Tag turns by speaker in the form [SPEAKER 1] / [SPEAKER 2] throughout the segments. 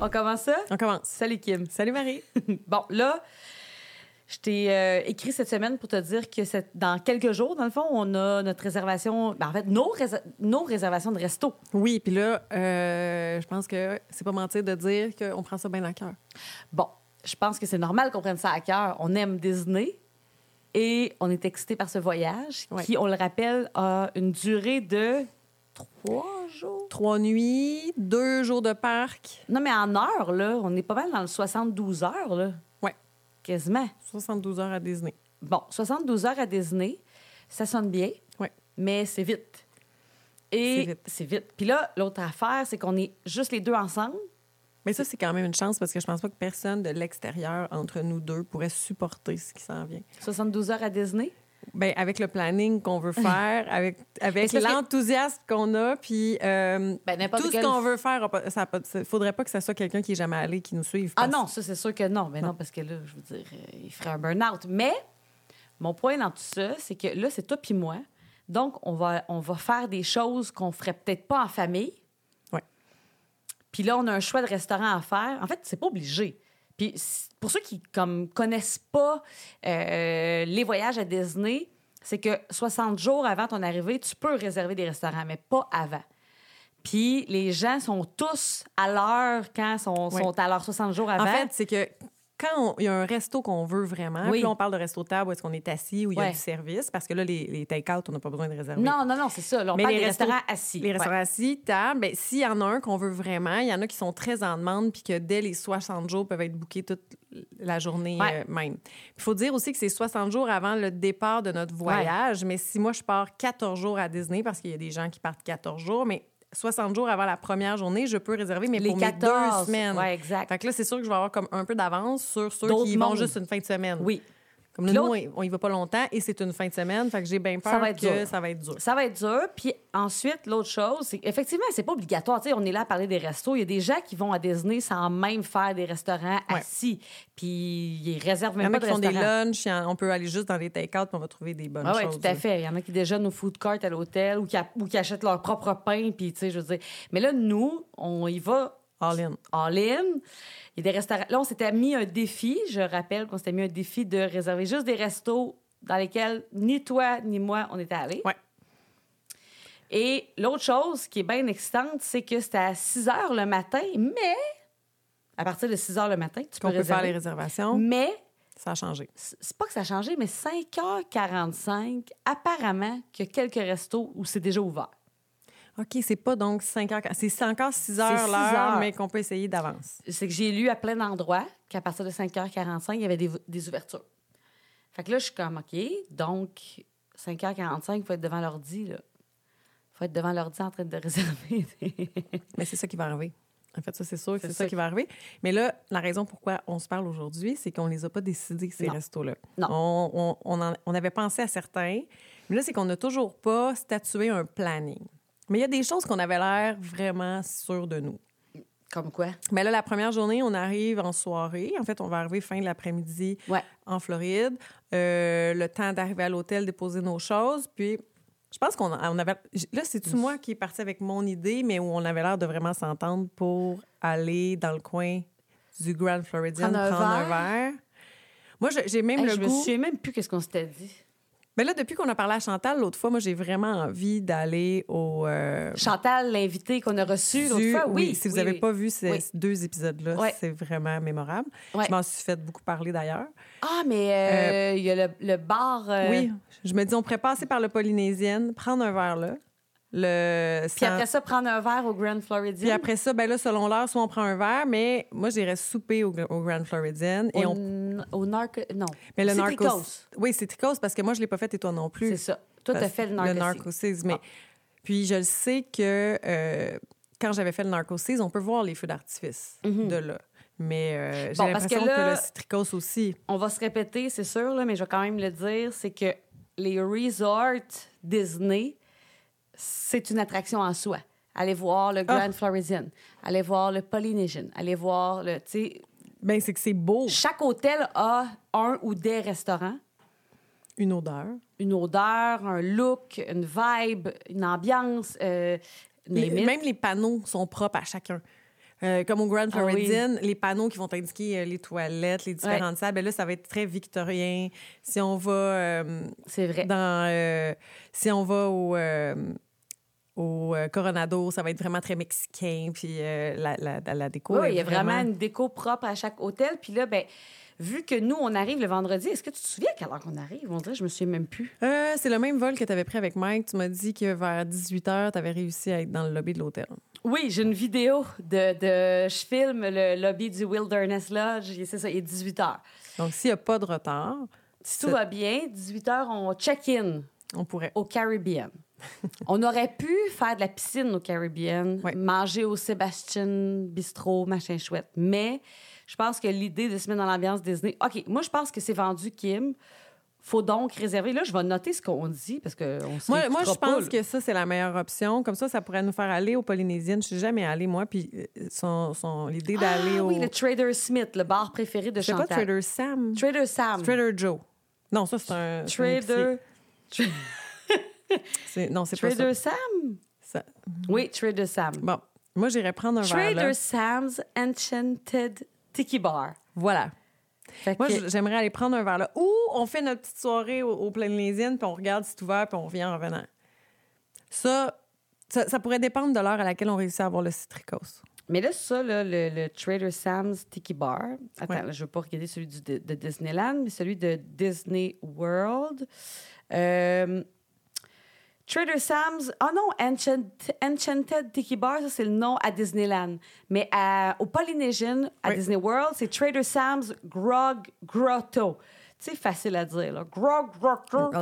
[SPEAKER 1] On commence ça?
[SPEAKER 2] On commence.
[SPEAKER 1] Salut Kim.
[SPEAKER 2] Salut Marie.
[SPEAKER 1] Bon, là, je t'ai euh, écrit cette semaine pour te dire que c'est- dans quelques jours, dans le fond, on a notre réservation, ben, en fait, nos, réser- nos réservations de resto.
[SPEAKER 2] Oui, puis là, euh, je pense que c'est pas mentir de dire qu'on prend ça bien à cœur.
[SPEAKER 1] Bon, je pense que c'est normal qu'on prenne ça à cœur. On aime Disney et on est excité par ce voyage
[SPEAKER 2] Ouais.
[SPEAKER 1] qui, on le rappelle, a une durée de trois jours.
[SPEAKER 2] Trois nuits, deux jours de parc,
[SPEAKER 1] Non, mais en heures, là, on est pas mal dans le 72 heures, là.
[SPEAKER 2] Ouais.
[SPEAKER 1] Quasiment.
[SPEAKER 2] 72 heures à Disney.
[SPEAKER 1] Bon, 72 heures à Disney, ça sonne bien,
[SPEAKER 2] Ouais.
[SPEAKER 1] mais c'est vite.
[SPEAKER 2] C'est
[SPEAKER 1] Et
[SPEAKER 2] vite.
[SPEAKER 1] c'est vite. Puis là, l'autre affaire, c'est qu'on est juste les deux ensemble.
[SPEAKER 2] Mais ça, c'est quand même une chance parce que je pense pas que personne de l'extérieur entre nous deux pourrait supporter ce qui s'en vient.
[SPEAKER 1] 72 heures à Disney.
[SPEAKER 2] Ben, avec le planning qu'on veut faire, avec,
[SPEAKER 1] Mais
[SPEAKER 2] avec
[SPEAKER 1] c'est parce que-
[SPEAKER 2] l'enthousiasme qu'on a, puis euh,
[SPEAKER 1] Ben, n'importe
[SPEAKER 2] tout
[SPEAKER 1] quel-
[SPEAKER 2] ce qu'on veut faire, a pas- ça a pas- ça- faudrait pas que ce soit quelqu'un qui est jamais allé qui nous suive.
[SPEAKER 1] Ah
[SPEAKER 2] parce-
[SPEAKER 1] non, ça, c'est sûr que non. Mais non, parce que là, je veux dire, euh, il ferait un burn-out. Mais mon point dans tout ça, c'est que là, c'est toi puis moi. Donc, on va, on va faire des choses qu'on ferait peut-être pas en famille.
[SPEAKER 2] Ouais.
[SPEAKER 1] Puis là, on a un choix de restaurant à faire. En fait, c'est pas obligé. Puis c- pour ceux qui comme connaissent pas euh, les voyages à Disney, c'est que 60 jours avant ton arrivée, tu peux réserver des restaurants, mais pas avant. Puis les gens sont tous à l'heure quand sont,
[SPEAKER 2] Ouais.
[SPEAKER 1] sont à l'heure 60 jours avant.
[SPEAKER 2] En fait, c'est que quand on- il y a un resto qu'on veut vraiment,
[SPEAKER 1] Oui.
[SPEAKER 2] puis là, on parle de resto table où est-ce qu'on est assis, où il y
[SPEAKER 1] Ouais.
[SPEAKER 2] a du service, parce que là, les, les take-out, on n'a pas besoin de réserver.
[SPEAKER 1] non, non, non, c'est ça. là, on
[SPEAKER 2] Mais
[SPEAKER 1] parle
[SPEAKER 2] les
[SPEAKER 1] des
[SPEAKER 2] restos-
[SPEAKER 1] restaurants assis.
[SPEAKER 2] Les
[SPEAKER 1] Ouais.
[SPEAKER 2] restaurants assis, table, ben, s'il y en a un qu'on veut vraiment, il y en a qui sont très en demande puis que dès les 60 jours peuvent être bookés toute la journée
[SPEAKER 1] Ouais.
[SPEAKER 2] euh, même. Il faut dire aussi que c'est 60 jours avant le départ de notre voyage, mais si moi je pars 14 jours à Disney parce qu'il y a des gens qui partent 14 jours, mais 60 jours avant la première journée, je peux réserver mais
[SPEAKER 1] Les
[SPEAKER 2] pour
[SPEAKER 1] 14.
[SPEAKER 2] mes deux semaines.
[SPEAKER 1] Ouais, exact.
[SPEAKER 2] Fait que là, c'est sûr que je vais avoir comme un peu d'avance sur ceux
[SPEAKER 1] D'autres
[SPEAKER 2] qui y vont
[SPEAKER 1] mondes.
[SPEAKER 2] juste une fin de semaine.
[SPEAKER 1] Oui.
[SPEAKER 2] Comme là,
[SPEAKER 1] Puis
[SPEAKER 2] nous,
[SPEAKER 1] l'autre-
[SPEAKER 2] on y va pas longtemps et c'est une fin de semaine, fait que j'ai bien peur
[SPEAKER 1] Ça va être
[SPEAKER 2] que
[SPEAKER 1] dur.
[SPEAKER 2] ça va être dur.
[SPEAKER 1] Ça va être dur. Puis ensuite, l'autre chose, c'est effectivement, c'est pas obligatoire. Tu sais, on est là à parler des restos. Il y a des gens qui vont à Disney sans même faire des restaurants
[SPEAKER 2] Ouais.
[SPEAKER 1] assis. Puis ils réservent
[SPEAKER 2] Il y
[SPEAKER 1] même
[SPEAKER 2] en
[SPEAKER 1] pas
[SPEAKER 2] a
[SPEAKER 1] de
[SPEAKER 2] qui font des
[SPEAKER 1] restaurants.
[SPEAKER 2] lunchs, il y en- on peut aller juste dans les take-out, puis on va trouver des bonnes
[SPEAKER 1] Ah ouais,
[SPEAKER 2] choses.
[SPEAKER 1] tout à
[SPEAKER 2] là.
[SPEAKER 1] fait. Il y en a qui déjeunent au food court à l'hôtel ou qui, a- ou qui achètent leur propre pain. Puis, tu sais, je veux dire. Mais là, nous, on y va
[SPEAKER 2] All in.
[SPEAKER 1] all-in. Il y a des restaurants. Là, on s'était mis un défi. Je rappelle qu'on s'était mis un défi de réserver juste des restos dans lesquels ni toi ni moi on était allés.
[SPEAKER 2] Ouais.
[SPEAKER 1] Et l'autre chose qui est bien excitante, c'est que c'était à 6 heures le matin, mais à partir de 6 heures le matin, tu peux
[SPEAKER 2] Qu'on peut faire les
[SPEAKER 1] réserver.
[SPEAKER 2] réservations,
[SPEAKER 1] mais
[SPEAKER 2] ça a changé.
[SPEAKER 1] c- c'est pas que ça a changé, mais 5h45, apparemment qu'il y a quelques restos où c'est déjà ouvert.
[SPEAKER 2] OK, c'est pas donc 5 heures, c'est encore 6
[SPEAKER 1] C'est
[SPEAKER 2] heures
[SPEAKER 1] six
[SPEAKER 2] l'heure,
[SPEAKER 1] heures.
[SPEAKER 2] mais qu'on peut essayer d'avance.
[SPEAKER 1] c'est que j'ai lu à plein d'endroits qu'à partir de 5h45, il y avait des, des ouvertures. Fait que là, je suis comme, OK, donc 5h45, il faut être devant l'ordi, là. faut être devant l'ordi en train de réserver.
[SPEAKER 2] Mais c'est ça qui va arriver. En fait, ça, c'est sûr que
[SPEAKER 1] C'est
[SPEAKER 2] c'est
[SPEAKER 1] ça
[SPEAKER 2] ça, qui va arriver. Mais là, la raison pourquoi on se parle aujourd'hui, c'est qu'on les a pas décidés, ces
[SPEAKER 1] Non.
[SPEAKER 2] restos-là.
[SPEAKER 1] Non.
[SPEAKER 2] On, on- on en- on avait pensé à certains, mais là, c'est qu'on n'a toujours pas statué un planning. Mais il y a des choses qu'on avait l'air vraiment sûrs de nous.
[SPEAKER 1] comme quoi?
[SPEAKER 2] Mais là, la première journée, on arrive en soirée. En fait, on va arriver fin de l'après-midi
[SPEAKER 1] Ouais.
[SPEAKER 2] en Floride. Euh, le temps d'arriver à l'hôtel, déposer nos choses. Puis, je pense qu'on a- on avait. j- Là,
[SPEAKER 1] Mm.
[SPEAKER 2] c'est-tu moi qui est parti avec mon idée, mais où on avait l'air de vraiment s'entendre pour aller dans le coin du Grand Floridian,
[SPEAKER 1] Prendre un
[SPEAKER 2] verre. Moi, je- j'ai même
[SPEAKER 1] Hey,
[SPEAKER 2] le
[SPEAKER 1] je me
[SPEAKER 2] goût.
[SPEAKER 1] souviens même plus qu'est-ce qu'on s'était dit.
[SPEAKER 2] Mais là, depuis qu'on a parlé à Chantal l'autre fois, moi, j'ai vraiment envie d'aller au. euh,
[SPEAKER 1] Chantal, l'invité qu'on a reçu l'autre
[SPEAKER 2] du-
[SPEAKER 1] fois, oui.
[SPEAKER 2] si vous
[SPEAKER 1] oui,
[SPEAKER 2] n'avez
[SPEAKER 1] oui.
[SPEAKER 2] pas vu ces
[SPEAKER 1] Oui.
[SPEAKER 2] ces deux épisodes-là,
[SPEAKER 1] Ouais.
[SPEAKER 2] c'est vraiment mémorable.
[SPEAKER 1] Ouais.
[SPEAKER 2] Je m'en suis fait beaucoup parler d'ailleurs.
[SPEAKER 1] Ah, mais euh, il y a le, le bar. euh,
[SPEAKER 2] Oui, je me dis, on pourrait passer par le Polynésienne, prendre un verre là. Le
[SPEAKER 1] Puis
[SPEAKER 2] sans-
[SPEAKER 1] après ça, prendre un verre au Grand Floridian.
[SPEAKER 2] Puis après ça, ben là, selon l'heure, soit on prend un verre, mais moi, j'irais souper au, au Grand Floridian. Et
[SPEAKER 1] au,
[SPEAKER 2] on...
[SPEAKER 1] au narco. Non.
[SPEAKER 2] Mais le
[SPEAKER 1] C'est
[SPEAKER 2] narcos-
[SPEAKER 1] Tricos,
[SPEAKER 2] Oui, c'est Tricos, parce que moi, je ne l'ai pas fait et toi non plus.
[SPEAKER 1] C'est ça. Toi, t'as
[SPEAKER 2] Parce-
[SPEAKER 1] fait le Ah.
[SPEAKER 2] Le
[SPEAKER 1] narcotique.
[SPEAKER 2] narcosis, mais... Puis je le sais que euh, quand j'avais fait le narcosis, on peut voir les feux d'artifice de là. Mais euh, j'ai
[SPEAKER 1] Mhm. Bon, parce que
[SPEAKER 2] l'impression que,
[SPEAKER 1] là-
[SPEAKER 2] le citricos aussi.
[SPEAKER 1] on va se répéter, c'est sûr, là, mais je vais quand même le dire, c'est que les resorts Disney, c'est une attraction en soi. Allez voir le
[SPEAKER 2] Ah.
[SPEAKER 1] Grand Floridian, allez voir le Polynesian, allez voir le... tu sais,
[SPEAKER 2] Ben, c'est que c'est beau,
[SPEAKER 1] Chaque hôtel a un ou des restaurants,
[SPEAKER 2] une odeur.
[SPEAKER 1] une odeur, un look, une vibe, une ambiance, euh, name
[SPEAKER 2] Les-
[SPEAKER 1] it.
[SPEAKER 2] même les panneaux sont propres à chacun. Euh, comme au Grand
[SPEAKER 1] Ah oui.
[SPEAKER 2] Floridian, les panneaux qui vont indiquer euh, les toilettes, les différentes salles, ben là, ça va être très victorien. Si on va euh,
[SPEAKER 1] C'est vrai.
[SPEAKER 2] dans euh, si on va au euh, au euh, Coronado, ça va être vraiment très mexicain, puis euh, la, la, la- la déco.
[SPEAKER 1] Oui,
[SPEAKER 2] est
[SPEAKER 1] il y a vraiment une déco propre à chaque hôtel. Puis là, ben, vu que nous, on arrive le vendredi, est-ce que tu te souviens à quelle heure qu'on arrive? On dirait, que je me souviens même plus.
[SPEAKER 2] Euh, c'est le même vol que tu avais pris avec Mike. Tu m'as dit que vers 18h, tu avais réussi à être dans le lobby de l'hôtel.
[SPEAKER 1] Oui, j'ai une vidéo de, de- Je filme le lobby du Wilderness Lodge. et C'est ça, il est 18 h.
[SPEAKER 2] Donc, s'il n'y a pas de retard,
[SPEAKER 1] Si tout va bien, 18 h, on check-in
[SPEAKER 2] on pourrait.
[SPEAKER 1] au Caribbean. on aurait pu faire de la piscine au Caribbean,
[SPEAKER 2] Oui.
[SPEAKER 1] manger au Sebastian Bistro, machin chouette. Mais je pense que l'idée de se mettre dans l'ambiance Disney. OK, moi, je pense que c'est vendu Kim. Faut donc réserver. Là, je vais noter ce qu'on dit parce que on se
[SPEAKER 2] Moi, moi, je
[SPEAKER 1] réécoutera pas,
[SPEAKER 2] pense
[SPEAKER 1] là.
[SPEAKER 2] que ça, c'est la meilleure option. Comme ça, ça pourrait nous faire aller aux Polynésiennes. Je suis jamais allée, moi. Puis euh, son, son- l'idée d'aller
[SPEAKER 1] Ah
[SPEAKER 2] au.
[SPEAKER 1] oui, le Trader Smith, le bar préféré de
[SPEAKER 2] C'est pas
[SPEAKER 1] Chantal.
[SPEAKER 2] Trader Sam.
[SPEAKER 1] Trader Sam.
[SPEAKER 2] Trader Joe. Non, ça, c'est un. c'est un épicier.
[SPEAKER 1] Trader,
[SPEAKER 2] C'est- Non, c'est pas ça.
[SPEAKER 1] Trader Sam?
[SPEAKER 2] Ça-
[SPEAKER 1] Oui, Trader Sam.
[SPEAKER 2] Bon, moi, j'irai prendre un verre. là.
[SPEAKER 1] Trader Sam's Enchanted Tiki Bar.
[SPEAKER 2] Voilà.
[SPEAKER 1] Fait
[SPEAKER 2] Moi,
[SPEAKER 1] que-
[SPEAKER 2] j- j'aimerais aller prendre un verre là. Ou on fait notre petite soirée au, au Polynésienne, puis on regarde si c'est ouvert, puis on revient en revenant. Ça, ça, ça pourrait dépendre de l'heure à laquelle on réussit à avoir le citricose.
[SPEAKER 1] Mais là, ça, là, le, le Trader Sam's Tiki Bar. Attends,
[SPEAKER 2] Ouais.
[SPEAKER 1] là, je ne veux pas regarder celui du- de, de Disneyland, mais celui de Disney World. Euh, Trader Sam's. Oh non, Enchant- Enchanted Tiki Bar, ça, c'est le nom à Disneyland. Mais à- au Polynesian, à
[SPEAKER 2] Oui.
[SPEAKER 1] Disney World, c'est Trader Sam's Grog Grotto. Tu sais, facile à dire, là. Grog Grotto.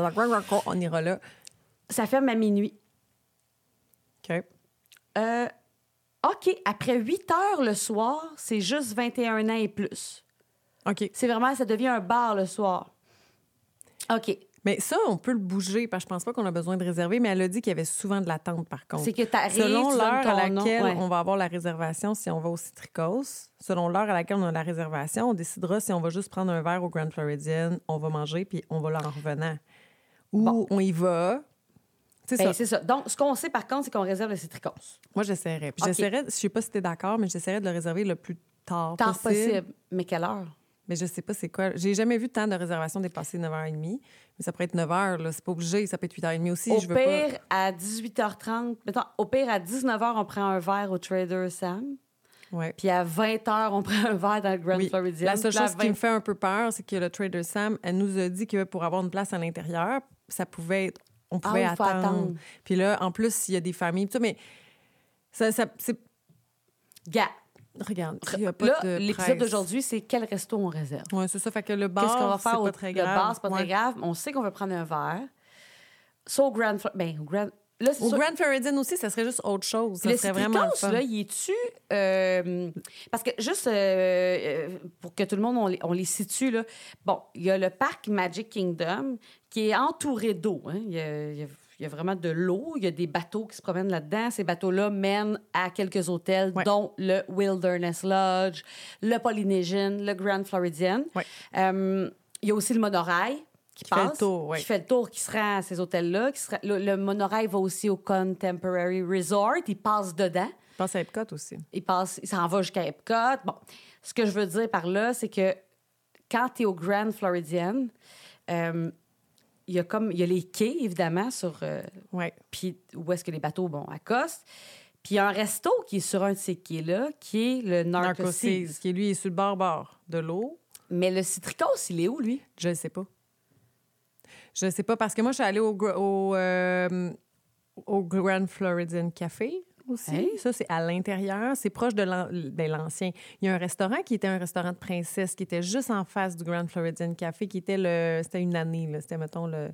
[SPEAKER 2] On ira là.
[SPEAKER 1] Ça ferme à minuit.
[SPEAKER 2] OK.
[SPEAKER 1] Euh, OK, après 8 heures le soir, c'est juste 21 ans et plus.
[SPEAKER 2] OK.
[SPEAKER 1] C'est vraiment, ça devient un bar le soir. OK.
[SPEAKER 2] Mais ça, on peut le bouger, parce que je pense pas qu'on a besoin de réserver, mais elle a dit qu'il y avait souvent de l'attente, par contre.
[SPEAKER 1] C'est que t'arrives,
[SPEAKER 2] Selon
[SPEAKER 1] tu
[SPEAKER 2] l'heure
[SPEAKER 1] donnes
[SPEAKER 2] à
[SPEAKER 1] ton nom,
[SPEAKER 2] laquelle
[SPEAKER 1] ouais.
[SPEAKER 2] on va avoir la réservation, si on va au Citricos, selon l'heure à laquelle on a la réservation, on décidera si on va juste prendre un verre au Grand Floridian, on va manger, puis on va là en revenant. Ou
[SPEAKER 1] Bon.
[SPEAKER 2] on y va. C'est
[SPEAKER 1] Ben,
[SPEAKER 2] ça.
[SPEAKER 1] c'est ça. Donc, ce qu'on sait par contre, c'est qu'on réserve le citricos.
[SPEAKER 2] Moi, j'essaierais. Puis
[SPEAKER 1] OK.
[SPEAKER 2] j'essaierais, je sais pas si t'es d'accord, mais j'essaierais de le réserver le plus tard,
[SPEAKER 1] Tard possible. Mais quelle heure?
[SPEAKER 2] Mais je sais pas c'est quoi. J'ai jamais vu de temps de réservation dépasser 9h30, mais ça pourrait être 9h, là. C'est pas obligé, ça peut être 8h30 aussi.
[SPEAKER 1] au
[SPEAKER 2] je veux pas...
[SPEAKER 1] pire, à 18h30, mettons, au pire, à 19h, on prend un verre au Trader Sam.
[SPEAKER 2] Ouais.
[SPEAKER 1] Puis à 20h, on prend un verre dans le Grand
[SPEAKER 2] Oui.
[SPEAKER 1] Floridian.
[SPEAKER 2] La seule
[SPEAKER 1] Puis à
[SPEAKER 2] chose qui
[SPEAKER 1] 20
[SPEAKER 2] me fait un peu peur, c'est que le Trader Sam, elle nous a dit que pour avoir une place à l'intérieur, ça pouvait être, on
[SPEAKER 1] Ah,
[SPEAKER 2] pouvait
[SPEAKER 1] il faut
[SPEAKER 2] attendre.
[SPEAKER 1] attendre.
[SPEAKER 2] Puis là, en plus, il y a des familles, tout ça, mais ça, ça- c'est-
[SPEAKER 1] Gars,
[SPEAKER 2] regarde, il y a pas
[SPEAKER 1] là,
[SPEAKER 2] de
[SPEAKER 1] l'épisode
[SPEAKER 2] presse.
[SPEAKER 1] d'aujourd'hui, c'est quel resto on réserve.
[SPEAKER 2] Ouais, c'est ça, fait que le bar,
[SPEAKER 1] Qu'est-ce qu'on va faire
[SPEAKER 2] c'est
[SPEAKER 1] au
[SPEAKER 2] pas très
[SPEAKER 1] le
[SPEAKER 2] grave.
[SPEAKER 1] bar, c'est pas
[SPEAKER 2] Ouais.
[SPEAKER 1] très grave. On sait qu'on veut prendre un verre. So, au Grand... Fl- Ben, au Grand... Là, c'est
[SPEAKER 2] Au
[SPEAKER 1] sûr-
[SPEAKER 2] Grand Floridian aussi, ça serait juste autre chose. Ça
[SPEAKER 1] le
[SPEAKER 2] serait vraiment le
[SPEAKER 1] citricose,
[SPEAKER 2] fun.
[SPEAKER 1] là, il est-tu... euh, parce que juste euh, euh, pour que tout le monde, on les, on les situe, là. Bon, il y a le parc Magic Kingdom qui est entouré d'eau. hein. Il y a- il y a- il y a vraiment de l'eau. Il y a des bateaux qui se promènent là-dedans. Ces bateaux-là mènent à quelques hôtels,
[SPEAKER 2] Ouais.
[SPEAKER 1] dont le Wilderness Lodge, le Polynesian, le Grand Floridian.
[SPEAKER 2] Ouais.
[SPEAKER 1] Euh, il y a aussi le monorail qui,
[SPEAKER 2] fait le
[SPEAKER 1] passe,
[SPEAKER 2] tour, ouais.
[SPEAKER 1] qui fait le tour, qui se rend à ces hôtels-là. qui se rend- Le, le monorail va aussi au Contemporary Resort. Il passe dedans.
[SPEAKER 2] Je pense à Epcot aussi.
[SPEAKER 1] Il passe, il s'en va jusqu'à Epcot. Bon, ce que je veux dire par là, c'est que quand tu es au Grand Floridian, euh, il y a comme il y a les quais évidemment sur euh,
[SPEAKER 2] Ouais.
[SPEAKER 1] puis où est-ce que les bateaux bon accostent. Puis il y a un resto qui est sur un de ces quais là, qui est le Narco
[SPEAKER 2] Narcosis,
[SPEAKER 1] Seas.
[SPEAKER 2] qui lui est sur le bord-bord de l'eau.
[SPEAKER 1] Mais le Citricos, il est où lui
[SPEAKER 2] Je ne sais pas. Je ne sais pas parce que moi, je suis allée au, gr- au, euh, au Grand Floridian Café aussi.
[SPEAKER 1] Hey.
[SPEAKER 2] Ça, c'est à l'intérieur. C'est proche de l'an- ben, l'ancien. Il y a un restaurant qui était un restaurant de princesse qui était juste en face du Grand Floridian Café qui était le. C'était une année, là. C'était, mettons, le.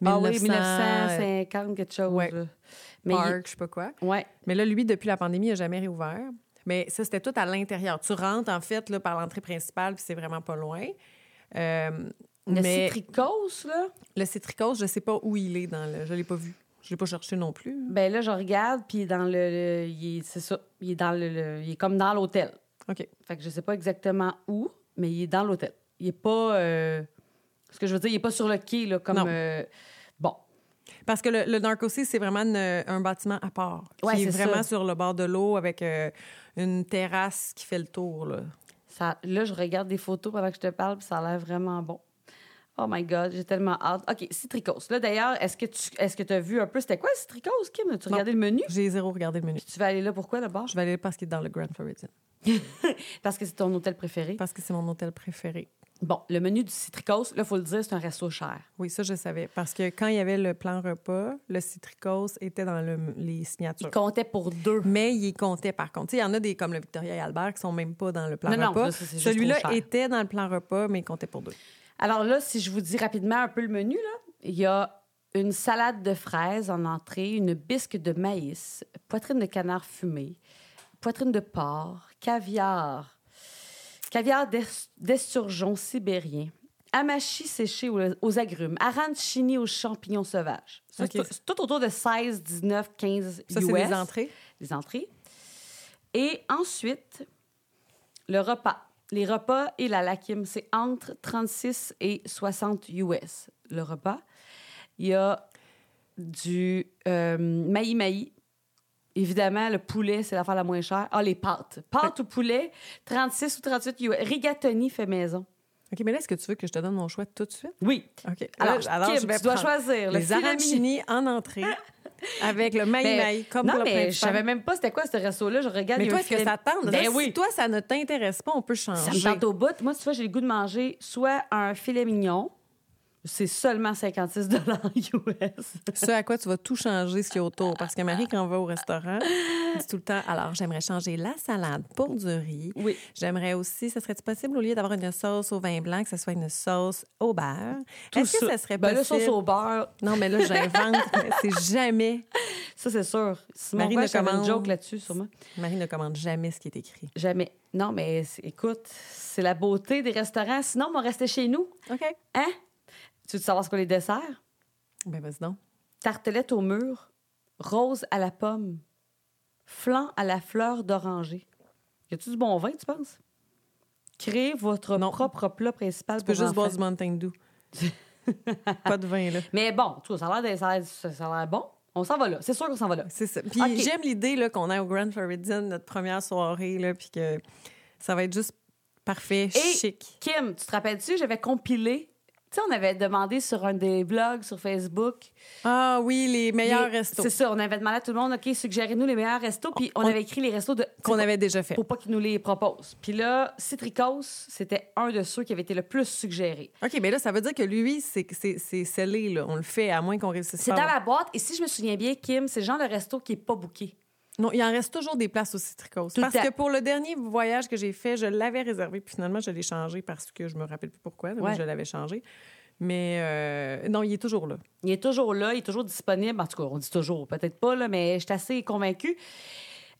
[SPEAKER 2] 1900,
[SPEAKER 1] ah oui,
[SPEAKER 2] euh,
[SPEAKER 1] 1950 quelque chose.
[SPEAKER 2] ouais.
[SPEAKER 1] là. Mais
[SPEAKER 2] Mais Park, je sais pas quoi.
[SPEAKER 1] il- ouais.
[SPEAKER 2] Mais là, lui, depuis la pandémie, il n'a jamais réouvert. Mais ça, c'était tout à l'intérieur. Tu rentres, en fait, là, par l'entrée principale, puis c'est vraiment pas loin. Euh,
[SPEAKER 1] Le
[SPEAKER 2] mais-
[SPEAKER 1] citricose, là,
[SPEAKER 2] Le citricose, je sais pas où il est dans le. Je l'ai pas vu. Je l'ai pas cherché non plus.
[SPEAKER 1] ben là, je regarde, puis dans le, le- il est- c'est ça, il est dans le, le- il est comme dans l'hôtel.
[SPEAKER 2] OK.
[SPEAKER 1] Fait que je sais pas exactement où, mais il est dans l'hôtel. Il est pas, euh, ce que je veux dire, il est pas sur le quai là, comme,
[SPEAKER 2] Non.
[SPEAKER 1] euh, bon.
[SPEAKER 2] Parce que le, le Dark Sea, c'est vraiment une- un bâtiment à part.
[SPEAKER 1] Ouais,
[SPEAKER 2] qui est,
[SPEAKER 1] c'est ça.
[SPEAKER 2] vraiment sur le bord de l'eau avec euh, une terrasse qui fait le tour. Là.
[SPEAKER 1] Ça- là, je regarde des photos pendant que je te parle, puis ça a l'air vraiment bon. Oh my God, j'ai tellement hâte. OK, Citricose. Là, d'ailleurs, est-ce que tu est-ce que as vu un peu, c'était quoi Citricose, Kim? As-tu
[SPEAKER 2] Non.
[SPEAKER 1] regardé le menu?
[SPEAKER 2] J'ai zéro regardé le menu.
[SPEAKER 1] Tu vas aller là pourquoi d'abord?
[SPEAKER 2] Je vais aller parce qu'il est dans le Grand Floridian.
[SPEAKER 1] Parce que c'est ton hôtel préféré.
[SPEAKER 2] Parce que c'est mon hôtel préféré.
[SPEAKER 1] Bon, le menu du Citricose, là, faut le dire, c'est un resto cher.
[SPEAKER 2] Oui, ça, je savais. Parce que quand il y avait le plan repas, le citricose était dans le- les signatures.
[SPEAKER 1] Il comptait pour deux.
[SPEAKER 2] Mais il comptait, par contre. Tu sais, Il y en a des comme le Victoria et Albert qui sont même pas dans le plan
[SPEAKER 1] Non, non,
[SPEAKER 2] repas.
[SPEAKER 1] ça, c'est juste trop
[SPEAKER 2] Celui-là
[SPEAKER 1] cher.
[SPEAKER 2] était dans le plan repas, mais il comptait pour deux.
[SPEAKER 1] Alors là, si je vous dis rapidement un peu le menu, là, il y a une salade de fraises en entrée, une bisque de maïs, poitrine de canard fumée, poitrine de porc, caviar, caviar d'es- d'esturgeon sibérien, amashi séché aux, aux agrumes, arancini aux champignons sauvages. Ça, c'est
[SPEAKER 2] Ok.
[SPEAKER 1] tout- c'est tout autour de 16, 19, 15
[SPEAKER 2] Ça,
[SPEAKER 1] US.
[SPEAKER 2] c'est les entrées.
[SPEAKER 1] les entrées. Et ensuite, le repas. Les repas et la lakim, c'est entre 36 et 60 US, le repas. Il y a du euh, maï-maï. Évidemment, le poulet, c'est l'affaire la moins chère. Ah, les pâtes. Pâtes ou poulet, 36 ou 38 US. Rigatoni fait maison.
[SPEAKER 2] OK, mais là, est-ce que tu veux que je te donne mon choix tout de suite?
[SPEAKER 1] Oui.
[SPEAKER 2] OK.
[SPEAKER 1] Alors,
[SPEAKER 2] Là,
[SPEAKER 1] Kim,
[SPEAKER 2] Euh, je vais
[SPEAKER 1] tu dois
[SPEAKER 2] prendre
[SPEAKER 1] choisir. Le
[SPEAKER 2] Les
[SPEAKER 1] filet mignon.
[SPEAKER 2] arancini en entrée avec le maï maï comme
[SPEAKER 1] Ben, non,
[SPEAKER 2] le
[SPEAKER 1] mais je
[SPEAKER 2] principal.
[SPEAKER 1] savais même pas c'était quoi ce resto-là. Je regarde. il y
[SPEAKER 2] Mais
[SPEAKER 1] a
[SPEAKER 2] toi,
[SPEAKER 1] un
[SPEAKER 2] est-ce que
[SPEAKER 1] filet-
[SPEAKER 2] ça te tente?
[SPEAKER 1] Ben
[SPEAKER 2] Là,
[SPEAKER 1] oui.
[SPEAKER 2] Si toi, ça ne t'intéresse pas, on peut changer.
[SPEAKER 1] Ça me tente au bout. Moi, tu vois, j'ai le goût de manger soit un filet mignon, c'est seulement 56 US.
[SPEAKER 2] Ce à quoi tu vas tout changer ce qu'il y a autour. Parce que Marie, quand on va au restaurant, elle dit tout le temps Alors, j'aimerais changer la salade pour du riz.
[SPEAKER 1] Oui.
[SPEAKER 2] J'aimerais aussi, ça serait possible, au lieu d'avoir une sauce au vin blanc, que ce soit une sauce au beurre?
[SPEAKER 1] Tout
[SPEAKER 2] Est-ce que ça serait
[SPEAKER 1] Ben, le
[SPEAKER 2] possible?
[SPEAKER 1] sauce au beurre,
[SPEAKER 2] Non, mais là, j'invente. mais c'est jamais.
[SPEAKER 1] ça, c'est sûr. Simon
[SPEAKER 2] Marie
[SPEAKER 1] Roche
[SPEAKER 2] ne
[SPEAKER 1] avait une
[SPEAKER 2] commande.
[SPEAKER 1] joke là-dessus, sûrement.
[SPEAKER 2] Marie ne commande jamais ce qui est écrit.
[SPEAKER 1] Jamais. Non, mais c'est- écoute, c'est la beauté des restaurants. Sinon, on va rester chez nous.
[SPEAKER 2] OK.
[SPEAKER 1] Hein? Tu veux savoir ce qu'on les desserts?
[SPEAKER 2] Ben, vas-y donc.
[SPEAKER 1] Tartelette au mur, rose à la pomme, flan à la fleur d'oranger. Y a-tu du bon vin, tu penses? Créez votre propre plat principal
[SPEAKER 2] Tu peux juste boire
[SPEAKER 1] enfants.
[SPEAKER 2] du Mountain Dew. Pas de vin, là.
[SPEAKER 1] Mais bon, tu vois, ça a l'air, ça a l'air- ça a l'air bon. On s'en va là. C'est sûr qu'on s'en va là.
[SPEAKER 2] C'est ça. Puis
[SPEAKER 1] OK.
[SPEAKER 2] j'aime l'idée là, qu'on aille au Grand Floridian, notre première soirée, là, puis que ça va être juste parfait,
[SPEAKER 1] Et
[SPEAKER 2] chic.
[SPEAKER 1] Kim, tu te rappelles-tu, j'avais compilé. Tu sais, on avait demandé sur un des blogs, sur Facebook.
[SPEAKER 2] Ah oui, les meilleurs
[SPEAKER 1] les-
[SPEAKER 2] restos
[SPEAKER 1] C'est ça, on avait demandé à tout le monde, OK, suggérez-nous les meilleurs restos. Puis on,
[SPEAKER 2] On-
[SPEAKER 1] avait écrit les restos de.
[SPEAKER 2] qu'on avait déjà fait.
[SPEAKER 1] Pour pas qu'ils nous les proposent. Puis là, Citricos, c'était un de ceux qui avait été le plus suggéré.
[SPEAKER 2] OK, mais là, ça veut dire que lui, c'est, c'est, c'est scellé, là. On le fait, à moins qu'on réussisse
[SPEAKER 1] C'est
[SPEAKER 2] pas.
[SPEAKER 1] dans
[SPEAKER 2] à-
[SPEAKER 1] la boîte, et si je me souviens bien, Kim, c'est le genre de resto qui est pas booké.
[SPEAKER 2] Non, il en reste toujours des places au Citricose.
[SPEAKER 1] Tout le
[SPEAKER 2] Parce
[SPEAKER 1] temps.
[SPEAKER 2] que pour le dernier voyage que j'ai fait, je l'avais réservé, puis finalement, je l'ai changé parce que je me rappelle plus pourquoi, là, mais
[SPEAKER 1] Ouais.
[SPEAKER 2] je l'avais changé. Mais euh, non, il est toujours là.
[SPEAKER 1] Il est toujours là, il est toujours disponible. En tout cas, on dit toujours, peut-être pas, là, mais je suis assez convaincue.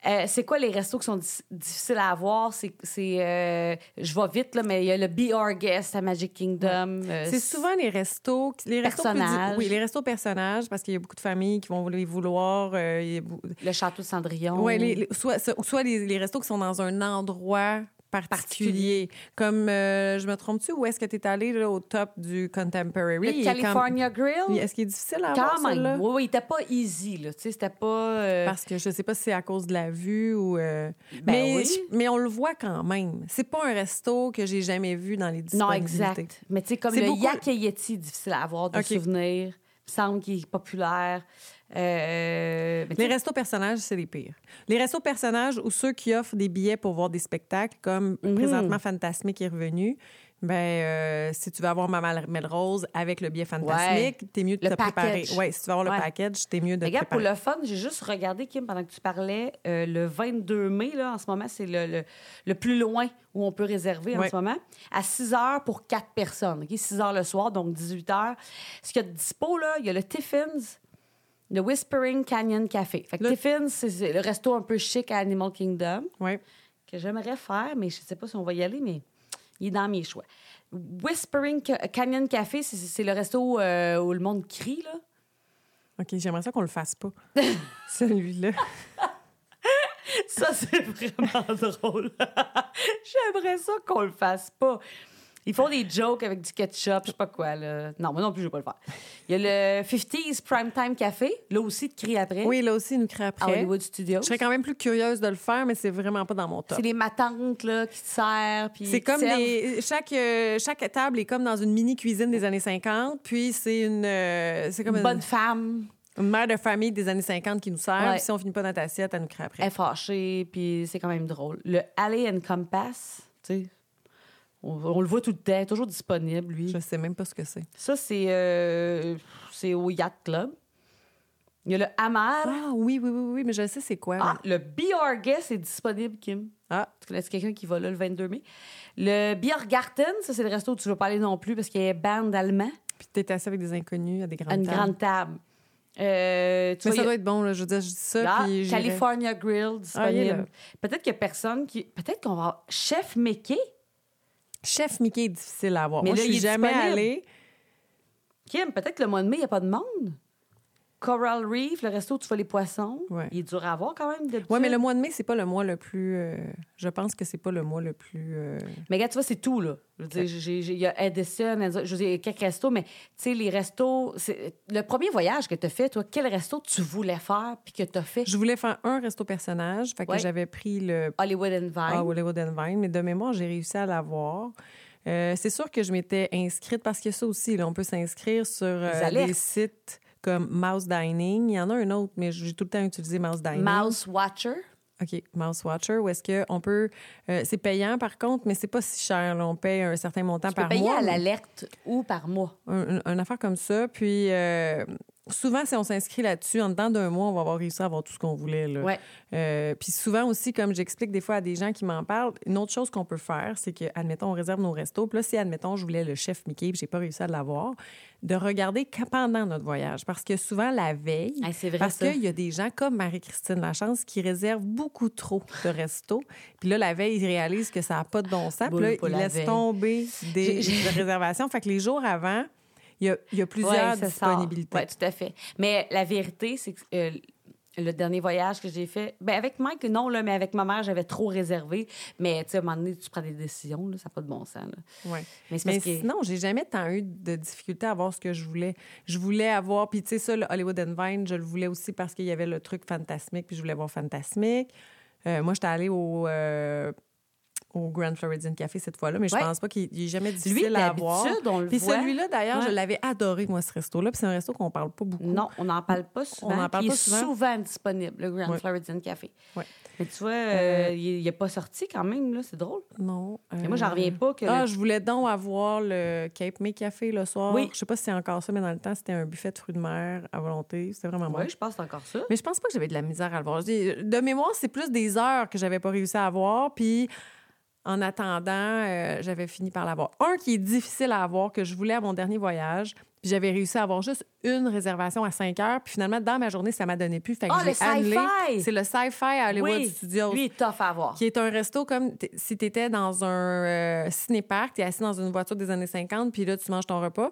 [SPEAKER 1] Euh, c'est quoi les restos qui sont dis- difficiles à avoir? C'est, c'est, euh, je vais vite, là, mais il y a le Be Our Guest à Magic Kingdom. Euh,
[SPEAKER 2] C'est souvent les restos, qui- les restos plus di-
[SPEAKER 1] Personnages.
[SPEAKER 2] oui, les restos personnages, parce qu'il y a beaucoup de familles qui vont les vouloir. euh, il y a bou-
[SPEAKER 1] le Château de Cendrillon.
[SPEAKER 2] Ouais, les- les- soit so- soit les, les restos qui sont dans un endroit particulier. Comme euh, je me trompe-tu, où est-ce que tu es allé là, au top du contemporary
[SPEAKER 1] Le
[SPEAKER 2] Il est quand-
[SPEAKER 1] California Grill.
[SPEAKER 2] Est-ce qu'il est difficile à avoir
[SPEAKER 1] Quand
[SPEAKER 2] celui-là?
[SPEAKER 1] même. Oui, oui, il était pas easy, là. Tu sais, c'était pas. euh,
[SPEAKER 2] Parce que je sais pas si c'est à cause de la vue ou. euh, mais,
[SPEAKER 1] Ben oui.
[SPEAKER 2] mais on le voit quand même. C'est pas un resto que j'ai jamais vu dans les
[SPEAKER 1] Non,
[SPEAKER 2] disponibilités.
[SPEAKER 1] exact. Mais tu sais, comme
[SPEAKER 2] C'est
[SPEAKER 1] le
[SPEAKER 2] beaucoup-
[SPEAKER 1] Yak et Yeti, difficile à avoir de
[SPEAKER 2] OK.
[SPEAKER 1] souvenir. Il me semble qu'il est populaire. Euh, mais tu
[SPEAKER 2] Les
[SPEAKER 1] sais,
[SPEAKER 2] restos personnages, c'est les pires. Les restos personnages ou ceux qui offrent des billets pour voir des spectacles, comme
[SPEAKER 1] Mm.
[SPEAKER 2] présentement Fantasmique est revenu, ben euh, si tu veux avoir Maman Melrose avec le billet Fantasmique, t'es mieux de
[SPEAKER 1] Le
[SPEAKER 2] te préparer.
[SPEAKER 1] package.
[SPEAKER 2] Ouais, si tu veux avoir
[SPEAKER 1] Ouais.
[SPEAKER 2] le package, t'es mieux de
[SPEAKER 1] Regarde,
[SPEAKER 2] te
[SPEAKER 1] pour
[SPEAKER 2] préparer.
[SPEAKER 1] le fun, j'ai juste regardé, Kim, pendant que tu parlais, euh, le 22 mai, là, en ce moment, c'est le, le, le plus loin où on peut réserver en
[SPEAKER 2] Ouais.
[SPEAKER 1] ce moment, à 6 heures pour 4 personnes, OK? 6 heures le soir, donc 18 heures. Ce qu'il y a de dispo, là, il y a le Tiffins, le Whispering Canyon Café. Fait que
[SPEAKER 2] Le-
[SPEAKER 1] Tiffins, c'est- c'est le resto un peu chic à Animal Kingdom
[SPEAKER 2] Ouais.
[SPEAKER 1] que j'aimerais faire, mais je ne sais pas si on va y aller, mais il est dans mes choix. Whispering Ca- Canyon Café, c'est- c'est le resto euh, où le monde crie, là.
[SPEAKER 2] OK, j'aimerais ça qu'on le fasse pas. Celui-là.
[SPEAKER 1] Ça, c'est vraiment drôle. J'aimerais ça qu'on le fasse pas. Ils font des jokes avec du ketchup, je sais pas quoi. Là. Non, moi non plus, je vais pas le faire. Il y a le 50s Primetime Café, là aussi, de crie après,
[SPEAKER 2] Oui, là aussi, il nous crée
[SPEAKER 1] à
[SPEAKER 2] après.
[SPEAKER 1] Hollywood Studios.
[SPEAKER 2] Je serais quand même plus curieuse de le faire, mais c'est vraiment pas dans mon top.
[SPEAKER 1] C'est les matantes là, qui te servent. puis
[SPEAKER 2] C'est
[SPEAKER 1] qui
[SPEAKER 2] comme
[SPEAKER 1] servent.
[SPEAKER 2] des, chaque euh, chaque table est comme dans une mini cuisine des années 50, puis c'est une euh, c'est comme
[SPEAKER 1] Une
[SPEAKER 2] une,
[SPEAKER 1] bonne femme,
[SPEAKER 2] une mère de famille des années 50 qui nous sert.
[SPEAKER 1] Ouais.
[SPEAKER 2] puis Si on finit pas notre assiette, elle nous crée après.
[SPEAKER 1] elle est fâchée, puis c'est quand même drôle. Le Alley and Compass, tu sais, on, on le voit tout le temps, toujours disponible, lui.
[SPEAKER 2] Je sais même pas ce que c'est.
[SPEAKER 1] Ça, c'est euh, c'est au Yacht Club. Il y a le Hamar.
[SPEAKER 2] Ah oui oui oui oui, mais je sais c'est quoi.
[SPEAKER 1] Ah, le Be Our Guest est disponible, Kim.
[SPEAKER 2] Ah.
[SPEAKER 1] Tu connais quelqu'un qui va là le 22 mai? Le Biergarten, ça, c'est le resto où tu veux pas aller non plus parce qu'il y a band allemand
[SPEAKER 2] Puis t'es assis avec des inconnus à des
[SPEAKER 1] à
[SPEAKER 2] grandes
[SPEAKER 1] une
[SPEAKER 2] tables.
[SPEAKER 1] grande table. Euh, tu vois, il y
[SPEAKER 2] Mais ça
[SPEAKER 1] a-
[SPEAKER 2] doit être bon là. Je veux dire, je dis ça
[SPEAKER 1] Ah,
[SPEAKER 2] puis j'irai.
[SPEAKER 1] California Grill
[SPEAKER 2] Ah, il est
[SPEAKER 1] disponible.
[SPEAKER 2] là.
[SPEAKER 1] Peut-être qu'il y a personne qui. Peut-être qu'on va. avoir- Chef Mickey,
[SPEAKER 2] Chef Mickey est difficile à avoir.
[SPEAKER 1] Mais
[SPEAKER 2] Moi,
[SPEAKER 1] là,
[SPEAKER 2] je
[SPEAKER 1] il
[SPEAKER 2] suis
[SPEAKER 1] est
[SPEAKER 2] jamais
[SPEAKER 1] disponible.
[SPEAKER 2] allée.
[SPEAKER 1] Kim, peut-être que le mois de mai, il n'y a pas de monde. Coral Reef, le resto où tu vois les poissons.
[SPEAKER 2] Ouais.
[SPEAKER 1] Il est dur à avoir quand même. d'habitude.
[SPEAKER 2] Ouais, mais le mois de mai, c'est pas le mois le plus. euh, je pense que c'est pas le mois le plus. euh,
[SPEAKER 1] Mais regarde, tu vois, c'est tout, là. Je veux dire, j'ai- j'ai- il y a Edison, Edison, je veux dire, il y a quelques restos, mais tu sais, les restos. c'est- Le premier voyage que tu as fait, toi, quel resto tu voulais faire puis que tu as fait?
[SPEAKER 2] Je voulais faire un resto personnage, fait que
[SPEAKER 1] Ouais.
[SPEAKER 2] j'avais pris le
[SPEAKER 1] Hollywood and Vine.
[SPEAKER 2] Ah, Hollywood and Vine, mais de mémoire, j'ai réussi à l'avoir. Euh, c'est sûr que je m'étais inscrite parce que ça aussi, là, on peut s'inscrire sur euh, des
[SPEAKER 1] alertes.
[SPEAKER 2] sites comme Mouse Dining. Il y en a un autre, mais j'ai tout le temps utilisé Mouse Dining.
[SPEAKER 1] Mouse Watcher.
[SPEAKER 2] OK, Mouse Watcher, où est-ce qu'on peut. euh, c'est payant par contre, mais c'est pas si cher. là. On paye un certain montant
[SPEAKER 1] Tu peux
[SPEAKER 2] par
[SPEAKER 1] payer
[SPEAKER 2] mois.
[SPEAKER 1] à
[SPEAKER 2] mais-
[SPEAKER 1] l'alerte ou par mois.
[SPEAKER 2] un, un- une affaire comme ça. Puis euh, souvent, si on s'inscrit là-dessus, en dedans d'un mois, on va avoir réussi à avoir tout ce qu'on voulait. Là.
[SPEAKER 1] Ouais.
[SPEAKER 2] Euh, puis souvent aussi, comme j'explique des fois à des gens qui m'en parlent, une autre chose qu'on peut faire, c'est que, admettons, on réserve nos restos. Puis là, si, admettons, je voulais le chef Mickey, puis j'ai pas réussi à l'avoir, de regarder qu'à- pendant notre voyage. Parce que souvent, la veille,
[SPEAKER 1] Ah, c'est vrai,
[SPEAKER 2] parce
[SPEAKER 1] ça.
[SPEAKER 2] qu'il y a des gens comme Marie-Christine Lachance qui réservent beaucoup trop de restos. puis là, la veille, ils réalisent que ça n'a pas de bon sens. Puis
[SPEAKER 1] Boule,
[SPEAKER 2] là,
[SPEAKER 1] pas
[SPEAKER 2] ils
[SPEAKER 1] la
[SPEAKER 2] laissent
[SPEAKER 1] veille.
[SPEAKER 2] tomber des,
[SPEAKER 1] J'ai-
[SPEAKER 2] des réservations. Fait que les jours avant, il y a, il y a plusieurs
[SPEAKER 1] Ouais, ça sort.
[SPEAKER 2] disponibilités.
[SPEAKER 1] Ouais, tout à fait. Mais la vérité, c'est que euh, le dernier voyage que j'ai fait, ben avec Mike, non, là, mais avec ma mère, j'avais trop réservé. Mais tu sais, à un moment donné, tu prends des décisions, là, ça n'a pas de bon sens. là.
[SPEAKER 2] Ouais.
[SPEAKER 1] Mais c'est
[SPEAKER 2] Mais
[SPEAKER 1] parce que-
[SPEAKER 2] sinon, j'ai jamais tant eu de difficulté à avoir ce que je voulais. Je voulais avoir, puis tu sais, ça, le Hollywood and Vine, je le voulais aussi parce qu'il y avait le truc fantasmique, puis je voulais voir fantasmique. Euh, moi, j'étais allée au, euh, au Grand Floridian Café cette fois-là, mais je
[SPEAKER 1] Ouais.
[SPEAKER 2] pense pas qu'il il est jamais difficile
[SPEAKER 1] Lui,
[SPEAKER 2] à avoir.
[SPEAKER 1] d'habitude, on le
[SPEAKER 2] Puis
[SPEAKER 1] voit.
[SPEAKER 2] celui-là, d'ailleurs,
[SPEAKER 1] Ouais.
[SPEAKER 2] je l'avais adoré, moi, ce resto-là, puis c'est un resto qu'on parle pas beaucoup.
[SPEAKER 1] Non, on n'en parle pas souvent.
[SPEAKER 2] On n'en parle
[SPEAKER 1] puis
[SPEAKER 2] pas
[SPEAKER 1] il est
[SPEAKER 2] souvent.
[SPEAKER 1] disponible, le Grand
[SPEAKER 2] Ouais.
[SPEAKER 1] Floridian Café.
[SPEAKER 2] Ouais.
[SPEAKER 1] Mais tu vois, euh, il n'est pas sorti quand même, là, c'est drôle.
[SPEAKER 2] Non.
[SPEAKER 1] Mais moi, j'en
[SPEAKER 2] euh,
[SPEAKER 1] reviens pas que. le-
[SPEAKER 2] Ah, je voulais donc avoir le Cape May Café le soir.
[SPEAKER 1] Oui.
[SPEAKER 2] Je sais pas si c'est encore ça, mais dans le temps, c'était un buffet de fruits de mer à volonté. C'était vraiment bon.
[SPEAKER 1] Oui, je pense encore ça.
[SPEAKER 2] Mais je pense pas que j'avais de la misère à le voir. Je dis, De mémoire, c'est plus des heures que j'avais pas réussi à avoir. Puis en attendant, euh, j'avais fini par l'avoir. Un qui est difficile à avoir, que je voulais à mon dernier voyage. Puis j'avais réussi à avoir juste une réservation à 5 heures. Puis finalement, dans ma journée, ça m'a donné plus. Fait que
[SPEAKER 1] Ah,
[SPEAKER 2] je
[SPEAKER 1] le
[SPEAKER 2] l'ai annulé.
[SPEAKER 1] sci-fi!
[SPEAKER 2] C'est le sci-fi à Hollywood
[SPEAKER 1] oui,
[SPEAKER 2] Studios.
[SPEAKER 1] lui est tough à voir.
[SPEAKER 2] Qui est un resto comme t- si tu étais dans un euh, ciné-parc, tu es assis dans une voiture des années 50, puis là, tu manges ton repas.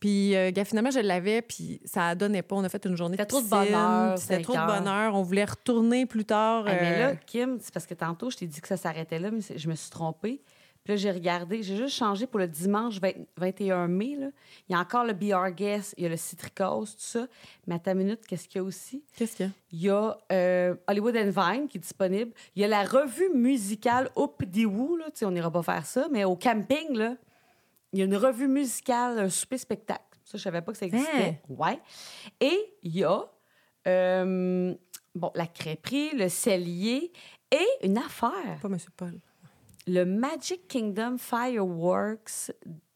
[SPEAKER 2] Puis, euh, gars, finalement, je l'avais, puis ça donnait pas. On a fait une journée
[SPEAKER 1] C'était trop de
[SPEAKER 2] piscine,
[SPEAKER 1] bonheur,
[SPEAKER 2] puis C'était
[SPEAKER 1] cinq
[SPEAKER 2] trop de
[SPEAKER 1] heures.
[SPEAKER 2] bonheur. On voulait retourner plus tard.
[SPEAKER 1] Ah, mais
[SPEAKER 2] euh,
[SPEAKER 1] là, Kim, c'est parce que tantôt, je t'ai dit que ça s'arrêtait là, mais c'est- je me suis trompée. Puis là, j'ai regardé, j'ai juste changé pour le dimanche 20 21 mai. là. Il y a encore le BR Guest, il y a le Citricos, tout ça. Mais à ta minute, qu'est-ce qu'il y a aussi?
[SPEAKER 2] Qu'est-ce qu'il y a?
[SPEAKER 1] Il y a euh, Hollywood and Vine qui est disponible. Il y a la revue musicale Up Diwoo, là, tu sais, on n'ira pas faire ça, mais au camping, là, il y a une revue musicale, un souper-spectacle. Ça, je savais pas que ça existait. Ouais. Et il y a euh, bon, la crêperie, le cellier et une affaire,
[SPEAKER 2] Pas M. Paul.
[SPEAKER 1] le Magic Kingdom Fireworks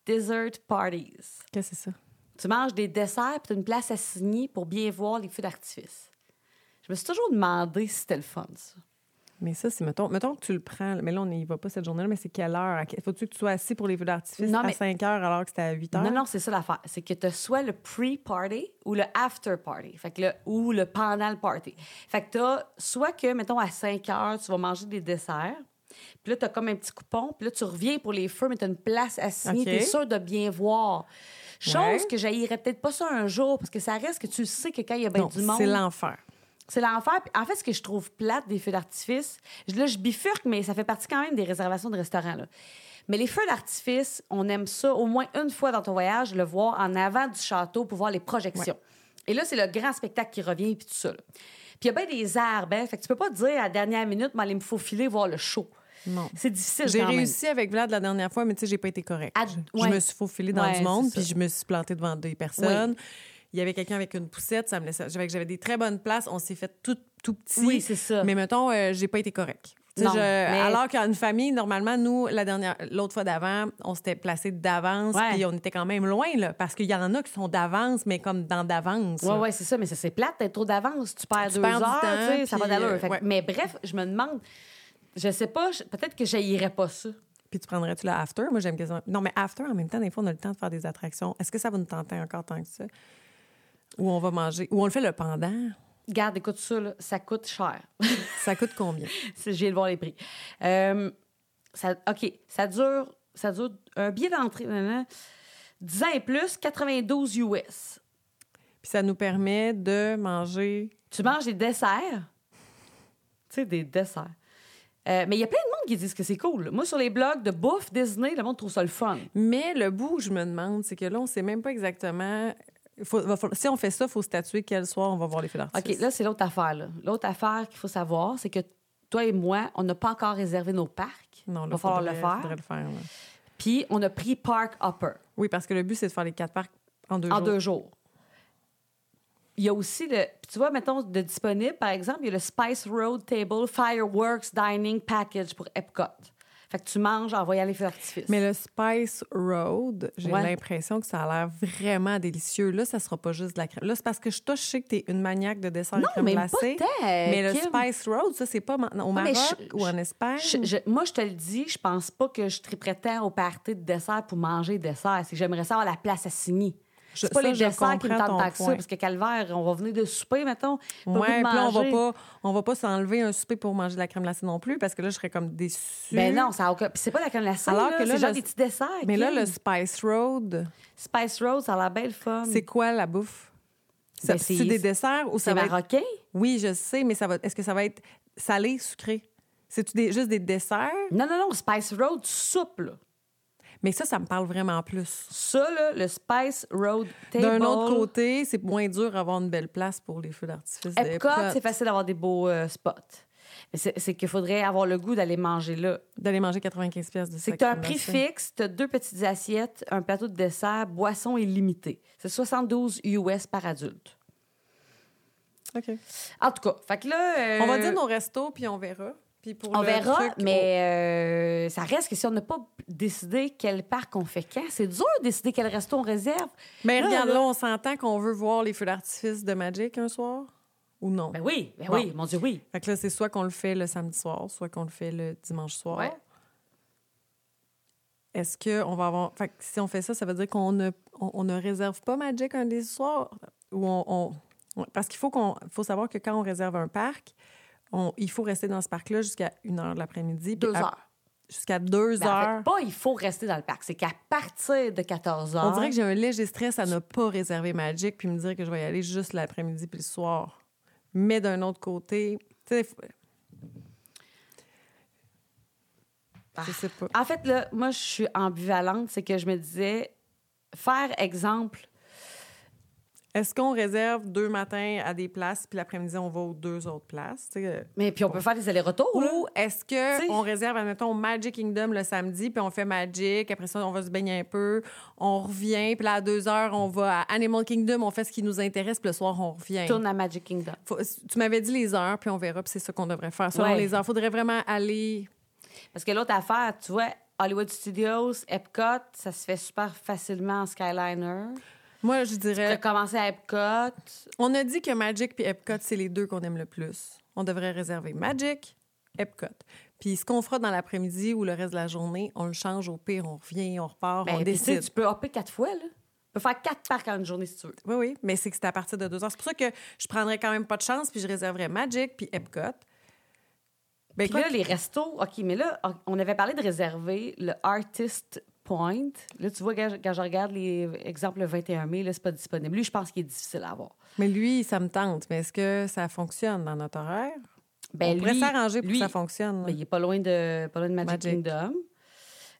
[SPEAKER 1] Dessert Parties.
[SPEAKER 2] Qu'est-ce que c'est ça?
[SPEAKER 1] Tu manges des desserts, puis tu une place assignée pour bien voir les feux d'artifice. Je me suis toujours demandé si c'était le fun, ça.
[SPEAKER 2] Mais ça, c'est, mettons, mettons que tu le prends, là, mais là, on n'y va pas cette journée-là, mais c'est quelle heure? À que- Faut-tu que tu sois assis pour les feux d'artifice
[SPEAKER 1] Non,
[SPEAKER 2] à
[SPEAKER 1] mais-
[SPEAKER 2] 5 heures alors que c'était à 8 heures?
[SPEAKER 1] Non, non, c'est ça l'affaire. C'est que tu as soit le pre-party ou le after-party. Fait que le, ou le pendant le party. Fait que tu as soit que, mettons, à 5 heures, tu vas manger des desserts. Puis là, tu as comme un petit coupon. Puis là, tu reviens pour les feux, mais tu as une place assignée.
[SPEAKER 2] OK.
[SPEAKER 1] Tu es sûr de bien voir. Chose
[SPEAKER 2] Ouais.
[SPEAKER 1] que j'haïrais peut-être pas ça un jour, parce que ça reste que tu sais que quand il y a bien
[SPEAKER 2] Non,
[SPEAKER 1] ben, du monde.
[SPEAKER 2] c'est l'enfer.
[SPEAKER 1] C'est l'enfer. Puis En fait, ce que je trouve plate des feux d'artifice, je- là, je bifurque, mais ça fait partie quand même des réservations de restaurants. Là. Mais les feux d'artifice, on aime ça au moins une fois dans ton voyage, le voir en avant du château pour voir les projections. Et là, c'est le grand spectacle qui revient et puis tout ça. là. Puis il y a bien des arbres, hein? Fait que tu peux pas te dire à la dernière minute, mais allez me faufiler voir le show.
[SPEAKER 2] Non.
[SPEAKER 1] C'est difficile
[SPEAKER 2] J'ai
[SPEAKER 1] quand même.
[SPEAKER 2] réussi avec Vlad la dernière fois, mais tu sais, j'ai pas été correcte.
[SPEAKER 1] Ah,
[SPEAKER 2] Je-
[SPEAKER 1] ouais.
[SPEAKER 2] Je me suis faufilée dans
[SPEAKER 1] Ouais,
[SPEAKER 2] du monde,
[SPEAKER 1] c'est
[SPEAKER 2] puis
[SPEAKER 1] ça.
[SPEAKER 2] je me suis plantée devant deux personnes. Il y avait quelqu'un avec une poussette, ça me laissait. J'avais, j'avais des très bonnes places, on s'est fait tout, tout petit.
[SPEAKER 1] Oui, c'est ça.
[SPEAKER 2] Mais mettons, euh, j'ai pas été correcte. Tu sais,
[SPEAKER 1] Non,
[SPEAKER 2] je-
[SPEAKER 1] mais-
[SPEAKER 2] Alors qu'une famille, normalement, nous, la dernière, l'autre fois d'avant, on s'était placé d'avance,
[SPEAKER 1] Ouais.
[SPEAKER 2] puis on était quand même loin, là, parce qu'il y en a qui sont d'avance, mais comme dans d'avance.
[SPEAKER 1] Oui,
[SPEAKER 2] là.
[SPEAKER 1] ouais, c'est ça, mais ça, c'est plate, t'es trop d'avance, tu perds
[SPEAKER 2] Tu
[SPEAKER 1] deux
[SPEAKER 2] perds du
[SPEAKER 1] heures,
[SPEAKER 2] temps,
[SPEAKER 1] tu sais, ça va
[SPEAKER 2] puis,
[SPEAKER 1] d'allure.
[SPEAKER 2] euh,
[SPEAKER 1] Fait que-
[SPEAKER 2] ouais.
[SPEAKER 1] Mais bref, je me demande, je sais pas, je- peut-être que j'haïrais pas ça.
[SPEAKER 2] Puis tu prendrais-tu le after? Moi, j'aime quasiment. Non, mais after, en même temps, des fois, on a le temps de faire des attractions. Est-ce que ça va nous tenter encore tant que ça? Ou on va manger? Ou on le fait le pendant?
[SPEAKER 1] Garde, écoute ça, là, ça coûte cher.
[SPEAKER 2] Ça coûte combien?
[SPEAKER 1] Si je viens de voir les prix. Euh, ça, OK, ça dure, ça dure un billet d'entrée, nanana, 10 ans et plus, 92 US.
[SPEAKER 2] Puis ça nous permet de manger.
[SPEAKER 1] Tu manges des desserts. Tu sais, des desserts. Euh, mais il y a plein de monde qui disent que c'est cool. Moi, sur les blogs de bouffe Disney, le monde trouve ça le fun.
[SPEAKER 2] Mais le bout, où je me demande, c'est que là, on sait même pas exactement. Faut- va falloir- si on fait ça, il faut statuer quel soir on va voir les feux d'artifice.
[SPEAKER 1] OK, là, c'est l'autre affaire. là. L'autre affaire qu'il faut savoir, c'est que toi et moi, on n'a pas encore réservé nos parcs.
[SPEAKER 2] non, là,
[SPEAKER 1] Il va falloir le
[SPEAKER 2] faudrait-
[SPEAKER 1] faire.
[SPEAKER 2] faudrait le faire, là.
[SPEAKER 1] Puis, on a pris Park Hopper
[SPEAKER 2] Oui, parce que le but, c'est de faire les quatre parcs en deux
[SPEAKER 1] en
[SPEAKER 2] jours.
[SPEAKER 1] deux jours. Il y a aussi le. puis Tu vois, mettons, de disponible, par exemple, il y a le Spice Road Table Fireworks Dining Package pour Epcot. Fait que tu manges en voyant les feux d'artifice.
[SPEAKER 2] Mais le Spice Road, j'ai
[SPEAKER 1] Ouais.
[SPEAKER 2] l'impression que ça a l'air vraiment délicieux. Là, ça sera pas juste de la crème. Là, c'est parce que je, toi, je sais que t'es une maniaque de dessert
[SPEAKER 1] Non,
[SPEAKER 2] à crème
[SPEAKER 1] mais pas
[SPEAKER 2] glacée.
[SPEAKER 1] tant,
[SPEAKER 2] mais le
[SPEAKER 1] Kim.
[SPEAKER 2] Spice Road, ça, c'est pas maintenant au
[SPEAKER 1] mais
[SPEAKER 2] Maroc
[SPEAKER 1] je-
[SPEAKER 2] ou en
[SPEAKER 1] je-
[SPEAKER 2] Espagne.
[SPEAKER 1] Je- je- moi, je te le dis, je pense pas que je triperais tant au party de dessert pour manger dessert. C'est que j'aimerais ça avoir la place assignée.
[SPEAKER 2] Je-
[SPEAKER 1] C'est pas
[SPEAKER 2] ça,
[SPEAKER 1] les
[SPEAKER 2] je
[SPEAKER 1] desserts qui me
[SPEAKER 2] comprends
[SPEAKER 1] tentent
[SPEAKER 2] ton
[SPEAKER 1] tant que ça,
[SPEAKER 2] point.
[SPEAKER 1] parce que calvaire, on va venir de souper, mettons. Pas
[SPEAKER 2] Ouais,
[SPEAKER 1] goût de
[SPEAKER 2] puis là, on va
[SPEAKER 1] manger.
[SPEAKER 2] pas, on va pas s'enlever un souper pour manger de la crème glacée non plus, parce que là, je serais comme déçue.
[SPEAKER 1] Ben non, ça a aucun... Puis c'est pas la crème glacée,
[SPEAKER 2] Alors
[SPEAKER 1] là,
[SPEAKER 2] que là,
[SPEAKER 1] c'est genre
[SPEAKER 2] le-
[SPEAKER 1] des petits desserts.
[SPEAKER 2] Mais là,
[SPEAKER 1] Kim.
[SPEAKER 2] le Spice Road,
[SPEAKER 1] Spice Rose, ça a l'air belle fun.
[SPEAKER 2] c'est quoi la bouffe?
[SPEAKER 1] Hmm. Ben,
[SPEAKER 2] Ça-
[SPEAKER 1] c'est-
[SPEAKER 2] C'est des desserts ou
[SPEAKER 1] C'est
[SPEAKER 2] ça va être-
[SPEAKER 1] marocain?
[SPEAKER 2] Oui, je sais, mais ça va. Est-ce que ça va être salé, sucré? C'est-tu des- juste des desserts?
[SPEAKER 1] Non, non, non, Spice Road soupe, là.
[SPEAKER 2] Mais ça, ça me parle vraiment plus.
[SPEAKER 1] Ça, là, le Spice Road Table.
[SPEAKER 2] D'un autre côté, c'est moins dur d'avoir une belle place pour les feux d'artifice. de
[SPEAKER 1] Epcot, c'est
[SPEAKER 2] Epcot.
[SPEAKER 1] facile d'avoir des beaux euh, spots. Mais c'est c'est qu'il faudrait avoir le goût d'aller manger là.
[SPEAKER 2] D'aller manger 95 pièces de
[SPEAKER 1] C'est que
[SPEAKER 2] tu
[SPEAKER 1] tu as un prix fixe, tu as deux petites assiettes, un plateau de dessert, boisson illimitée. C'est 72 US par adulte. En tout cas, fait que là. euh,
[SPEAKER 2] On va dire nos restos, puis on verra. Puis pour
[SPEAKER 1] On
[SPEAKER 2] le
[SPEAKER 1] verra,
[SPEAKER 2] truc,
[SPEAKER 1] mais euh, ça reste que si on n'a pas décidé quel parc on fait quand, c'est dur de décider quel resto on réserve.
[SPEAKER 2] on- Mais
[SPEAKER 1] Là,
[SPEAKER 2] regarde,
[SPEAKER 1] là-
[SPEAKER 2] là, on s'entend qu'on veut voir les feux d'artifice de Magic un soir ou non.
[SPEAKER 1] Ben oui, ben
[SPEAKER 2] Bon.
[SPEAKER 1] oui, mon Dieu, oui.
[SPEAKER 2] Fait que là, c'est soit qu'on le fait le samedi soir, soit qu'on le fait le dimanche soir.
[SPEAKER 1] Ouais.
[SPEAKER 2] Est-ce qu'on va avoir. Fait que si on fait ça, ça veut dire qu'on ne, on, on ne réserve pas Magic un des soirs? Ou on, on- on- Parce qu'il faut, qu'on, faut savoir que quand on réserve un parc, on- il faut rester dans ce parc-là jusqu'à une heure de l'après-midi. puis
[SPEAKER 1] Deux
[SPEAKER 2] à-
[SPEAKER 1] heures.
[SPEAKER 2] Jusqu'à deux
[SPEAKER 1] Ben, en fait,
[SPEAKER 2] heures.
[SPEAKER 1] pas il faut rester dans le parc, c'est qu'à partir de 14 heures.
[SPEAKER 2] On dirait que j'ai un léger stress à ne pas réserver Magic puis me dire que je vais y aller juste l'après-midi puis le soir. Mais d'un autre côté, tu sais, faut-
[SPEAKER 1] Ah.
[SPEAKER 2] je sais pas.
[SPEAKER 1] En fait, là, moi, je suis ambivalente. C'est que je me disais, faire exemple,
[SPEAKER 2] Est-ce qu'on réserve deux matins à des places puis l'après-midi on va aux deux autres places? tu sais, euh,
[SPEAKER 1] mais puis on peut faire des allers-retours. là.
[SPEAKER 2] Ou est-ce
[SPEAKER 1] T'sais.
[SPEAKER 2] que on réserve, admettons, au Magic Kingdom le samedi, puis on fait Magic, après ça, on va se baigner un peu, on revient, puis là, à deux heures, on va à Animal Kingdom, on fait ce qui nous intéresse, puis le soir, on revient.
[SPEAKER 1] Tourne à Magic Kingdom.
[SPEAKER 2] Faut- tu m'avais dit les heures, puis on verra, puis c'est ça qu'on devrait faire. Selon
[SPEAKER 1] Ouais.
[SPEAKER 2] les heures, faudrait vraiment aller.
[SPEAKER 1] Parce que l'autre affaire, tu vois, Hollywood Studios, Epcot, ça se fait super facilement en Skyliner.
[SPEAKER 2] Moi,
[SPEAKER 1] Tu
[SPEAKER 2] je
[SPEAKER 1] as
[SPEAKER 2] dirais.
[SPEAKER 1] commencé à Epcot.
[SPEAKER 2] On a dit que Magic puis Epcot, c'est les deux qu'on aime le plus. On devrait réserver Magic, Epcot. Puis ce qu'on fera dans l'après-midi ou le reste de la journée, on le change au pire, on revient, on repart,
[SPEAKER 1] Ben,
[SPEAKER 2] on
[SPEAKER 1] puis tu sais,
[SPEAKER 2] décide.
[SPEAKER 1] Tu peux hopper quatre fois, là. Tu peux faire quatre parcs en une journée si tu veux.
[SPEAKER 2] Oui, oui, mais c'est que c'est à partir de deux heures. C'est pour ça que je prendrais quand même pas de chance, puis je réserverais Magic, puis Epcot. Ben,
[SPEAKER 1] Puis là, les restos, OK, mais là, on avait parlé de réserver le Artist Point. Là, tu vois, quand je, quand je regarde les exemples le 21 mai, là, c'est pas disponible. Lui, je pense qu'il est difficile à avoir.
[SPEAKER 2] Mais lui, ça me tente. Mais est-ce que ça fonctionne dans notre horaire?
[SPEAKER 1] Ben,
[SPEAKER 2] on pourrait
[SPEAKER 1] lui-
[SPEAKER 2] s'arranger pour
[SPEAKER 1] lui,
[SPEAKER 2] que ça fonctionne. là.
[SPEAKER 1] ben, il est pas loin de, pas loin de Magic,
[SPEAKER 2] Magic.
[SPEAKER 1] Kingdom.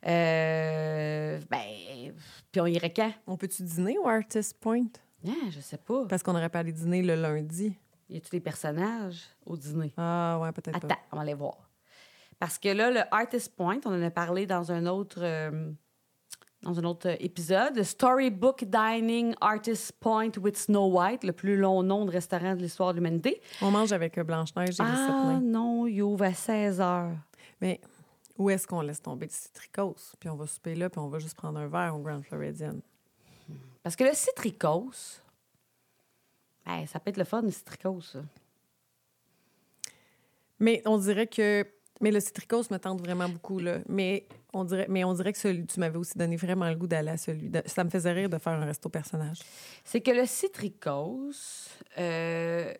[SPEAKER 1] Euh, ben, puis on irait quand?
[SPEAKER 2] On peut-tu dîner au Artist Point?
[SPEAKER 1] Ah, je sais pas.
[SPEAKER 2] Parce qu'on aurait pas allé dîner le lundi.
[SPEAKER 1] Y a-tu des personnages au dîner?
[SPEAKER 2] Ah, ouais, peut-être pas.
[SPEAKER 1] Attends, on va aller voir. Parce que là, le Artist Point, on en a parlé dans un autre, euh, dans un autre euh, épisode, le Storybook Dining Artist Point with Snow White, le plus long nom de restaurant de l'histoire de l'humanité.
[SPEAKER 2] On mange avec euh, Blanche-Neige et Lise
[SPEAKER 1] Ah
[SPEAKER 2] Sapin.
[SPEAKER 1] non, il ouvre à 16 heures.
[SPEAKER 2] Mais où est-ce qu'on laisse tomber le citricose? Puis on va souper là, puis on va juste prendre un verre au Grand Floridian.
[SPEAKER 1] Parce que le citricose, ben, ça peut être le fun, le citricose. ça.
[SPEAKER 2] Mais on dirait que. Mais le citricose me tente vraiment beaucoup, là. Mais on dirait, mais on dirait que celui, tu m'avais aussi donné vraiment le goût d'aller à celui. de- Ça me faisait rire de faire un resto personnage.
[SPEAKER 1] C'est que le citricose. euh,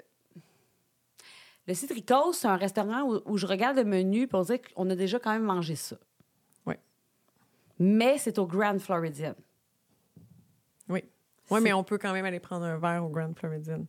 [SPEAKER 1] le citricose, c'est un restaurant où, où je regarde le menu pour dire qu'on a déjà quand même mangé ça.
[SPEAKER 2] Oui.
[SPEAKER 1] Mais c'est au Grand Floridian.
[SPEAKER 2] Oui. Oui,
[SPEAKER 1] C'est-
[SPEAKER 2] mais on peut quand même aller prendre un verre au Grand Floridian.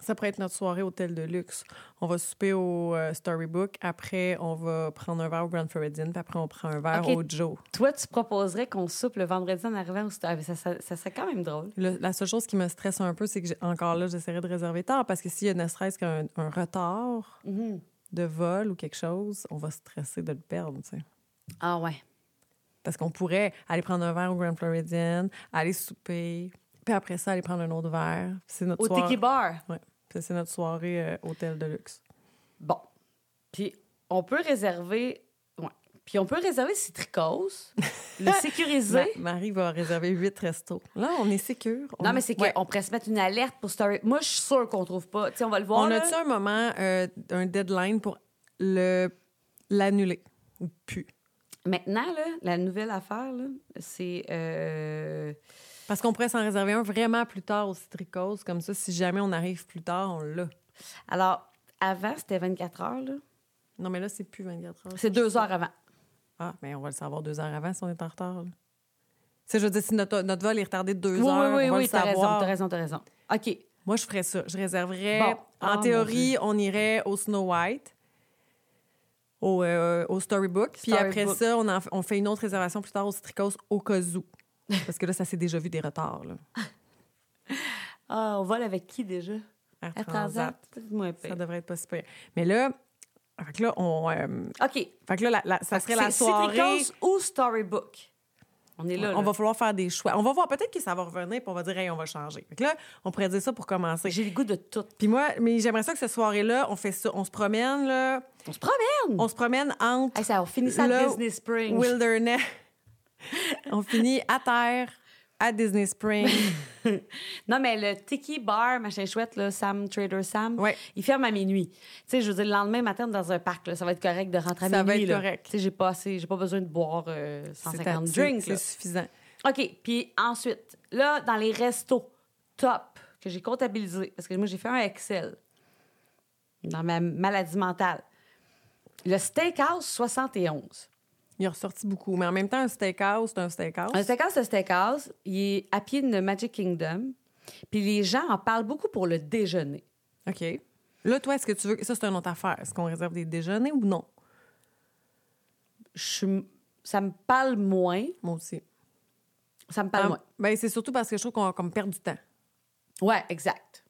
[SPEAKER 2] Ça pourrait être notre soirée hôtel de luxe. On va souper au euh, Storybook. Après, on va prendre un verre au Grand Floridian. Puis après, on prend un verre
[SPEAKER 1] Ok.
[SPEAKER 2] au Joe.
[SPEAKER 1] Toi, tu proposerais qu'on soupe le vendredi en arrivant au stade. Ça, ça, ça serait quand même drôle.
[SPEAKER 2] Le- la seule chose qui me stresse un peu, c'est que j'ai- encore là, j'essaierai de réserver tard parce que s'il y a ne serait-ce qu'un un retard
[SPEAKER 1] Mhm.
[SPEAKER 2] de vol ou quelque chose, on va stresser de le perdre. tu sais.
[SPEAKER 1] Ah ouais.
[SPEAKER 2] Parce qu'on pourrait aller prendre un verre au Grand Floridian, aller souper, puis après ça, aller prendre un autre verre. C'est notre
[SPEAKER 1] Au
[SPEAKER 2] soir-
[SPEAKER 1] Tiki Bar.
[SPEAKER 2] Ouais. Ça, C'est notre soirée euh, hôtel de luxe.
[SPEAKER 1] Bon. Puis on peut réserver. Ouais. Puis on peut réserver le citricose, le sécuriser.
[SPEAKER 2] Ma- Marie va réserver huit restos. Là, on est sécure.
[SPEAKER 1] Non, mais c'est qu'on
[SPEAKER 2] Ouais.
[SPEAKER 1] pourrait se mettre une alerte pour Story. Moi, je suis sûre qu'on trouve pas. Tu sais, on va le voir.
[SPEAKER 2] On
[SPEAKER 1] là.
[SPEAKER 2] a-tu un moment, euh, un deadline pour le l'annuler ou plus?
[SPEAKER 1] Maintenant, là, la nouvelle affaire, là, c'est. euh,
[SPEAKER 2] Parce qu'on pourrait s'en réserver un vraiment plus tard au Citricose. Comme ça, si jamais on arrive plus tard, on l'a.
[SPEAKER 1] Alors, avant, c'était 24 heures. là.
[SPEAKER 2] Non, mais là, c'est plus 24 heures.
[SPEAKER 1] C'est deux heures avant.
[SPEAKER 2] Ah, mais on va le savoir deux heures avant si on est en retard. là. Tu sais, je veux dire, si notre, notre vol est retardé de deux
[SPEAKER 1] Oui, oui,
[SPEAKER 2] heures,
[SPEAKER 1] oui,
[SPEAKER 2] on va
[SPEAKER 1] oui,
[SPEAKER 2] le
[SPEAKER 1] t'as raison,
[SPEAKER 2] savoir.
[SPEAKER 1] t'as raison, t'as raison. OK.
[SPEAKER 2] Moi, je ferais ça. Je réserverais.
[SPEAKER 1] Bon. Ah,
[SPEAKER 2] En
[SPEAKER 1] mon
[SPEAKER 2] théorie, on irait au Snow White, au, euh, au Storybook. Puis
[SPEAKER 1] Storybook.
[SPEAKER 2] après ça, on, en f- on fait une autre réservation plus tard au Citricose au cas où. Parce que là, ça s'est déjà vu des retards. Là.
[SPEAKER 1] Ah, on vole avec qui déjà?
[SPEAKER 2] Air
[SPEAKER 1] À
[SPEAKER 2] Transat.
[SPEAKER 1] Transat. peut-être moins
[SPEAKER 2] Ça
[SPEAKER 1] pire.
[SPEAKER 2] devrait être pas si pire. Mais là, fait que là, on, euh,
[SPEAKER 1] OK.
[SPEAKER 2] fait que là, la- la- ça serait la
[SPEAKER 1] C'est
[SPEAKER 2] soirée.
[SPEAKER 1] Citricose ou Storybook? On est là.
[SPEAKER 2] on
[SPEAKER 1] là.
[SPEAKER 2] va falloir faire des choix. On va voir peut-être que ça va revenir, puis on va dire, hey, on va changer. Fait que là, on pourrait dire ça pour commencer.
[SPEAKER 1] J'ai le goût de tout.
[SPEAKER 2] Puis moi, mais j'aimerais ça que cette soirée-là, on fait ça, on se promène, là,
[SPEAKER 1] On se promène.
[SPEAKER 2] on se promène entre
[SPEAKER 1] Hey, ça, on finit ça à
[SPEAKER 2] Le-
[SPEAKER 1] Disney Spring.
[SPEAKER 2] wilderness. on finit à terre, à Disney Springs.
[SPEAKER 1] Non, mais le Tiki Bar, machin chouette, là, Sam, Trader Sam,
[SPEAKER 2] Ouais.
[SPEAKER 1] il ferme à minuit. Tu sais, je veux dire, le lendemain matin, on est dans un parc, là, ça va être correct de rentrer à
[SPEAKER 2] Ça va
[SPEAKER 1] minuit.
[SPEAKER 2] être
[SPEAKER 1] là.
[SPEAKER 2] correct.
[SPEAKER 1] Tu sais, j'ai pas, assez- j'ai pas besoin de boire euh,
[SPEAKER 2] C'est à-
[SPEAKER 1] 150
[SPEAKER 2] c'est-
[SPEAKER 1] drinks. là.
[SPEAKER 2] C'est suffisant.
[SPEAKER 1] OK, puis ensuite, là, dans les restos top que j'ai comptabilisé, parce que moi, j'ai fait un Excel dans ma maladie mentale. Le Steakhouse 71.
[SPEAKER 2] Il a ressorti beaucoup. Mais en même temps, un steakhouse, c'est un steakhouse.
[SPEAKER 1] Un steakhouse de steakhouse, il est à pied de Magic Kingdom. Puis les gens en parlent beaucoup pour le déjeuner.
[SPEAKER 2] OK. Là, toi, est-ce que tu veux. Ça, c'est une autre affaire. Est-ce qu'on réserve des déjeuners ou non?
[SPEAKER 1] je suis- ça me parle moins.
[SPEAKER 2] Moi aussi.
[SPEAKER 1] Ça me parle
[SPEAKER 2] Ah,
[SPEAKER 1] moins.
[SPEAKER 2] ben, c'est surtout parce que je trouve qu'on comme perd du temps.
[SPEAKER 1] Ouais, exact.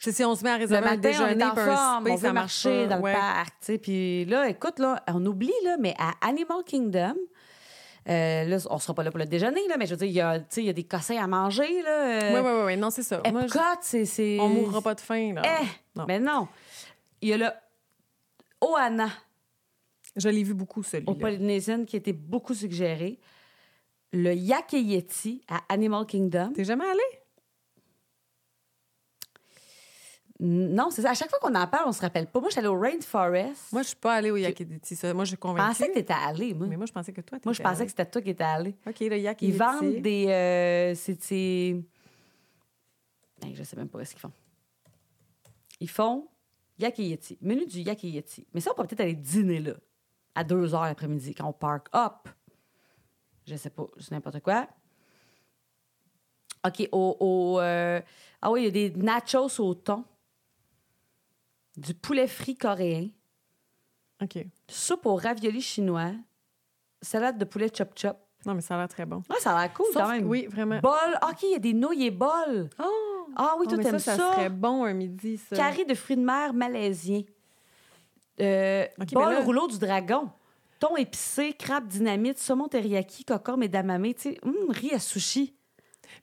[SPEAKER 2] C'est si on se met à
[SPEAKER 1] Le
[SPEAKER 2] réserver un
[SPEAKER 1] matin, on est
[SPEAKER 2] déjeuner,
[SPEAKER 1] en
[SPEAKER 2] puis un
[SPEAKER 1] forme,
[SPEAKER 2] souper,
[SPEAKER 1] on
[SPEAKER 2] ça
[SPEAKER 1] veut
[SPEAKER 2] marche
[SPEAKER 1] marcher
[SPEAKER 2] pas.
[SPEAKER 1] dans
[SPEAKER 2] Ouais.
[SPEAKER 1] le parc, tu sais. Puis là, écoute, là, on oublie, là, mais à Animal Kingdom, euh, là, on sera pas là pour le déjeuner, là, mais je veux dire, il y a, tu sais, il y a des cossins à manger, là.
[SPEAKER 2] Oui,
[SPEAKER 1] euh,
[SPEAKER 2] oui, oui, oui. Non, c'est ça. Moi,
[SPEAKER 1] Epcot, c'est- c'est...
[SPEAKER 2] je- on mourra pas de faim, là.
[SPEAKER 1] Eh!
[SPEAKER 2] Non.
[SPEAKER 1] Mais non. Il y a le Oana,
[SPEAKER 2] Je l'ai vu beaucoup, celui-là.
[SPEAKER 1] au Polynésien, qui était beaucoup suggéré. Le Yak et Yeti à Animal Kingdom.
[SPEAKER 2] T'es jamais allé?
[SPEAKER 1] Non, c'est ça. À chaque fois qu'on en parle, on se rappelle pas. Moi, j'allais au Rainforest.
[SPEAKER 2] Moi, je suis pas allée au Yakiditi. ça. Moi, je suis
[SPEAKER 1] Je pensais que
[SPEAKER 2] convaincue.
[SPEAKER 1] t'étais allée, moi.
[SPEAKER 2] Mais moi, je pensais que toi,
[SPEAKER 1] moi, je pensais que c'était toi qui étais allée.
[SPEAKER 2] que... OK, le Yakiditi.
[SPEAKER 1] Ils vendent des. euh, c'est. c'est- Ben, je sais même pas ce qu'ils font. Ils font Yak et Yeti. Menu du Yak et Yeti. Mais ça, on pourrait peut-être aller dîner là, à 2 h l'après-midi, quand on park up. Je sais pas, c'est n'importe quoi. OK, au. au, euh, Ah oui, il y a des nachos au thon. Du poulet frit coréen.
[SPEAKER 2] OK.
[SPEAKER 1] Soupe au ravioli chinois, salade de poulet chop-chop.
[SPEAKER 2] Non, mais ça a l'air très bon.
[SPEAKER 1] Ouais, ça a l'air cool
[SPEAKER 2] Sauf-
[SPEAKER 1] quand même.
[SPEAKER 2] Oui, vraiment.
[SPEAKER 1] Bol. Ah, OK, il y a des nouilles et bols.
[SPEAKER 2] Oh!
[SPEAKER 1] Ah oui,
[SPEAKER 2] Ah,
[SPEAKER 1] toi,
[SPEAKER 2] mais
[SPEAKER 1] t'aimes ça.
[SPEAKER 2] ça, ça serait bon un midi, ça.
[SPEAKER 1] Carré de fruits de mer malaisien. Euh,
[SPEAKER 2] OK,
[SPEAKER 1] bol
[SPEAKER 2] ben là-
[SPEAKER 1] rouleau du dragon. Thon épicé, crabe dynamite, saumon teriyaki, cocombe et damamé. Tu sais, hum, riz à sushi.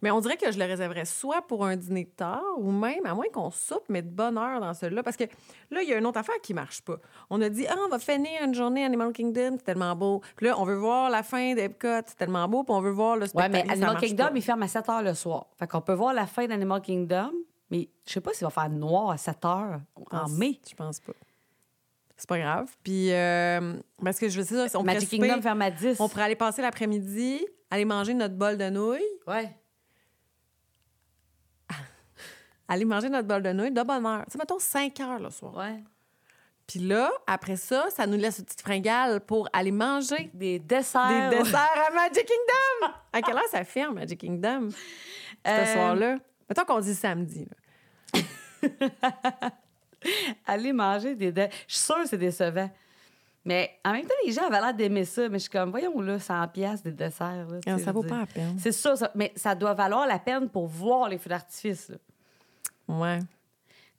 [SPEAKER 2] Mais on dirait que je le réserverais soit pour un dîner tard ou même, à moins qu'on soupe, mais de bonne heure dans celui-là. Parce que là, il y a une autre affaire qui marche pas. On a dit, ah, on va finir une journée Animal Kingdom, c'est tellement beau. Puis là, on veut voir la fin d'Epcot, c'est tellement beau. Puis on veut voir le
[SPEAKER 1] Ouais,
[SPEAKER 2] spectacle.
[SPEAKER 1] mais
[SPEAKER 2] ça
[SPEAKER 1] Animal
[SPEAKER 2] marche
[SPEAKER 1] Kingdom,
[SPEAKER 2] pas.
[SPEAKER 1] il ferme à 7 h le soir. Fait qu'on peut voir la fin d'Animal Kingdom, mais je sais pas s'il va faire noir à 7 h
[SPEAKER 2] Je
[SPEAKER 1] en
[SPEAKER 2] pense-
[SPEAKER 1] mai.
[SPEAKER 2] Je pense pas. C'est pas grave. Puis, euh, parce que je veux dire, on pourrait
[SPEAKER 1] Magic
[SPEAKER 2] souper,
[SPEAKER 1] Kingdom ferme à 10.
[SPEAKER 2] on pourrait aller passer l'après-midi, aller manger notre bol de nouilles.
[SPEAKER 1] Ouais.
[SPEAKER 2] aller manger notre bol de nouilles de bonne heure. Tu sais, mettons 5 heures le soir.
[SPEAKER 1] Ouais.
[SPEAKER 2] Puis là, après ça, ça nous laisse une petite fringale pour aller manger
[SPEAKER 1] Des
[SPEAKER 2] des
[SPEAKER 1] desserts.
[SPEAKER 2] desserts à Magic Kingdom. à quelle heure ça ferme, Magic Kingdom, ce
[SPEAKER 1] Euh,
[SPEAKER 2] soir-là? Mettons qu'on dit samedi. là.
[SPEAKER 1] aller manger des dents. Je suis sûre que c'est décevant. Mais en même temps, les gens avaient l'air d'aimer ça. Mais je suis comme, voyons là, 100 pièces des desserts. Là, tu sais,
[SPEAKER 2] Ah,
[SPEAKER 1] je
[SPEAKER 2] ça vaut
[SPEAKER 1] veux
[SPEAKER 2] pas
[SPEAKER 1] dire.
[SPEAKER 2] la peine.
[SPEAKER 1] C'est ça, ça, mais ça doit valoir la peine pour voir les feux d'artifice. là.
[SPEAKER 2] Ouais.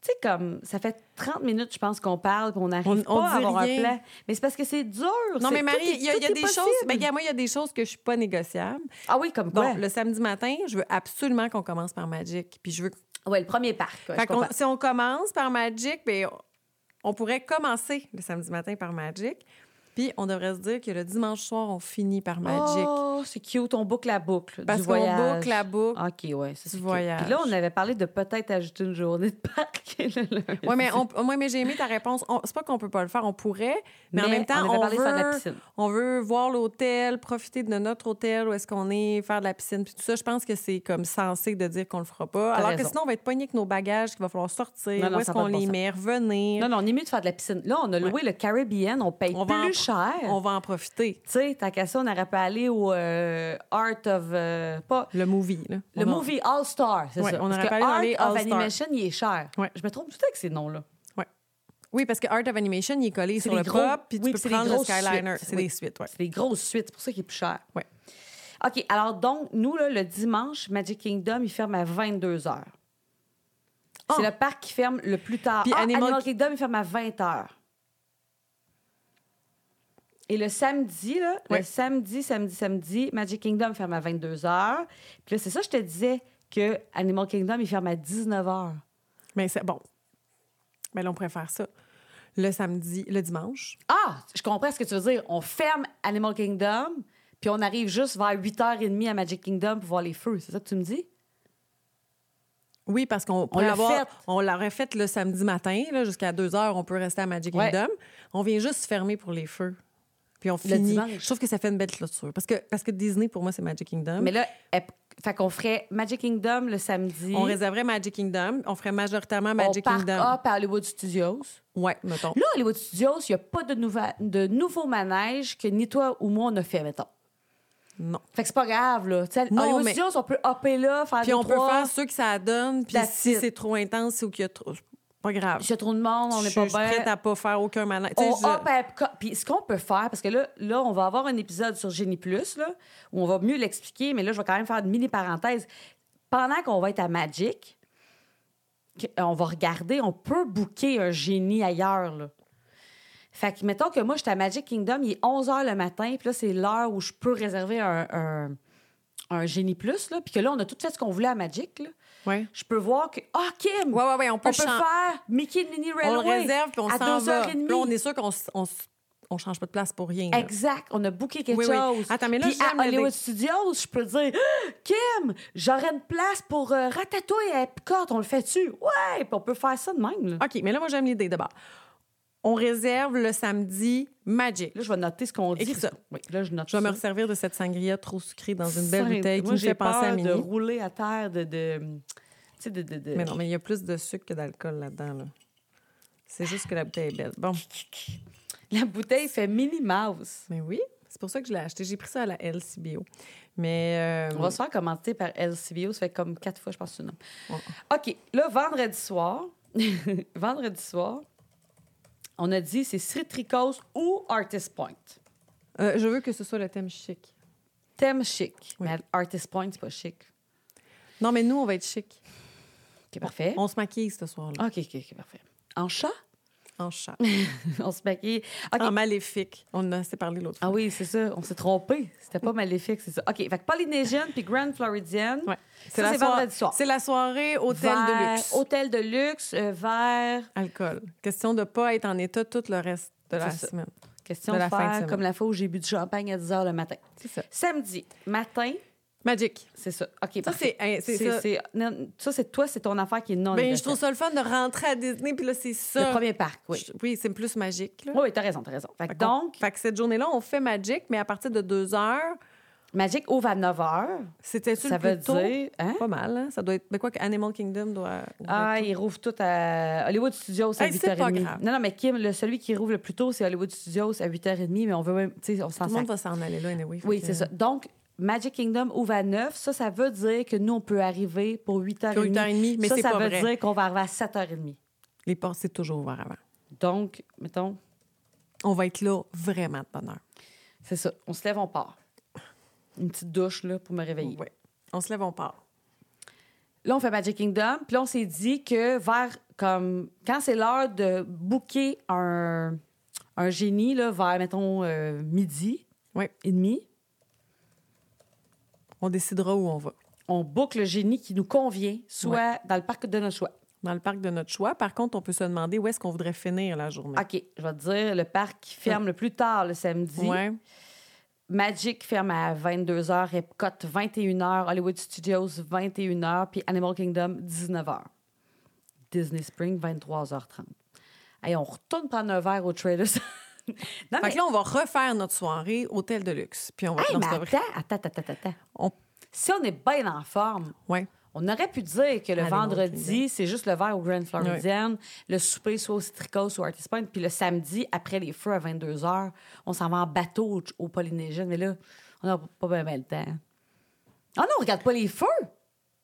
[SPEAKER 1] Tu sais, comme, ça fait 30 minutes, je pense, qu'on parle, qu'on n'arrive
[SPEAKER 2] On-
[SPEAKER 1] pas
[SPEAKER 2] on
[SPEAKER 1] à
[SPEAKER 2] dit
[SPEAKER 1] avoir
[SPEAKER 2] rien.
[SPEAKER 1] un plan. Mais c'est parce que c'est dur.
[SPEAKER 2] Non,
[SPEAKER 1] c'est-
[SPEAKER 2] mais
[SPEAKER 1] tout
[SPEAKER 2] Marie,
[SPEAKER 1] est-
[SPEAKER 2] il y a, il y a
[SPEAKER 1] tout est
[SPEAKER 2] des
[SPEAKER 1] possible.
[SPEAKER 2] choses. Ben, regarde, moi, il y a des choses que je suis pas négociable.
[SPEAKER 1] Ah oui, comme
[SPEAKER 2] Bon,
[SPEAKER 1] quoi?
[SPEAKER 2] le samedi matin, je veux absolument qu'on commence par Magic. Puis je veux.
[SPEAKER 1] Ouais, le premier parc. ouais,
[SPEAKER 2] Fait
[SPEAKER 1] je
[SPEAKER 2] qu'on-
[SPEAKER 1] comprends.
[SPEAKER 2] si on commence par Magic, ben, on- on pourrait commencer le samedi matin par Magic. Puis on devrait se dire que le dimanche soir, on finit par Magic.
[SPEAKER 1] Oh, c'est cute, on boucle la boucle
[SPEAKER 2] Parce
[SPEAKER 1] du
[SPEAKER 2] qu'on
[SPEAKER 1] voyage.
[SPEAKER 2] boucle la boucle.
[SPEAKER 1] OK, ouais, ça, c'est cute.
[SPEAKER 2] voyage.
[SPEAKER 1] Puis là, on avait parlé de peut-être ajouter une journée de parc. le lundi.
[SPEAKER 2] Oui, mais, on- ouais, mais j'ai aimé ta réponse. On- C'est pas qu'on peut pas le faire, on pourrait, mais, en
[SPEAKER 1] Mais
[SPEAKER 2] même temps,
[SPEAKER 1] on
[SPEAKER 2] on,
[SPEAKER 1] avait parlé de
[SPEAKER 2] veut,
[SPEAKER 1] faire de la piscine.
[SPEAKER 2] on veut voir l'hôtel, profiter de notre hôtel, où est-ce qu'on est, faire de la piscine, puis tout ça. Je pense que c'est comme sensé de dire qu'on le fera pas.
[SPEAKER 1] T'as
[SPEAKER 2] Alors que
[SPEAKER 1] raison.
[SPEAKER 2] sinon, on va être pogné avec nos bagages, qu'il va falloir sortir,
[SPEAKER 1] Non, non,
[SPEAKER 2] où est-ce
[SPEAKER 1] ça a pas
[SPEAKER 2] qu'on
[SPEAKER 1] de bon
[SPEAKER 2] les
[SPEAKER 1] sens.
[SPEAKER 2] met, revenir.
[SPEAKER 1] Non, non, on est mieux de faire de la piscine. Là, on a loué le Caribbean, on paye
[SPEAKER 2] On va en
[SPEAKER 1] plus
[SPEAKER 2] pro-
[SPEAKER 1] cher.
[SPEAKER 2] On va en profiter.
[SPEAKER 1] Tu sais, tant qu'à ça, on aurait pu aller au euh, Art of... euh, pas,
[SPEAKER 2] Le movie, là.
[SPEAKER 1] le
[SPEAKER 2] On en-
[SPEAKER 1] movie All-Star, c'est
[SPEAKER 2] Ouais,
[SPEAKER 1] ça.
[SPEAKER 2] on
[SPEAKER 1] Parce que
[SPEAKER 2] aurait pu aller dans
[SPEAKER 1] Art
[SPEAKER 2] les
[SPEAKER 1] of
[SPEAKER 2] All-Star.
[SPEAKER 1] Animation, il est cher.
[SPEAKER 2] Ouais.
[SPEAKER 1] Je me trompe tout le temps avec ces noms-là.
[SPEAKER 2] Oui, parce que Art of Animation, il est collé sur
[SPEAKER 1] des
[SPEAKER 2] le
[SPEAKER 1] gros-
[SPEAKER 2] pop, puis tu
[SPEAKER 1] oui,
[SPEAKER 2] peux
[SPEAKER 1] puis c'est des
[SPEAKER 2] prendre le
[SPEAKER 1] grosses
[SPEAKER 2] Skyliner.
[SPEAKER 1] suites,
[SPEAKER 2] C'est
[SPEAKER 1] oui.
[SPEAKER 2] des suites, oui.
[SPEAKER 1] C'est des grosses suites, c'est pour ça qu'il est plus cher.
[SPEAKER 2] Ouais.
[SPEAKER 1] OK, alors donc, nous, là, le dimanche, Magic Kingdom, il ferme à 22 h C'est le
[SPEAKER 2] Ah!
[SPEAKER 1] parc qui ferme le plus tard.
[SPEAKER 2] Puis
[SPEAKER 1] Ah,
[SPEAKER 2] Animal-
[SPEAKER 1] Animal... Kingdom, il ferme à 20 h Et le samedi, là,
[SPEAKER 2] Ouais.
[SPEAKER 1] le samedi, samedi, samedi, Magic Kingdom ferme à 22 h Puis là, c'est ça, je te disais que Animal Kingdom, il ferme à 19 h
[SPEAKER 2] Mais c'est bon. Mais là, on pourrait faire ça le samedi, le dimanche.
[SPEAKER 1] Ah, je comprends ce que tu veux dire. On ferme Animal Kingdom, puis on arrive juste vers 8h30 à Magic Kingdom pour voir les feux. C'est ça que tu me dis?
[SPEAKER 2] Oui, parce qu'on pourrait
[SPEAKER 1] l'a
[SPEAKER 2] avoir.
[SPEAKER 1] fait.
[SPEAKER 2] On l'aurait fait le samedi matin, là, jusqu'à 2 heures, on peut rester à Magic
[SPEAKER 1] Ouais.
[SPEAKER 2] Kingdom. On vient juste fermer pour les feux. Puis on finit.
[SPEAKER 1] dimanche.
[SPEAKER 2] Je trouve que ça fait une belle clôture. Parce que, parce que Disney, pour moi, c'est Magic Kingdom.
[SPEAKER 1] Mais là, elle- fait qu'on ferait Magic Kingdom le samedi.
[SPEAKER 2] on réserverait Magic Kingdom. On ferait majoritairement Magic
[SPEAKER 1] on
[SPEAKER 2] Kingdom.
[SPEAKER 1] Park up à Hollywood Studios.
[SPEAKER 2] Ouais, mettons.
[SPEAKER 1] Là, à Hollywood Studios, il n'y a pas de, nouva- de nouveau manège que ni toi ou moi on a fait, mettons.
[SPEAKER 2] Non.
[SPEAKER 1] Fait que c'est pas grave, là. Tu sais, à
[SPEAKER 2] Non,
[SPEAKER 1] Hollywood
[SPEAKER 2] mais-
[SPEAKER 1] Studios, on peut hopper là, faire
[SPEAKER 2] Puis
[SPEAKER 1] deux,
[SPEAKER 2] on peut
[SPEAKER 1] trois.
[SPEAKER 2] faire ceux que ça donne. Puis
[SPEAKER 1] That's
[SPEAKER 2] si
[SPEAKER 1] it.
[SPEAKER 2] c'est trop intense ou qu'il y a trop. Pas grave.
[SPEAKER 1] S'il y a trop de monde, on
[SPEAKER 2] je
[SPEAKER 1] n'est
[SPEAKER 2] suis
[SPEAKER 1] pas
[SPEAKER 2] je suis
[SPEAKER 1] bien.
[SPEAKER 2] prête à pas faire aucun manège. Tu sais,
[SPEAKER 1] on
[SPEAKER 2] je-
[SPEAKER 1] hop à Epcot. ah, ben, Puis ce qu'on peut faire, parce que là, là, on va avoir un épisode sur Génie Plus, là, où on va mieux l'expliquer, mais là, je vais quand même faire une mini parenthèse. Pendant qu'on va être à Magic, que- euh, on va regarder, on peut booker un génie ailleurs, là. Fait que, mettons que moi, je suis à Magic Kingdom, il est 11 h le matin, puis là, c'est l'heure où je peux réserver un, un, un génie plus, là. Puis que là, on a tout fait ce qu'on voulait à Magic, là.
[SPEAKER 2] Ouais.
[SPEAKER 1] Je peux voir que, ah, Kim!
[SPEAKER 2] Ouais, ouais, ouais, on peut
[SPEAKER 1] On peut
[SPEAKER 2] chan-
[SPEAKER 1] faire Mickey Mini
[SPEAKER 2] On le
[SPEAKER 1] Railway
[SPEAKER 2] réserve, puis on
[SPEAKER 1] à
[SPEAKER 2] s'en va.
[SPEAKER 1] 2h30.
[SPEAKER 2] Là, on est sûr qu'on s- on, s- on change pas de place pour rien. là.
[SPEAKER 1] Exact. On a booké quelque
[SPEAKER 2] Oui, oui.
[SPEAKER 1] chose.
[SPEAKER 2] Attends, mais là,
[SPEAKER 1] Puis
[SPEAKER 2] j'aime
[SPEAKER 1] à Hollywood
[SPEAKER 2] l'idée.
[SPEAKER 1] Studios, je peux dire Ah, Kim, j'aurais une place pour euh, Ratatouille à Epcot. On le fait-tu? Ouais, puis on peut faire ça de même. Là,
[SPEAKER 2] OK, mais là, moi, j'aime l'idée d'abord. On réserve le samedi Magic.
[SPEAKER 1] Là, je vais noter ce qu'on dit.
[SPEAKER 2] Écris ça.
[SPEAKER 1] Oui, là, je note
[SPEAKER 2] Je vais me
[SPEAKER 1] ça.
[SPEAKER 2] resservir de cette sangria trop sucrée dans une belle
[SPEAKER 1] Sainte-
[SPEAKER 2] bouteille qui
[SPEAKER 1] Moi,
[SPEAKER 2] me
[SPEAKER 1] j'ai
[SPEAKER 2] fait
[SPEAKER 1] peur
[SPEAKER 2] penser à
[SPEAKER 1] de
[SPEAKER 2] Mini.
[SPEAKER 1] rouler à terre de... de... Tu sais, de, de, de-
[SPEAKER 2] Mais non, mais il y a plus de sucre que d'alcool là-dedans. là. C'est juste que la bouteille est belle. Bon,
[SPEAKER 1] La bouteille fait Minnie Mouse.
[SPEAKER 2] mais oui, c'est pour ça que je l'ai acheté. J'ai pris ça à la LCBO. Mais euh,
[SPEAKER 1] On va se faire commenter par LCBO. Ça fait comme quatre fois, je pense, que c'est le nom.
[SPEAKER 2] Ouais.
[SPEAKER 1] OK. Là, vendredi soir... vendredi soir, On a dit c'est Citricose ou Artist Point.
[SPEAKER 2] Euh, je veux que ce soit le thème chic.
[SPEAKER 1] Thème chic.
[SPEAKER 2] Oui.
[SPEAKER 1] Mais Artist Point, c'est pas chic.
[SPEAKER 2] Non, mais nous, on va être chic.
[SPEAKER 1] OK, parfait.
[SPEAKER 2] On se maquille ce soir-là.
[SPEAKER 1] OK, OK, OK, parfait. En chat? Ah.
[SPEAKER 2] En chat.
[SPEAKER 1] on se maquille. OK.
[SPEAKER 2] En maléfique. On en a assez parlé l'autre fois.
[SPEAKER 1] Ah oui, c'est ça. On s'est trompé. C'était pas maléfique, c'est ça. OK, fait que Polynesian puis Grand Floridian.
[SPEAKER 2] Ouais.
[SPEAKER 1] Ça, c'est
[SPEAKER 2] soir-
[SPEAKER 1] vendredi soir.
[SPEAKER 2] C'est la soirée hôtel de
[SPEAKER 1] Vert-
[SPEAKER 2] luxe.
[SPEAKER 1] Hôtel de luxe, euh, vert.
[SPEAKER 2] Alcool. Question de pas être en état tout le reste de la
[SPEAKER 1] C'est ça.
[SPEAKER 2] semaine.
[SPEAKER 1] Question
[SPEAKER 2] De
[SPEAKER 1] de,
[SPEAKER 2] la fin de
[SPEAKER 1] faire
[SPEAKER 2] semaine.
[SPEAKER 1] comme la fois où j'ai bu du champagne à 10 h le matin.
[SPEAKER 2] C'est ça.
[SPEAKER 1] Samedi matin,
[SPEAKER 2] Magic.
[SPEAKER 1] c'est ça. OK,
[SPEAKER 2] Ça,
[SPEAKER 1] parfait.
[SPEAKER 2] c'est hein, c'est
[SPEAKER 1] C'est-
[SPEAKER 2] ça.
[SPEAKER 1] c'est- non, ça, c'est toi, c'est ton affaire qui est non
[SPEAKER 2] Ben, je
[SPEAKER 1] négociable.
[SPEAKER 2] trouve ça le fun de rentrer à Disney, puis là, c'est ça.
[SPEAKER 1] Le premier parc, oui.
[SPEAKER 2] Je- Oui, c'est plus magique. Là.
[SPEAKER 1] Oui, oui, t'as raison, t'as raison. Fait que
[SPEAKER 2] Fait qu'on-
[SPEAKER 1] donc,
[SPEAKER 2] fait que cette journée-là, on fait Magic, mais à partir de 2 heures,
[SPEAKER 1] Magic ouvre à 9 h.
[SPEAKER 2] c'était-tu
[SPEAKER 1] Ça
[SPEAKER 2] le plus
[SPEAKER 1] veut
[SPEAKER 2] tôt?
[SPEAKER 1] dire. hein?
[SPEAKER 2] Pas mal, hein? Ça doit être... Mais quoi que Animal Kingdom doit...
[SPEAKER 1] Ah, ils rouvrent tout à Hollywood Studios à
[SPEAKER 2] Hey, c'est pas
[SPEAKER 1] 8h30.
[SPEAKER 2] grave.
[SPEAKER 1] Non, non, mais Kim, le, celui qui rouvre le plus tôt, c'est Hollywood Studios à 8h30, mais on veut même. Tu sais, on
[SPEAKER 2] Tout
[SPEAKER 1] s'en
[SPEAKER 2] le monde
[SPEAKER 1] sac.
[SPEAKER 2] va euh. s'en aller là, anyway. fait
[SPEAKER 1] Oui,
[SPEAKER 2] que-
[SPEAKER 1] c'est ça. Donc, Magic Kingdom ouvre à 9. Ça, ça veut dire que nous, on peut arriver pour 8h30.
[SPEAKER 2] Pour 8h30, mais
[SPEAKER 1] ça,
[SPEAKER 2] c'est
[SPEAKER 1] ça
[SPEAKER 2] pas
[SPEAKER 1] veut
[SPEAKER 2] vrai.
[SPEAKER 1] dire qu'on va arriver à 7h30.
[SPEAKER 2] Les portes, c'est toujours ouvert avant.
[SPEAKER 1] Donc, mettons,
[SPEAKER 2] On va être là vraiment de bonne heure.
[SPEAKER 1] c'est ça. On se lève, on part. Une petite douche, là, pour me réveiller.
[SPEAKER 2] Ouais. On se lève, on part.
[SPEAKER 1] Là, on fait Magic Kingdom, puis là, on s'est dit que vers comme quand c'est l'heure de booker un, un génie là, vers mettons euh, midi
[SPEAKER 2] Ouais.
[SPEAKER 1] et demi,
[SPEAKER 2] On décidera où on va.
[SPEAKER 1] on book le génie qui nous convient, soit dans le parc de notre choix.
[SPEAKER 2] Dans le parc de notre choix. Par contre, on peut se demander où est-ce qu'on voudrait finir la journée.
[SPEAKER 1] OK, je vais te dire le parc qui ferme le plus tard le samedi.
[SPEAKER 2] Ouais.
[SPEAKER 1] Magic ferme à 22h, Epcot 21h, Hollywood Studios 21h, puis Animal Kingdom 19h. Disney Spring 23h30. Hey, on retourne prendre un verre au Traders. non,
[SPEAKER 2] Fait que là, on va refaire notre soirée hôtel de luxe. Puis on va...
[SPEAKER 1] Hey,
[SPEAKER 2] non,
[SPEAKER 1] mais
[SPEAKER 2] c'est pas vrai.
[SPEAKER 1] attends, attends, attends, attends, attends.
[SPEAKER 2] On-
[SPEAKER 1] Si on est bien en forme,
[SPEAKER 2] Ouais.
[SPEAKER 1] on aurait pu dire que le
[SPEAKER 2] Allez,
[SPEAKER 1] vendredi,
[SPEAKER 2] montre-les.
[SPEAKER 1] c'est juste le verre au Grand Floridian, le souper soit au Citricos ou au Artist Point, puis le samedi, après les feux à 22 h, on s'en va en bateau au, au Polynésien. Mais là, on n'a pas bien le temps. Ah non, on regarde pas les feux!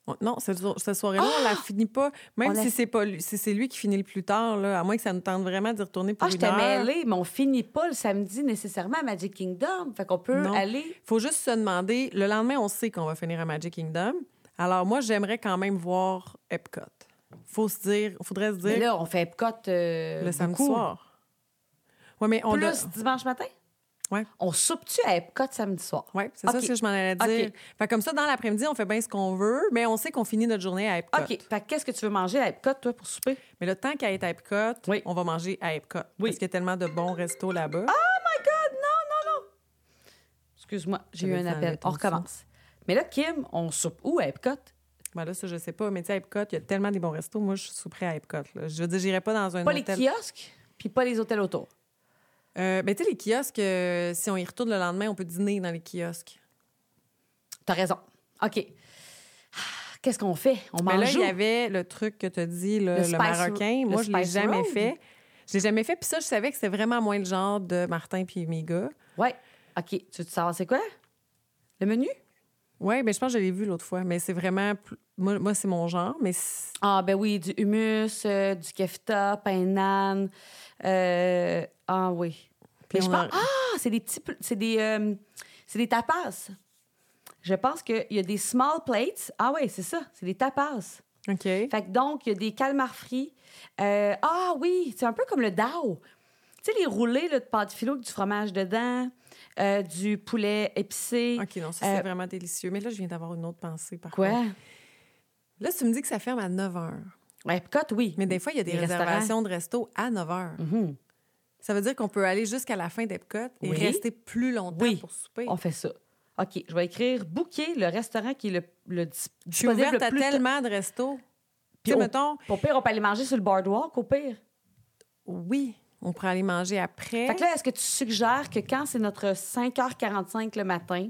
[SPEAKER 2] On- Non, cette, so- cette soirée-là, on la finit pas.
[SPEAKER 1] Ah!
[SPEAKER 2] Même
[SPEAKER 1] On la-
[SPEAKER 2] si c'est pas lui, si c'est lui qui finit le plus tard, là, à moins que ça nous tente vraiment d'y retourner pour
[SPEAKER 1] Ah, je
[SPEAKER 2] une
[SPEAKER 1] t'ai
[SPEAKER 2] heure.
[SPEAKER 1] mêlée, mais on finit pas le samedi nécessairement à Magic Kingdom. Fait qu'on peut
[SPEAKER 2] Non.
[SPEAKER 1] aller.
[SPEAKER 2] faut juste se demander. Le lendemain, on sait qu'on va finir à Magic Kingdom. Alors moi, j'aimerais quand même voir Epcot. Faut se dire, faudrait se
[SPEAKER 1] Mais
[SPEAKER 2] dire
[SPEAKER 1] là, on fait Epcot euh,
[SPEAKER 2] le samedi
[SPEAKER 1] beaucoup.
[SPEAKER 2] soir. Ouais, mais on
[SPEAKER 1] Plus
[SPEAKER 2] doit-
[SPEAKER 1] dimanche matin?
[SPEAKER 2] Ouais.
[SPEAKER 1] On soupe-tu à Epcot samedi soir?
[SPEAKER 2] Ouais, c'est
[SPEAKER 1] OK.
[SPEAKER 2] ça ce que je m'en allais dire.
[SPEAKER 1] OK.
[SPEAKER 2] Fait comme ça, dans l'après-midi, on fait bien ce qu'on veut, mais on sait qu'on finit notre journée à Epcot.
[SPEAKER 1] OK. Fait que qu'est-ce que tu veux manger à Epcot, toi, pour souper?
[SPEAKER 2] Mais le temps qu'à être à Epcot,
[SPEAKER 1] Oui.
[SPEAKER 2] on va manger à Epcot.
[SPEAKER 1] Oui.
[SPEAKER 2] Parce qu'il y a tellement de bons restos là-bas.
[SPEAKER 1] Oh my God! Non, non, non! Excuse-moi, j'ai eu
[SPEAKER 2] J'avais
[SPEAKER 1] un
[SPEAKER 2] dit
[SPEAKER 1] appel.
[SPEAKER 2] enlever
[SPEAKER 1] On
[SPEAKER 2] ton
[SPEAKER 1] recommence. Mais là, Kim, on soupe où à Epcot?
[SPEAKER 2] Ben là, ça, je sais pas. Mais tu sais, à Epcot, il y a tellement des bons restos. Moi, je suis prêt à Epcot. là. Je veux dire, j'irai pas dans un
[SPEAKER 1] Pas
[SPEAKER 2] hôtel.
[SPEAKER 1] les kiosques, puis pas les hôtels autour.
[SPEAKER 2] Euh, ben, tu sais, les kiosques, euh, si on y retourne le lendemain, on peut dîner dans les kiosques.
[SPEAKER 1] T'as raison. OK. Ah, Qu'est-ce qu'on fait? On
[SPEAKER 2] Mais là,
[SPEAKER 1] mange
[SPEAKER 2] il y
[SPEAKER 1] où?
[SPEAKER 2] avait le truc que tu as dit, le,
[SPEAKER 1] Le
[SPEAKER 2] le
[SPEAKER 1] Spice
[SPEAKER 2] marocain.
[SPEAKER 1] Ro-
[SPEAKER 2] Moi,
[SPEAKER 1] le
[SPEAKER 2] je l'ai
[SPEAKER 1] Spice
[SPEAKER 2] jamais
[SPEAKER 1] Road.
[SPEAKER 2] fait. Je l'ai jamais fait. Puis ça, je savais que c'était vraiment moins le genre de Martin puis mes gars.
[SPEAKER 1] Ouais. OK. Tu veux -tu savoir c'est quoi? Le menu?
[SPEAKER 2] Oui, mais ben, je pense que je l'ai vu l'autre fois. Mais c'est vraiment. plus- Moi, moi, c'est mon genre. Mais c'est-
[SPEAKER 1] Ah, ben oui, du hummus, euh, du kefta, pain nan. euh, ah oui.
[SPEAKER 2] Puis
[SPEAKER 1] Mais je
[SPEAKER 2] on
[SPEAKER 1] pense-
[SPEAKER 2] a-
[SPEAKER 1] Ah, c'est des petits. pl- C'est des, euh, c'est des tapas. Je pense qu'il y a des small plates. Ah oui, c'est ça. C'est des tapas.
[SPEAKER 2] OK.
[SPEAKER 1] Fait que donc, il y a des calmars frits. Euh, ah oui, c'est un peu comme le dao. Tu sais, les roulés là, de pâte filo avec du fromage dedans, euh, du poulet épicé.
[SPEAKER 2] OK, non, ça, c'est
[SPEAKER 1] Euh,
[SPEAKER 2] vraiment délicieux. Mais là, je viens d'avoir une autre pensée. Par
[SPEAKER 1] Quoi?
[SPEAKER 2] contre. Là, tu me dis que ça ferme à 9 h.
[SPEAKER 1] Ouais, Epcot, oui.
[SPEAKER 2] Mais des fois, il y a des
[SPEAKER 1] Les restaurants.
[SPEAKER 2] réservations de resto à 9 h.
[SPEAKER 1] Mhm.
[SPEAKER 2] Ça veut dire qu'on peut aller jusqu'à la fin d'Epcot et
[SPEAKER 1] Oui.
[SPEAKER 2] rester plus longtemps
[SPEAKER 1] Oui.
[SPEAKER 2] pour souper.
[SPEAKER 1] On fait ça. OK, je vais écrire booker le restaurant qui est le, le dis-
[SPEAKER 2] Je suis
[SPEAKER 1] disponible
[SPEAKER 2] ouverte
[SPEAKER 1] le
[SPEAKER 2] à
[SPEAKER 1] plus tôt.
[SPEAKER 2] tellement de restos. Tu sais,
[SPEAKER 1] au-
[SPEAKER 2] mettons,
[SPEAKER 1] Pour pire, on peut aller manger sur le boardwalk, au pire.
[SPEAKER 2] oui, on pourrait aller manger après.
[SPEAKER 1] Fait que là, est-ce que tu suggères que quand c'est notre 5h45 le matin,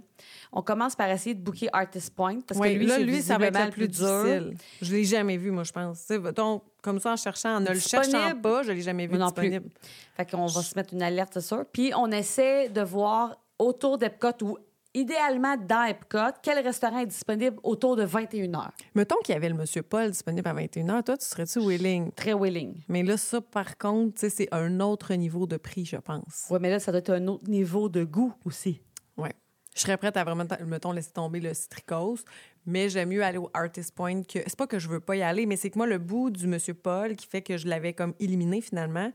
[SPEAKER 1] on commence par essayer de booker Artist Point? Parce
[SPEAKER 2] Ouais,
[SPEAKER 1] que lui,
[SPEAKER 2] là,
[SPEAKER 1] c'est
[SPEAKER 2] lui, ça va être
[SPEAKER 1] visiblement
[SPEAKER 2] le plus difficile. Je l'ai jamais vu, moi, je pense. Tu sais, mettons, comme ça, en cherchant, en ne le
[SPEAKER 1] Disponible.
[SPEAKER 2] cherchant pas, je l'ai jamais vu
[SPEAKER 1] Moi non plus.
[SPEAKER 2] disponible.
[SPEAKER 1] Fait qu'on va se mettre une alerte, c'est sûr. Puis on essaie de voir autour d'Epcot ou idéalement dans Epcot, quel restaurant est disponible autour de 21 h
[SPEAKER 2] Mettons qu'il y avait le Monsieur Paul disponible à 21h, toi, tu serais-tu willing?
[SPEAKER 1] Très willing.
[SPEAKER 2] Mais là, ça, par contre, tu sais, c'est un autre niveau de prix, je pense.
[SPEAKER 1] Oui, mais là, ça doit être un autre niveau de goût aussi.
[SPEAKER 2] Ouais. Je serais prête à vraiment, mettons, laisser tomber le citricose, mais j'aime mieux aller au Artist Point que. C'est pas que je veux pas y aller, mais c'est que moi, le bout du Monsieur Paul qui fait que je l'avais comme éliminé finalement,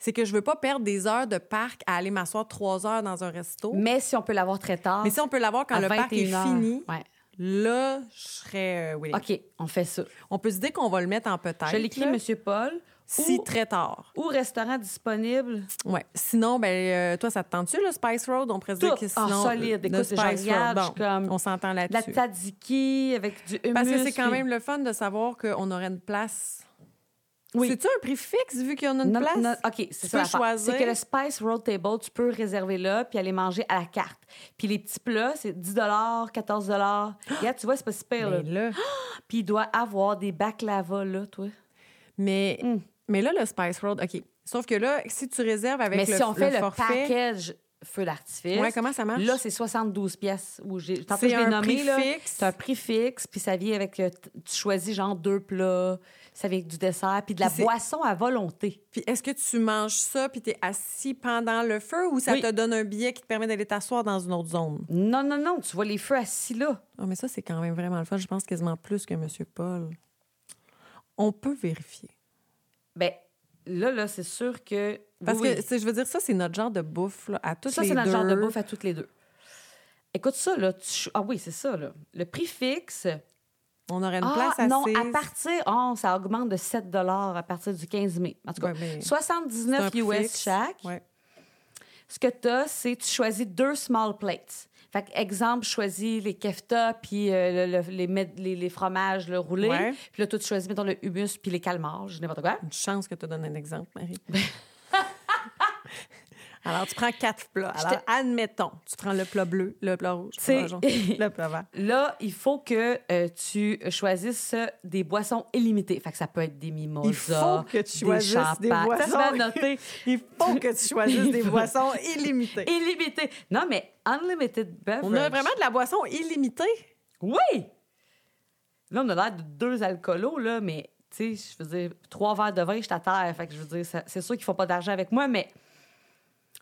[SPEAKER 2] c'est que je veux pas perdre des heures de parc à aller m'asseoir trois heures dans un resto. Mais,
[SPEAKER 1] Mais si on peut l'avoir très tard.
[SPEAKER 2] si on peut l'avoir quand
[SPEAKER 1] à
[SPEAKER 2] le parc est
[SPEAKER 1] 21 heures.
[SPEAKER 2] fini,
[SPEAKER 1] Ouais.
[SPEAKER 2] là, je serais. euh, willing.
[SPEAKER 1] OK, on fait ça.
[SPEAKER 2] On peut se dire qu'on va le mettre en peut-être.
[SPEAKER 1] Je l'écris,
[SPEAKER 2] là,
[SPEAKER 1] Monsieur Paul.
[SPEAKER 2] Si
[SPEAKER 1] ou,
[SPEAKER 2] très tard.
[SPEAKER 1] ou restaurant disponible.
[SPEAKER 2] Ouais. Sinon, ben, euh, toi, ça te tente-tu, le Spice Road? On pourrait se dire
[SPEAKER 1] Tout.
[SPEAKER 2] que
[SPEAKER 1] Ah,
[SPEAKER 2] sinon.
[SPEAKER 1] solide.
[SPEAKER 2] le
[SPEAKER 1] Écoute, je regarde, je suis comme-
[SPEAKER 2] on s'entend
[SPEAKER 1] De la
[SPEAKER 2] là-dessus.
[SPEAKER 1] tzatziki avec du hummus.
[SPEAKER 2] Parce que c'est quand
[SPEAKER 1] puis-
[SPEAKER 2] même le fun de savoir qu'on aurait une place.
[SPEAKER 1] Oui.
[SPEAKER 2] C'est-tu un prix fixe vu qu'il y en a une
[SPEAKER 1] Non,
[SPEAKER 2] place?
[SPEAKER 1] non, OK, c'est ça.
[SPEAKER 2] peux
[SPEAKER 1] l'affaire.
[SPEAKER 2] choisir.
[SPEAKER 1] C'est que le Spice Road Table, tu peux réserver là puis aller manger à la carte. Puis les petits plats, c'est 10 14 Regarde, tu vois, c'est pas si pire.
[SPEAKER 2] Mais
[SPEAKER 1] là.
[SPEAKER 2] là,
[SPEAKER 1] Puis il doit avoir des baklava là, toi.
[SPEAKER 2] mais,
[SPEAKER 1] Hmm.
[SPEAKER 2] mais là, le Spice Road, OK. Sauf que là, si tu réserves avec
[SPEAKER 1] Mais
[SPEAKER 2] le,
[SPEAKER 1] si on fait le,
[SPEAKER 2] forfait,
[SPEAKER 1] package feu d'artifice.
[SPEAKER 2] Ouais, comment ça marche?
[SPEAKER 1] Là, c'est 72 pièces. Où j'ai, tantôt,
[SPEAKER 2] C'est
[SPEAKER 1] je l'ai
[SPEAKER 2] un
[SPEAKER 1] nommé,
[SPEAKER 2] prix
[SPEAKER 1] là.
[SPEAKER 2] fixe.
[SPEAKER 1] C'est un prix fixe, puis ça vient avec... euh, t- Tu choisis genre deux plats, ça vient avec du dessert, puis de la
[SPEAKER 2] Puis c'est-
[SPEAKER 1] boisson à volonté.
[SPEAKER 2] puis est-ce que tu manges ça puis tu es assis pendant le feu ou ça
[SPEAKER 1] Oui.
[SPEAKER 2] te donne un billet qui te permet d'aller t'asseoir dans une autre zone?
[SPEAKER 1] Non, non, non, tu vois les feux assis là.
[SPEAKER 2] Ah, mais ça, c'est quand même vraiment le fun. Je pense quasiment plus que M. Paul. On peut vérifier.
[SPEAKER 1] Ben là, là, c'est sûr que...
[SPEAKER 2] Parce
[SPEAKER 1] oui,
[SPEAKER 2] que,
[SPEAKER 1] oui.
[SPEAKER 2] c'est- je veux dire, ça, c'est notre genre de bouffe, là, à tous
[SPEAKER 1] ça,
[SPEAKER 2] les
[SPEAKER 1] c'est notre genre de
[SPEAKER 2] deux.
[SPEAKER 1] bouffe à toutes les deux. Écoute ça, là. tu- Ah oui, c'est ça, là. Le prix fixe...
[SPEAKER 2] On aurait une
[SPEAKER 1] Ah,
[SPEAKER 2] place assise.
[SPEAKER 1] non, à partir... Oh, ça augmente de 7 à partir du 15 mai. En tout cas,
[SPEAKER 2] Ouais, mais C'est un
[SPEAKER 1] 79
[SPEAKER 2] prix
[SPEAKER 1] US
[SPEAKER 2] fixe.
[SPEAKER 1] chaque.
[SPEAKER 2] Ouais.
[SPEAKER 1] Ce que tu as, c'est tu choisis deux small plates. Fait que, exemple, je choisis les kefta puis euh, le- le- les, med- les, les fromages le roulé.
[SPEAKER 2] Ouais.
[SPEAKER 1] Puis là, toi, tu choisis, mettons, le humus puis les calmars, je n'importe quoi.
[SPEAKER 2] Une chance que tu donnes un exemple, Marie. Alors, tu prends quatre plats.
[SPEAKER 1] Je
[SPEAKER 2] Alors, admettons, tu prends le plat bleu, le plat rouge, le
[SPEAKER 1] C'est-
[SPEAKER 2] plat jaune, le plat vert.
[SPEAKER 1] Là, il faut que euh, tu choisisses des boissons illimitées. Fait que ça peut être des mimosas,
[SPEAKER 2] Il faut que tu choisisses
[SPEAKER 1] champagnes.
[SPEAKER 2] des,
[SPEAKER 1] Ça,
[SPEAKER 2] boissons.
[SPEAKER 1] c'est à noter.
[SPEAKER 2] Il faut que tu choisisses des boissons illimitées.
[SPEAKER 1] illimité. Non, mais unlimited beverage.
[SPEAKER 2] On a vraiment de la boisson illimitée.
[SPEAKER 1] Oui! Là, on a l'air de deux alcoolos, là, mais tu sais, je veux dire, trois verres de vin, je t'attends. Fait que je veux dire, ça- c'est sûr qu'ils font pas d'argent avec moi, mais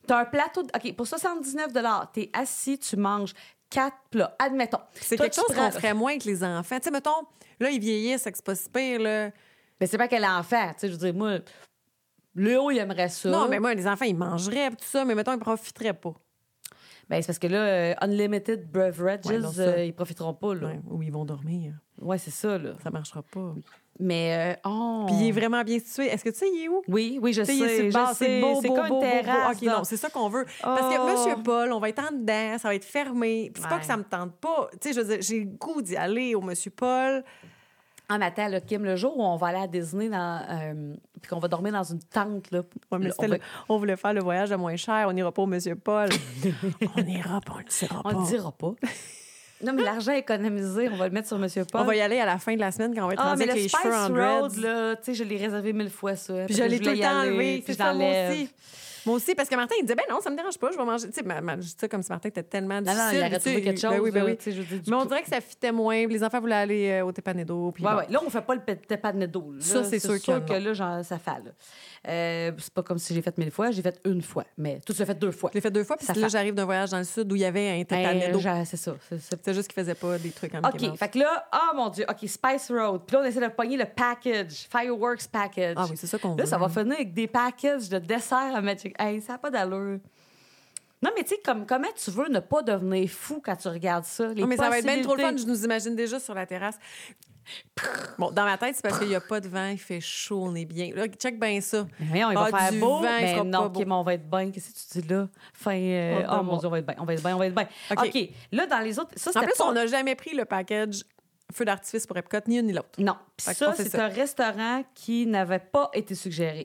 [SPEAKER 1] t'as un plateau. De... OK, pour 79 t'es assis, tu manges quatre plats. Admettons.
[SPEAKER 2] C'est
[SPEAKER 1] Toi,
[SPEAKER 2] quelque
[SPEAKER 1] tu
[SPEAKER 2] chose qu'on
[SPEAKER 1] prends-
[SPEAKER 2] ferait moins avec les enfants. Tu sais, mettons, là, ils vieillissent, c'est que c'est pas si pire, là.
[SPEAKER 1] Mais c'est pas qu'elle a enfant. Tu sais, je veux dire, moi, Léo, il aimerait ça.
[SPEAKER 2] Non, mais moi, les enfants, ils mangeraient, tout ça, mais mettons, ils profiteraient pas.
[SPEAKER 1] Ben, c'est parce que là, euh, unlimited beverages,
[SPEAKER 2] Ouais, non, ça.
[SPEAKER 1] euh, ils profiteront pas, là.
[SPEAKER 2] Ouais, Ou ils vont dormir.
[SPEAKER 1] Ouais, c'est ça, là.
[SPEAKER 2] Ça marchera pas.
[SPEAKER 1] Mais, euh, oh.
[SPEAKER 2] Puis il est vraiment bien situé. Est-ce que tu sais, il est où?
[SPEAKER 1] Oui, oui, je
[SPEAKER 2] Tu sais,
[SPEAKER 1] sais.
[SPEAKER 2] il est sur le bord,
[SPEAKER 1] je sais.
[SPEAKER 2] c'est beau,
[SPEAKER 1] C'est
[SPEAKER 2] beau,
[SPEAKER 1] comme une
[SPEAKER 2] beau, beau, beau.
[SPEAKER 1] terrasse.
[SPEAKER 2] OK,
[SPEAKER 1] là.
[SPEAKER 2] non, c'est ça qu'on veut. Parce
[SPEAKER 1] Oh.
[SPEAKER 2] que Monsieur Paul, on va être en dedans, ça va être fermé. Puis c'est pas
[SPEAKER 1] Ouais.
[SPEAKER 2] que ça me tente pas. Tu sais, je veux dire, j'ai le goût d'y aller au Monsieur Paul.
[SPEAKER 1] Ah, mais attends, là, Kim, le jour où on va aller à Disney, dans, euh, puis qu'on va dormir dans une tente, là.
[SPEAKER 2] Ouais, mais
[SPEAKER 1] là,
[SPEAKER 2] c'était
[SPEAKER 1] on, va-
[SPEAKER 2] le- on voulait faire le voyage le moins cher, on n'ira pas au Monsieur Paul. on ira pas, on le dira pas.
[SPEAKER 1] on le dira pas. non, mais l'argent économisé, on va le mettre sur Monsieur Paul.
[SPEAKER 2] On va y aller à la fin de la semaine quand on va être
[SPEAKER 1] ah,
[SPEAKER 2] rendu
[SPEAKER 1] mais
[SPEAKER 2] avec
[SPEAKER 1] le
[SPEAKER 2] les
[SPEAKER 1] Spice
[SPEAKER 2] cheveux en
[SPEAKER 1] Road,
[SPEAKER 2] dreads.
[SPEAKER 1] là, tu sais, je l'ai réservé mille fois, ça.
[SPEAKER 2] Puis
[SPEAKER 1] parce que
[SPEAKER 2] je l'ai tout
[SPEAKER 1] voulais
[SPEAKER 2] le
[SPEAKER 1] y
[SPEAKER 2] temps
[SPEAKER 1] aller,
[SPEAKER 2] enlevé.
[SPEAKER 1] puis
[SPEAKER 2] C'est
[SPEAKER 1] je
[SPEAKER 2] ça, moi
[SPEAKER 1] l'enlève.
[SPEAKER 2] aussi. Moi aussi, parce que Martin, il disait, ben non, ça me dérange pas, je vais manger. Tu sais, ma- ma- je dis ça comme si Martin était tellement
[SPEAKER 1] Non,
[SPEAKER 2] difficile.
[SPEAKER 1] non, il aurait
[SPEAKER 2] tu sais,
[SPEAKER 1] trouvé quelque chose.
[SPEAKER 2] Ben oui, ben
[SPEAKER 1] là,
[SPEAKER 2] oui.
[SPEAKER 1] tu sais, je veux dire, du
[SPEAKER 2] Mais on
[SPEAKER 1] coup-
[SPEAKER 2] dirait que ça fitait moins. puis Les enfants voulaient aller euh, au Tépanedo. Puis
[SPEAKER 1] Ouais,
[SPEAKER 2] bon.
[SPEAKER 1] ouais. Là, on fait pas le tépanedo. là.
[SPEAKER 2] Ça, c'est sûr qu'il y en a.
[SPEAKER 1] que là, genre, ça fait. là. Euh, c'est pas comme si j'ai fait mille fois, j'ai fait une fois. Mais tout se fait deux fois.
[SPEAKER 2] Je l'ai fait deux fois, puis
[SPEAKER 1] Ça
[SPEAKER 2] là,
[SPEAKER 1] fait.
[SPEAKER 2] j'arrive d'un voyage dans le sud où il y avait un tépanedo.
[SPEAKER 1] Euh, genre, c'est ça. c'est- c'est-
[SPEAKER 2] C'est juste qu'ils faisaient pas des trucs en Mickey
[SPEAKER 1] OK,
[SPEAKER 2] Mouse.
[SPEAKER 1] fait que là, ah mon Dieu, OK, Spice Road. Puis là, on essaie de pogner le package, Fireworks Package.
[SPEAKER 2] Ah oui, c'est ça qu'on
[SPEAKER 1] Là,
[SPEAKER 2] veut.
[SPEAKER 1] ça va finir avec des packages de desserts à Magic. Hey, ça n'a pas d'allure. Non, mais tu sais, comme, comment tu veux ne pas devenir fou quand tu regardes ça? Les
[SPEAKER 2] Ah, mais ça va être bien trop le fun.
[SPEAKER 1] possibilités.
[SPEAKER 2] Je nous imagine déjà sur la terrasse. Bon, dans ma tête, c'est parce qu'il n'y a pas de vent, il fait chaud, on est bien. Là, check bien ça.
[SPEAKER 1] Mais Ben voyons, il va
[SPEAKER 2] Ah,
[SPEAKER 1] faire
[SPEAKER 2] du
[SPEAKER 1] beau.
[SPEAKER 2] vent, il
[SPEAKER 1] mais
[SPEAKER 2] fera
[SPEAKER 1] non,
[SPEAKER 2] pas
[SPEAKER 1] OK,
[SPEAKER 2] beau.
[SPEAKER 1] mais on va être bien. Qu'est-ce que tu dis là? Fin, euh,
[SPEAKER 2] Oh,
[SPEAKER 1] oh,
[SPEAKER 2] ben
[SPEAKER 1] mon
[SPEAKER 2] bon.
[SPEAKER 1] Dieu, on va être bien, on va être bien, on va être bien.
[SPEAKER 2] OK.
[SPEAKER 1] OK, là, dans les autres, ça,
[SPEAKER 2] En
[SPEAKER 1] c'était
[SPEAKER 2] plus,
[SPEAKER 1] pas-
[SPEAKER 2] on n'a jamais pris le package feu d'artifice pour Epcot, ni une ni l'autre.
[SPEAKER 1] Non, Puis
[SPEAKER 2] Fait qu'on
[SPEAKER 1] ça,
[SPEAKER 2] fait
[SPEAKER 1] c'est
[SPEAKER 2] ça.
[SPEAKER 1] un restaurant qui n'avait pas été suggéré.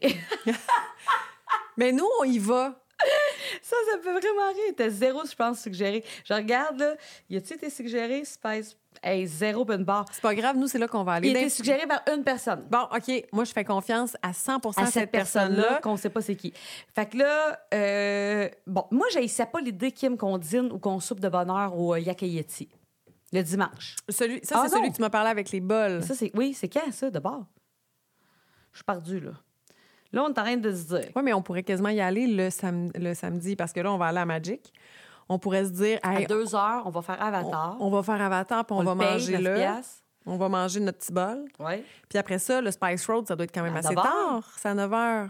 [SPEAKER 2] Mais nous, on y va.
[SPEAKER 1] Ça, ça peut vraiment rire. T'as zéro, je pense, suggéré. Je regarde, là, y a-tu été suggéré, Spice? Hey, zéro, puis une barre.
[SPEAKER 2] C'est pas grave, nous, c'est là qu'on va aller.
[SPEAKER 1] Il a été
[SPEAKER 2] D'un-
[SPEAKER 1] suggéré par une personne.
[SPEAKER 2] Bon, OK, moi, je fais confiance à 100
[SPEAKER 1] à cette, personne-là qu'on sait pas c'est qui. Fait que là, euh, bon, moi, j'haïssais pas l'idée, Kim, qu'on dîne ou qu'on soupe de bonheur au euh, Yakayeti le dimanche.
[SPEAKER 2] Celui, ça,
[SPEAKER 1] Ah
[SPEAKER 2] c'est
[SPEAKER 1] non!
[SPEAKER 2] celui que tu m'as parlé avec les bols.
[SPEAKER 1] Euh, Ça, c'est... Oui, c'est quand, ça, de bord? Je suis perdue, là. Là, on est en train de se dire...
[SPEAKER 2] Oui, mais on pourrait quasiment y aller le, sam- le samedi parce que là, on va aller à Magic. On pourrait se dire,
[SPEAKER 1] À
[SPEAKER 2] hey,
[SPEAKER 1] deux heures, on va faire
[SPEAKER 2] on,
[SPEAKER 1] Avatar.
[SPEAKER 2] on va faire Avatar, puis on, va manger là. On va manger notre petit bol.
[SPEAKER 1] Oui.
[SPEAKER 2] Puis après ça, le Spice Road, ça doit être quand même
[SPEAKER 1] À
[SPEAKER 2] assez
[SPEAKER 1] 9 heures. Ah!
[SPEAKER 2] tard. C'est à 9 h.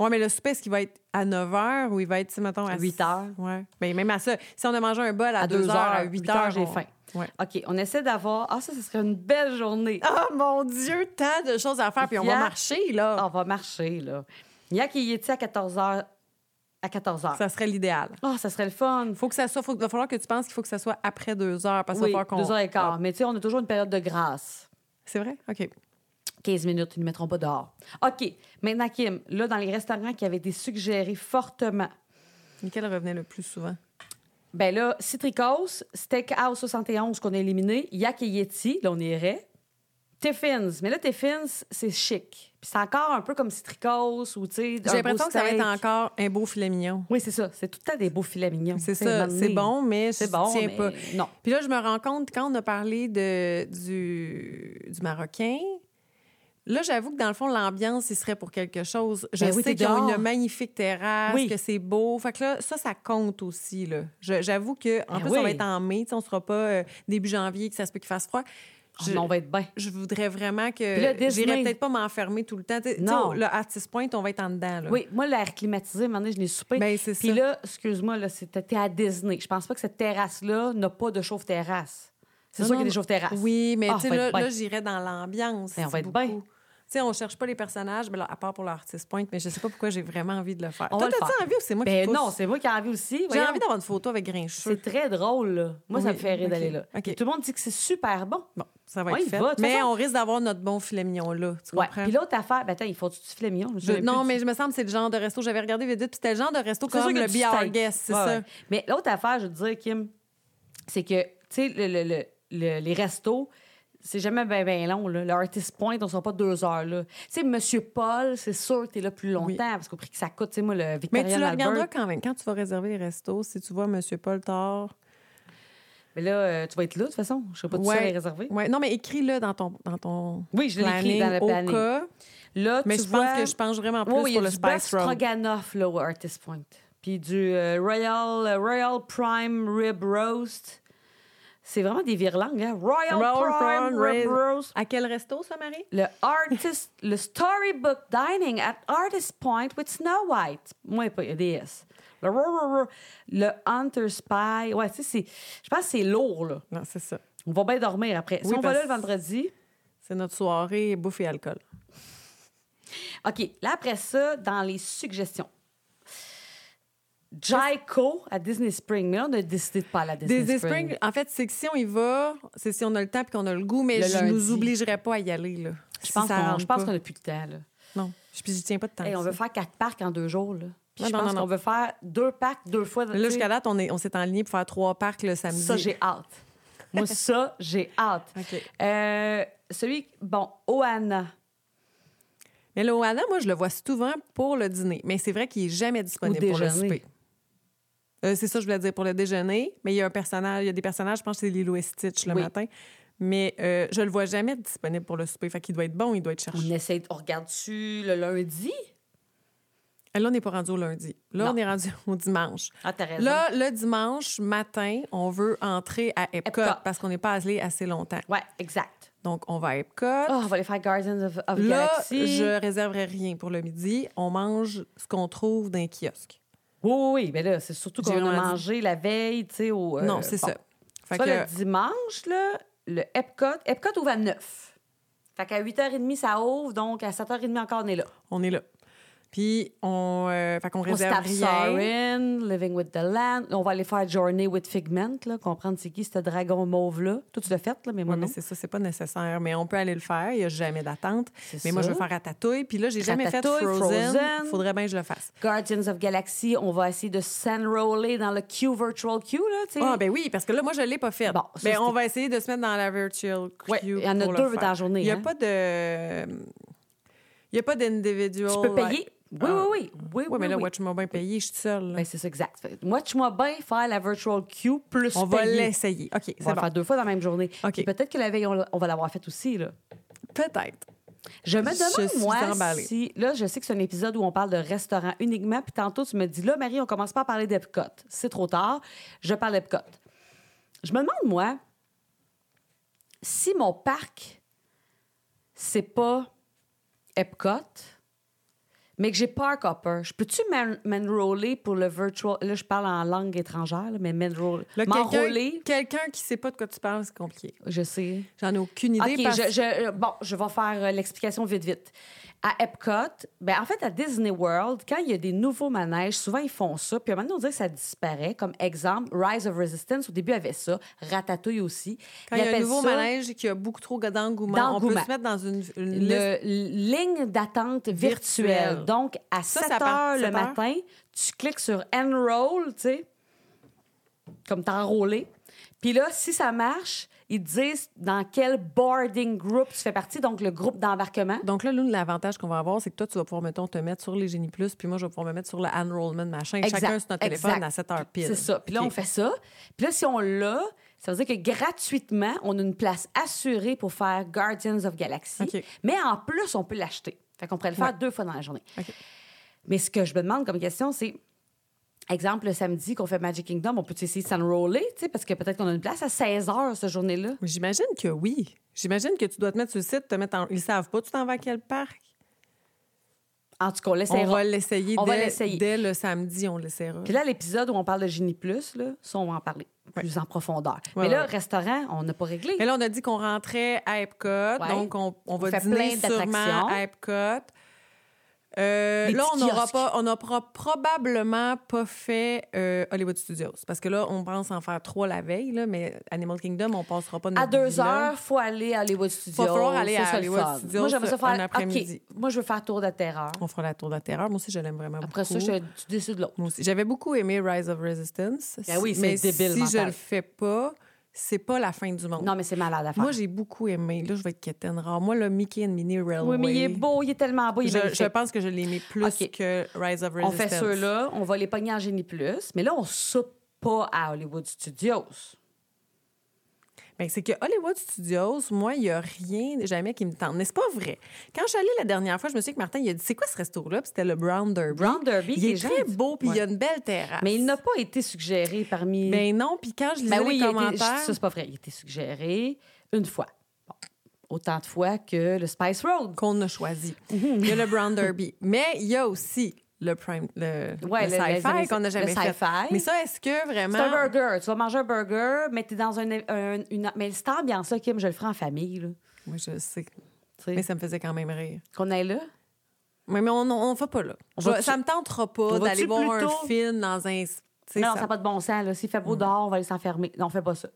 [SPEAKER 2] Ouais, mais le souper, est-ce qu'il va être à 9 h ou il va être, tu sais, mettons, à
[SPEAKER 1] 8 heures.
[SPEAKER 2] Ouais. Mais même à ça, si on a mangé un bol à,
[SPEAKER 1] À
[SPEAKER 2] 2
[SPEAKER 1] deux
[SPEAKER 2] h, à
[SPEAKER 1] heures,
[SPEAKER 2] 8
[SPEAKER 1] huit
[SPEAKER 2] h,
[SPEAKER 1] heures, j'ai faim.
[SPEAKER 2] Ouais.
[SPEAKER 1] OK, on essaie d'avoir... Ah, ça, ce serait une belle journée.
[SPEAKER 2] Oh mon Dieu, tant de choses à faire, puis on va
[SPEAKER 1] Fiat.
[SPEAKER 2] marcher, là.
[SPEAKER 1] On va marcher, là. Yakayeti à 14 heures. À 14 heures.
[SPEAKER 2] Ça serait l'idéal.
[SPEAKER 1] Ah, ça serait le fun.
[SPEAKER 2] Faut que ça soit, faut, va falloir que tu penses qu'il faut que ça soit après 2 heures, parce qu'il
[SPEAKER 1] Oui,
[SPEAKER 2] va falloir qu'on.
[SPEAKER 1] deux heures et quart. Mais tu sais, on a toujours une période de grâce.
[SPEAKER 2] C'est vrai? OK.
[SPEAKER 1] 15 minutes, ils ne mettront pas dehors. OK. Maintenant, Kim, là, dans les restaurants qui avaient été suggérés fortement,
[SPEAKER 2] Nickel revenait le plus souvent.
[SPEAKER 1] ben là, Citricos, Steakhouse 71 qu'on a éliminé, Yak et Yeti, là, on irait. Tiffins. Mais là, Tiffins, c'est chic. Puis c'est encore un peu comme Citricos ou, tu sais, un
[SPEAKER 2] J'ai
[SPEAKER 1] beau
[SPEAKER 2] l'impression que ça va
[SPEAKER 1] steak.
[SPEAKER 2] être encore un beau filet mignon.
[SPEAKER 1] Oui, c'est ça. C'est tout le temps des beaux filets mignons.
[SPEAKER 2] C'est
[SPEAKER 1] Tu sais, à un
[SPEAKER 2] ça,
[SPEAKER 1] moment
[SPEAKER 2] c'est
[SPEAKER 1] donné,
[SPEAKER 2] bon, mais
[SPEAKER 1] C'est
[SPEAKER 2] c'est
[SPEAKER 1] bon,
[SPEAKER 2] tiens
[SPEAKER 1] mais
[SPEAKER 2] pas.
[SPEAKER 1] non.
[SPEAKER 2] Puis là, je me rends compte, quand on a parlé de, du, du Marocain, là, j'avoue que dans le fond, l'ambiance, il serait pour quelque chose. Je
[SPEAKER 1] Ben oui,
[SPEAKER 2] sais
[SPEAKER 1] t'es
[SPEAKER 2] qu'ils ont
[SPEAKER 1] dehors.
[SPEAKER 2] une magnifique terrasse,
[SPEAKER 1] Oui.
[SPEAKER 2] que c'est beau. Fait que là, ça, ça compte aussi, là. Je- J'avoue que, en
[SPEAKER 1] Ben
[SPEAKER 2] plus, on va
[SPEAKER 1] oui.
[SPEAKER 2] être en mai, tu sais, on sera pas euh, début janvier, que ça se peut qu'il fasse froid.
[SPEAKER 1] Ah,
[SPEAKER 2] Je-
[SPEAKER 1] mais on va être bien.
[SPEAKER 2] je voudrais vraiment
[SPEAKER 1] Puis là,
[SPEAKER 2] que
[SPEAKER 1] Disney.
[SPEAKER 2] j'irais peut-être pas m'enfermer tout le temps. Tu sais,
[SPEAKER 1] Non.
[SPEAKER 2] tu sais, Là, à six Point, on va être en dedans. Là.
[SPEAKER 1] Oui, moi, l'air climatisé, à un moment donné, je l'ai soupé.
[SPEAKER 2] Ben, c'est
[SPEAKER 1] Puis
[SPEAKER 2] ça.
[SPEAKER 1] là, excuse-moi, là, c'était t'es à Disney. Je pense pas que cette terrasse-là n'a pas de chauffe-terrasse. C'est
[SPEAKER 2] Non,
[SPEAKER 1] sûr
[SPEAKER 2] non,
[SPEAKER 1] qu'il y a des chauffe-terrasses.
[SPEAKER 2] Oui, mais
[SPEAKER 1] Ah,
[SPEAKER 2] tu sais,
[SPEAKER 1] on va
[SPEAKER 2] là,
[SPEAKER 1] être bien.
[SPEAKER 2] là, j'irais dans l'ambiance.
[SPEAKER 1] Ben, on va
[SPEAKER 2] c'est
[SPEAKER 1] être bien.
[SPEAKER 2] beaucoup. Tu sais, on cherche pas les personnages, mais là, à part pour l'artiste point, mais je sais pas pourquoi j'ai vraiment envie de le faire.
[SPEAKER 1] On va
[SPEAKER 2] Toi,
[SPEAKER 1] le
[SPEAKER 2] t'as-tu
[SPEAKER 1] faire.
[SPEAKER 2] envie ou c'est moi
[SPEAKER 1] ben
[SPEAKER 2] qui pousse?
[SPEAKER 1] non, c'est moi qui ai envie aussi.
[SPEAKER 2] J'ai
[SPEAKER 1] voyons.
[SPEAKER 2] envie d'avoir une photo avec Grincheux.
[SPEAKER 1] C'est très drôle, là. Moi, ça
[SPEAKER 2] Oui,
[SPEAKER 1] me fait rire
[SPEAKER 2] ok,
[SPEAKER 1] d'aller là.
[SPEAKER 2] ok.
[SPEAKER 1] Puis Tout le monde dit que c'est super bon.
[SPEAKER 2] Bon, ça va
[SPEAKER 1] On y
[SPEAKER 2] être fait.
[SPEAKER 1] va, de toute
[SPEAKER 2] mais
[SPEAKER 1] façon.
[SPEAKER 2] on risque d'avoir notre bon filet mignon là, tu
[SPEAKER 1] Ouais.
[SPEAKER 2] comprends?
[SPEAKER 1] Puis l'autre affaire, ben attends, ils font du filet mignon. Je me
[SPEAKER 2] Je-
[SPEAKER 1] souviens
[SPEAKER 2] non,
[SPEAKER 1] plus
[SPEAKER 2] mais
[SPEAKER 1] du-
[SPEAKER 2] je me semble que c'est le genre de resto. J'avais regardé vite, vite, puis c'était le genre de resto
[SPEAKER 1] C'est sûr
[SPEAKER 2] comme
[SPEAKER 1] que
[SPEAKER 2] le
[SPEAKER 1] du
[SPEAKER 2] Be Our
[SPEAKER 1] steak.
[SPEAKER 2] Guest, c'est
[SPEAKER 1] Ouais,
[SPEAKER 2] ça?
[SPEAKER 1] ouais. Mais l'autre affaire, je veux te dire, Kim, c'est que, tu sais, le- le- le- le- les restos, c'est jamais bien ben long. Là. Le Artist Point, on ne sera pas deux heures. là. Tu sais, Monsieur Paul, c'est sûr que tu es là plus longtemps
[SPEAKER 2] Oui.
[SPEAKER 1] parce qu'au prix que ça coûte, tu sais, moi, le
[SPEAKER 2] Mais
[SPEAKER 1] Victorian
[SPEAKER 2] tu le
[SPEAKER 1] Albert,
[SPEAKER 2] regarderas quand même. Quand tu vas réserver les restos, si tu vois M. Paul Tard,
[SPEAKER 1] Mais là, euh, tu vas être là, de toute façon. Je ne sais pas, tu
[SPEAKER 2] Ouais.
[SPEAKER 1] sais les réserver.
[SPEAKER 2] Ouais. Non, mais écris-le dans ton, dans ton
[SPEAKER 1] Oui, je l'ai écrit
[SPEAKER 2] planning
[SPEAKER 1] dans le
[SPEAKER 2] au
[SPEAKER 1] planning.
[SPEAKER 2] cas.
[SPEAKER 1] Là,
[SPEAKER 2] Mais
[SPEAKER 1] tu
[SPEAKER 2] je
[SPEAKER 1] vois...
[SPEAKER 2] pense que je pense vraiment plus
[SPEAKER 1] Oui, oui, il y
[SPEAKER 2] pour
[SPEAKER 1] a
[SPEAKER 2] le
[SPEAKER 1] du bœuf
[SPEAKER 2] Spice Road.
[SPEAKER 1] stroganoff, là, au Artist Point. Puis du euh, Royal, euh, Royal Prime Rib Roast. C'est vraiment des virlangues, hein? Royal,
[SPEAKER 2] Royal
[SPEAKER 1] Prime,
[SPEAKER 2] Prime
[SPEAKER 1] Rib
[SPEAKER 2] Rib-
[SPEAKER 1] Roast.
[SPEAKER 2] À quel resto, ça, Marie?
[SPEAKER 1] Le artist, le storybook dining at Artist Point with Snow White. Moi, pas, il y a des S. Le, rou- rou- rou- le Hunter Spy. Ouais, tu sais, c'est- je pense que c'est lourd, là.
[SPEAKER 2] Non, c'est ça.
[SPEAKER 1] On va bien dormir après. Si
[SPEAKER 2] Oui,
[SPEAKER 1] on va là
[SPEAKER 2] parce-
[SPEAKER 1] le vendredi,
[SPEAKER 2] C'est notre soirée bouffe et alcool.
[SPEAKER 1] OK, là, après ça, dans les suggestions. Jaico à Disney Spring. Mais là, on a décidé de pas aller à Disney,
[SPEAKER 2] Disney
[SPEAKER 1] Spring.
[SPEAKER 2] Spring, en fait, c'est que si on y va, c'est si on a le temps et qu'on a le goût, mais
[SPEAKER 1] Le
[SPEAKER 2] je
[SPEAKER 1] lundi.
[SPEAKER 2] nous obligerai pas à y aller. Là,
[SPEAKER 1] Je pense qu'on- je pense qu'on n'a plus le temps. Là.
[SPEAKER 2] a... Non, je, puis j'y tiens pas de temps.
[SPEAKER 1] Hey, on
[SPEAKER 2] Ah, ça.
[SPEAKER 1] veut faire quatre parcs en deux jours. Là. Puis
[SPEAKER 2] Non,
[SPEAKER 1] je
[SPEAKER 2] non,
[SPEAKER 1] pense
[SPEAKER 2] non,
[SPEAKER 1] qu'on
[SPEAKER 2] non.
[SPEAKER 1] veut faire deux parcs deux fois.
[SPEAKER 2] Là, jusqu'à date, on est- on s'est enligné pour faire trois parcs le samedi.
[SPEAKER 1] Ça, j'ai hâte. Moi, ça, j'ai hâte.
[SPEAKER 2] OK.
[SPEAKER 1] Euh, celui, bon, Oana.
[SPEAKER 2] Mais le Oana, moi, je le vois souvent pour le dîner. Mais c'est vrai qu'il est jamais disponible pour le
[SPEAKER 1] déjeuner.
[SPEAKER 2] souper. Euh, c'est ça, je voulais dire pour le déjeuner. Mais il y a un personnage, il y a des personnages, je pense que c'est Lilo et Stitch le
[SPEAKER 1] Oui.
[SPEAKER 2] matin. Mais euh, je le vois jamais disponible pour le souper. Fait qu'il doit être bon, il doit être cherché.
[SPEAKER 1] On essaie, on regarde-tu le lundi?
[SPEAKER 2] Ah, Là, on n'est pas rendu au lundi. Là,
[SPEAKER 1] Non.
[SPEAKER 2] on est rendu au dimanche.
[SPEAKER 1] Ah, t'as raison.
[SPEAKER 2] Là, le dimanche matin, on veut entrer à Epcot,
[SPEAKER 1] Epcot.
[SPEAKER 2] parce qu'on n'est pas allé assez longtemps.
[SPEAKER 1] Ouais, exact.
[SPEAKER 2] Donc, on va à Epcot.
[SPEAKER 1] Ah, on va aller faire Gardens of, of
[SPEAKER 2] Là,
[SPEAKER 1] Galaxy.
[SPEAKER 2] je réserverai rien pour le midi. On mange ce qu'on trouve d'un kiosque.
[SPEAKER 1] Oui, oui, oui. Mais là, c'est surtout
[SPEAKER 2] J'ai
[SPEAKER 1] qu'on a
[SPEAKER 2] vraiment dit-
[SPEAKER 1] mangé la veille, tu sais, au. euh,
[SPEAKER 2] non, c'est
[SPEAKER 1] bon.
[SPEAKER 2] ça. Fait
[SPEAKER 1] Soit
[SPEAKER 2] que-
[SPEAKER 1] le dimanche, là, le Epcot. Epcot ouvre à 9. Fait qu'à 8h30, ça ouvre, donc à 7h30 encore, on est là.
[SPEAKER 2] On est là. Puis on, euh, fait qu'on
[SPEAKER 1] On se
[SPEAKER 2] réserve
[SPEAKER 1] tape
[SPEAKER 2] rien.
[SPEAKER 1] Sorin, Living with the Land. On va aller faire Journey with Figment, là, comprendre c'est qui ce dragon mauve-là. Toi, tu l'as fait, là, mais moi,
[SPEAKER 2] Ouais, mais
[SPEAKER 1] non.
[SPEAKER 2] c'est ça, c'est pas nécessaire. Mais on peut aller le faire. Il n'y a jamais d'attente. Mais
[SPEAKER 1] C'est
[SPEAKER 2] moi, je
[SPEAKER 1] ça.
[SPEAKER 2] veux faire Ratatouille. Puis là, j'ai jamais fait
[SPEAKER 1] Ratatouille,
[SPEAKER 2] Frozen.
[SPEAKER 1] Frozen.
[SPEAKER 2] Faudrait bien que je le fasse.
[SPEAKER 1] Guardians of Galaxy, on va essayer de s'enroller dans le Q Virtual Q, là, tu sais.
[SPEAKER 2] Ah, ben oui, parce que là, moi, je ne l'ai pas fait.
[SPEAKER 1] Bon, ça,
[SPEAKER 2] ben,
[SPEAKER 1] c'était-
[SPEAKER 2] on va essayer de se mettre dans la virtual queue.
[SPEAKER 1] Ouais, il y en a
[SPEAKER 2] pour le
[SPEAKER 1] deux
[SPEAKER 2] faire.
[SPEAKER 1] dans la journée,
[SPEAKER 2] Il n'y a
[SPEAKER 1] hein.
[SPEAKER 2] pas de. Il n'y a pas d'individual.
[SPEAKER 1] tu peux payer. Oui,
[SPEAKER 2] Ah.
[SPEAKER 1] oui, oui. Oui,
[SPEAKER 2] Oui, mais
[SPEAKER 1] oui,
[SPEAKER 2] là,
[SPEAKER 1] oui.
[SPEAKER 2] watch moi bien payer, je suis seule. là.
[SPEAKER 1] Ben, c'est ça, exact. Fait- Watch-moi bien faire la Virtual Q plus
[SPEAKER 2] on va
[SPEAKER 1] payer.
[SPEAKER 2] l'essayer. OK,
[SPEAKER 1] On va
[SPEAKER 2] c'est
[SPEAKER 1] le
[SPEAKER 2] bon.
[SPEAKER 1] faire deux fois dans la même journée.
[SPEAKER 2] OK.
[SPEAKER 1] Puis Peut-être que la veille, on, l'a- on va l'avoir faite aussi, là.
[SPEAKER 2] Peut-être.
[SPEAKER 1] Je me demande,
[SPEAKER 2] Je suis
[SPEAKER 1] moi,
[SPEAKER 2] emballée.
[SPEAKER 1] si. Là, je sais que c'est un épisode où on parle de restaurant uniquement, puis tantôt, tu me dis, là, Marie, on commence pas à parler d'Epcot. C'est trop tard. Je parle d'Epcot. Je me demande, moi, si mon parc, c'est pas Epcot, mais que j'ai Park Hopper, je peux-tu m'en- m'enroller pour le virtual. Là, je parle en langue étrangère, là, mais m'enroll-
[SPEAKER 2] Là,
[SPEAKER 1] m'enrôler.
[SPEAKER 2] quelqu'un, quelqu'un qui ne sait pas de quoi tu parles, c'est compliqué.
[SPEAKER 1] Je sais.
[SPEAKER 2] J'en ai aucune idée.
[SPEAKER 1] OK,
[SPEAKER 2] parce-
[SPEAKER 1] je, je- bon, je vais faire euh, l'explication vite, vite. À Epcot, ben en fait, à Disney World, quand il y a des nouveaux manèges, souvent ils font ça, puis à un moment donné, on dirait que ça disparaît. Comme exemple, Rise of Resistance, au début, avait ça. Ratatouille aussi.
[SPEAKER 2] Quand il y a un
[SPEAKER 1] appellent
[SPEAKER 2] nouveau
[SPEAKER 1] ça
[SPEAKER 2] manège qui a beaucoup trop d'engouement, on peut
[SPEAKER 1] D'engouement.
[SPEAKER 2] se mettre dans une, une liste.
[SPEAKER 1] le ligne d'attente virtuelle.
[SPEAKER 2] Virtuelle.
[SPEAKER 1] Donc, à
[SPEAKER 2] Ça,
[SPEAKER 1] 7
[SPEAKER 2] c'est à part-
[SPEAKER 1] heures le
[SPEAKER 2] 7 heures.
[SPEAKER 1] matin, tu cliques sur Enroll, tu sais, comme t'enrôler. Puis là, si ça marche, ils te disent dans quel boarding group tu fais partie, donc le groupe d'embarquement.
[SPEAKER 2] Donc là, l'un l'avantage qu'on va avoir, c'est que toi, tu vas pouvoir, mettons, te mettre sur les Génie Plus, puis moi, je vais pouvoir me mettre sur le Enrollment, machin.
[SPEAKER 1] Exact,
[SPEAKER 2] Chacun sur notre téléphone
[SPEAKER 1] exact.
[SPEAKER 2] à 7 h pile.
[SPEAKER 1] C'est ça. Puis là,
[SPEAKER 2] OK.
[SPEAKER 1] on fait ça. Puis là, si on l'a, ça veut dire que gratuitement, on a une place assurée pour faire Guardians of Galaxy.
[SPEAKER 2] OK.
[SPEAKER 1] Mais en plus, on peut l'acheter. Fait qu'on pourrait le faire
[SPEAKER 2] Ouais.
[SPEAKER 1] deux fois dans la journée.
[SPEAKER 2] OK.
[SPEAKER 1] Mais ce que je me demande comme question, c'est. Exemple, le samedi qu'on fait Magic Kingdom, on peut essayer de s'enroller, tu sais, parce que peut-être qu'on a une place à 16 heures ce journée-là.
[SPEAKER 2] Mais J'imagine que oui. J'imagine que tu dois te mettre sur le site, te mettre en... Ils savent pas, tu t'en vas à quel parc?
[SPEAKER 1] En tout cas, on laisse
[SPEAKER 2] On va l'essayer
[SPEAKER 1] On va
[SPEAKER 2] dès,
[SPEAKER 1] l'essayer.
[SPEAKER 2] dès le samedi, on l'essaiera.
[SPEAKER 1] Puis là, l'épisode où on parle de Genie Plus, là, ça, on va en parler plus en profondeur.
[SPEAKER 2] Ouais,
[SPEAKER 1] Mais là,
[SPEAKER 2] ouais.
[SPEAKER 1] restaurant, on n'a pas réglé.
[SPEAKER 2] Mais là, on a dit qu'on rentrait à Epcot, donc on, on
[SPEAKER 1] On
[SPEAKER 2] va
[SPEAKER 1] fait
[SPEAKER 2] dîner
[SPEAKER 1] plein d'attractions.
[SPEAKER 2] sûrement à Epcot. Euh,
[SPEAKER 1] Des
[SPEAKER 2] là, on
[SPEAKER 1] petits
[SPEAKER 2] n'aura
[SPEAKER 1] kiosques.
[SPEAKER 2] pas, on n'aura probablement pas fait euh, Hollywood Studios parce que là, on pense en faire trois la veille, là, mais Animal Kingdom, on passera pas notre
[SPEAKER 1] À deux
[SPEAKER 2] vie là.
[SPEAKER 1] heures, faut aller à Hollywood Studios.
[SPEAKER 2] falloir aller
[SPEAKER 1] Ça,
[SPEAKER 2] à
[SPEAKER 1] c'est le
[SPEAKER 2] Hollywood
[SPEAKER 1] fun.
[SPEAKER 2] Studios euh,
[SPEAKER 1] Moi, j'aimerais ça
[SPEAKER 2] un
[SPEAKER 1] faire.
[SPEAKER 2] après-midi. Oh,
[SPEAKER 1] OK, moi, je veux faire Tour de Terreur.
[SPEAKER 2] On fera la tour de la terreur. Moi aussi, je l'aime vraiment
[SPEAKER 1] Après
[SPEAKER 2] beaucoup.
[SPEAKER 1] ça, je tu décides de l'autre.
[SPEAKER 2] Moi aussi. J'avais beaucoup aimé Rise of Resistance.
[SPEAKER 1] Ben oui, c'est
[SPEAKER 2] mais
[SPEAKER 1] débile
[SPEAKER 2] si je
[SPEAKER 1] mental.
[SPEAKER 2] le fais pas, c'est pas la fin du monde.
[SPEAKER 1] Non, mais c'est malade à faire.
[SPEAKER 2] Moi, j'ai beaucoup aimé. Là, je vais être quétaine rare. Moi, le Mickey and Minnie Railway.
[SPEAKER 1] oui, mais il est beau, il est tellement beau, il est
[SPEAKER 2] Ah Je,
[SPEAKER 1] magnifique.
[SPEAKER 2] je pense que je l'ai aimé plus
[SPEAKER 1] ben, Ok.
[SPEAKER 2] que Rise of Resistance.
[SPEAKER 1] On fait ceux-là, on va les pogner en génie plus. Mais là, on soupe pas à Hollywood Studios.
[SPEAKER 2] Ben, c'est que Hollywood Studios, moi, il n'y a rien jamais qui me tente. N'est-ce pas vrai? Quand je suis allée la dernière fois, je me suis dit que Martin, il a dit C'est quoi ce resto-là? Puis c'était le Brown Derby.
[SPEAKER 1] Brown Derby,
[SPEAKER 2] Il
[SPEAKER 1] les
[SPEAKER 2] est
[SPEAKER 1] gens
[SPEAKER 2] très
[SPEAKER 1] disent-
[SPEAKER 2] beau, puis il y a
[SPEAKER 1] Ouais.
[SPEAKER 2] une belle terrasse.
[SPEAKER 1] Mais il n'a pas été suggéré parmi.
[SPEAKER 2] Ben non, puis quand je lisais
[SPEAKER 1] Ben oui,
[SPEAKER 2] les
[SPEAKER 1] il a été- ça,
[SPEAKER 2] commentaires.
[SPEAKER 1] c'est pas vrai. Il a été suggéré une fois. Bon. Autant de fois que le Spice Road.
[SPEAKER 2] qu'on a choisi.
[SPEAKER 1] Mhm.
[SPEAKER 2] Il y a le Brown Derby, mais il y a aussi le prime le,
[SPEAKER 1] Ouais,
[SPEAKER 2] le
[SPEAKER 1] le- le-
[SPEAKER 2] sci-fi
[SPEAKER 1] le-
[SPEAKER 2] qu'on n'a jamais
[SPEAKER 1] le
[SPEAKER 2] fait.
[SPEAKER 1] sci-fi.
[SPEAKER 2] Mais ça est-ce que
[SPEAKER 1] C'est un
[SPEAKER 2] vraiment
[SPEAKER 1] burger. Tu vas manger un burger, mais t'es dans un, un- une. Mais cette ambiance-là, Kim, je le ferai en famille. Là.
[SPEAKER 2] Moi je sais,
[SPEAKER 1] Tu sais,
[SPEAKER 2] mais ça me faisait quand même rire.
[SPEAKER 1] Qu'on est là.
[SPEAKER 2] Mais, mais on on va pas là.
[SPEAKER 1] On
[SPEAKER 2] Je-
[SPEAKER 1] va-tu-
[SPEAKER 2] ça me tentera
[SPEAKER 1] On
[SPEAKER 2] pas
[SPEAKER 1] va-tu
[SPEAKER 2] d'aller voir un
[SPEAKER 1] plutôt-
[SPEAKER 2] film dans un tu sais,
[SPEAKER 1] Non,
[SPEAKER 2] ça-
[SPEAKER 1] ça n'a pas de bon sens. là. S'il fait beau dehors, on va aller s'enfermer. Non, on fait pas ça.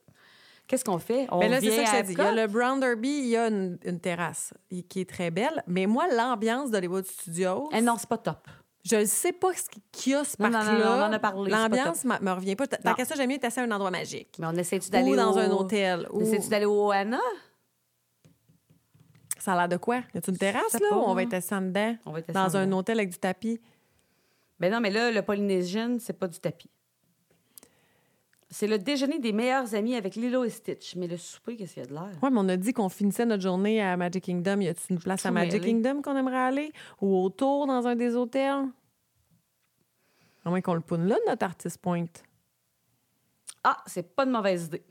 [SPEAKER 1] Qu'est-ce qu'on fait? On
[SPEAKER 2] Mais là, c'est
[SPEAKER 1] vient
[SPEAKER 2] ça que
[SPEAKER 1] à
[SPEAKER 2] je te dis. Il y a
[SPEAKER 1] Epcot?
[SPEAKER 2] le Brown Derby, il y a une, une terrasse et- qui est très belle. Mais moi, l'ambiance d'Hollywood Studios,
[SPEAKER 1] Eh non, c'est pas top.
[SPEAKER 2] je ne sais pas ce qu'il y a ce
[SPEAKER 1] Non, non,
[SPEAKER 2] parc-là.
[SPEAKER 1] non, non, on en a parlé, c'est pas
[SPEAKER 2] L'ambiance ne me revient pas. Tant
[SPEAKER 1] Non.
[SPEAKER 2] qu'à ça, j'aime mieux être assis à un endroit magique.
[SPEAKER 1] Mais on essaie-tu d'aller
[SPEAKER 2] Ou dans
[SPEAKER 1] au-
[SPEAKER 2] un hôtel.
[SPEAKER 1] On
[SPEAKER 2] ou-
[SPEAKER 1] essaie-tu d'aller au Oana?
[SPEAKER 2] Ça a l'air de quoi? Y a-tu une terrasse,
[SPEAKER 1] sais
[SPEAKER 2] là,
[SPEAKER 1] pas,
[SPEAKER 2] où on
[SPEAKER 1] moi.
[SPEAKER 2] va être assis en dedans?
[SPEAKER 1] On va être assis
[SPEAKER 2] dans
[SPEAKER 1] en
[SPEAKER 2] un
[SPEAKER 1] dedans.
[SPEAKER 2] hôtel avec du tapis?
[SPEAKER 1] Ben non, mais là, le Polynésien, c'est pas du tapis. C'est le déjeuner des meilleurs amis avec Lilo et Stitch. Mais le souper, qu'est-ce qu'il y a de l'air?
[SPEAKER 2] Ouais, mais on a dit qu'on finissait notre journée à Magic Kingdom. Y a-tu une place à
[SPEAKER 1] Tout
[SPEAKER 2] Magic
[SPEAKER 1] mêlé.
[SPEAKER 2] Kingdom qu'on aimerait aller? Ou autour, dans un des hôtels? À moins qu'on le poune là, notre artiste pointe.
[SPEAKER 1] Ah, c'est pas une mauvaise idée.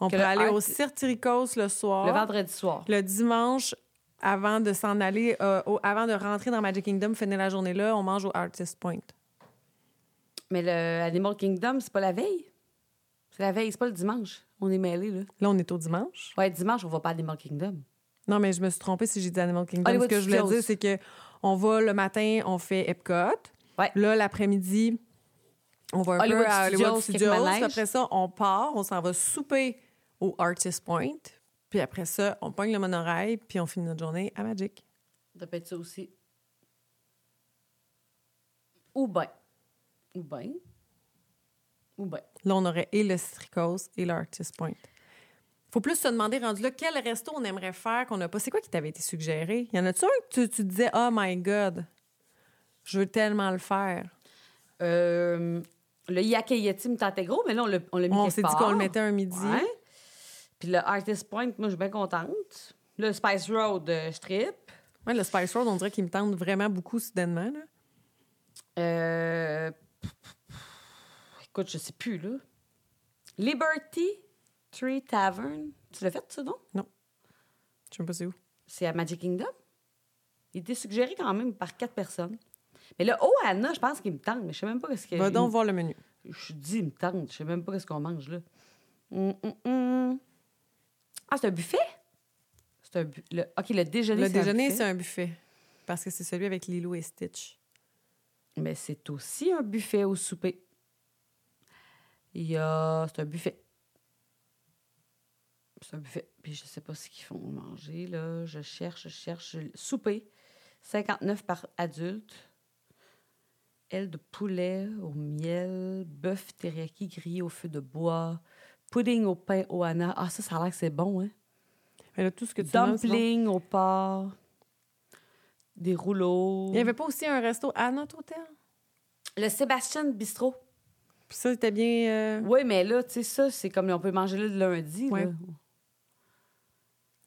[SPEAKER 2] On
[SPEAKER 1] Que
[SPEAKER 2] peut
[SPEAKER 1] le
[SPEAKER 2] aller
[SPEAKER 1] art-
[SPEAKER 2] au Cirque Tiricos le soir.
[SPEAKER 1] Le vendredi soir.
[SPEAKER 2] Le dimanche, avant de s'en aller, euh, au- avant de rentrer dans Magic Kingdom, finir la journée là, on mange au Artist Point.
[SPEAKER 1] Mais le Animal Kingdom, c'est pas la veille. C'est la veille, c'est pas le dimanche. On est mêlés, là.
[SPEAKER 2] Là, on est au dimanche.
[SPEAKER 1] Ouais, dimanche, on va pas à Animal Kingdom.
[SPEAKER 2] Non, mais je me suis trompée si j'ai dit Animal Kingdom.
[SPEAKER 1] Hollywood
[SPEAKER 2] Ce que je voulais
[SPEAKER 1] Studios.
[SPEAKER 2] dire, c'est que On va le matin, on fait Epcot.
[SPEAKER 1] Ouais.
[SPEAKER 2] Là, l'après-midi, on va un
[SPEAKER 1] Hollywood
[SPEAKER 2] peu à Hollywood
[SPEAKER 1] Studios, quelques
[SPEAKER 2] Studios.
[SPEAKER 1] manèges.
[SPEAKER 2] Après ça, on part, on s'en va souper au Artist Point. Puis après ça, on pogne le monorail, puis on finit notre journée à Magic.
[SPEAKER 1] Ça peut être ça aussi. Ou ben. Ou ben. Ou ben.
[SPEAKER 2] Là, on aurait et le Stricos et l'Artist Point. Faut plus se demander, rendu là, quel resto on aimerait faire qu'on n'a pas. C'est quoi qui t'avait été suggéré? Y en a-tu un que tu, tu te disais, oh my God, je veux tellement le faire?
[SPEAKER 1] Euh, le Yaka Yeti me tentait gros, mais là, on l'a on l'a mis
[SPEAKER 2] On
[SPEAKER 1] quelque
[SPEAKER 2] s'est dit
[SPEAKER 1] part.
[SPEAKER 2] qu'on le mettait un midi.
[SPEAKER 1] Ouais. Puis le Artist Point, moi, je suis bien contente. Le Spice Road, euh, je trippe.
[SPEAKER 2] Ouais, le Spice Road, on dirait qu'il me tente vraiment beaucoup soudainement. là.
[SPEAKER 1] Euh, pff, pff, pff, Écoute, je sais plus, là. Liberty Tree Tavern. Tu l'as fait, ça, non?
[SPEAKER 2] Je sais même pas c'est où.
[SPEAKER 1] C'est à Magic Kingdom. Il était suggéré quand même par quatre personnes. Mais là, oh, Anna, je pense qu'il me tente, mais je sais même pas ce qu'il
[SPEAKER 2] Va donc voir le menu.
[SPEAKER 1] Je suis dit, il me tente. Je sais même pas ce qu'on mange, là. Hum, hum, hum. Ah, c'est un buffet? C'est un bu- le- OK, le déjeuner,
[SPEAKER 2] Le
[SPEAKER 1] c'est un
[SPEAKER 2] déjeuner,
[SPEAKER 1] buffet.
[SPEAKER 2] c'est un buffet. Parce que c'est celui avec Lilo et Stitch.
[SPEAKER 1] Mais c'est aussi un buffet au souper. Il y a... C'est un buffet. C'est un buffet. Puis je sais pas ce qu'ils font manger, là. Je cherche, je cherche. Souper. 59 par adulte. Aile de poulet au miel. Bœuf teriyaki grillé au feu de bois. Pudding au pain au hana. Ah, ça, ça a l'air que c'est bon, hein?
[SPEAKER 2] Mais là, tout ce que tu nommes, c'est bon.
[SPEAKER 1] Dumpling au porc. Des rouleaux.
[SPEAKER 2] Il n'y avait pas aussi un resto à notre hôtel?
[SPEAKER 1] Le Sébastien Bistrot.
[SPEAKER 2] Puis ça, c'était bien. euh,
[SPEAKER 1] Oui, mais là, tu sais, ça, c'est comme on peut manger là le lundi.
[SPEAKER 2] Ouais.
[SPEAKER 1] Là.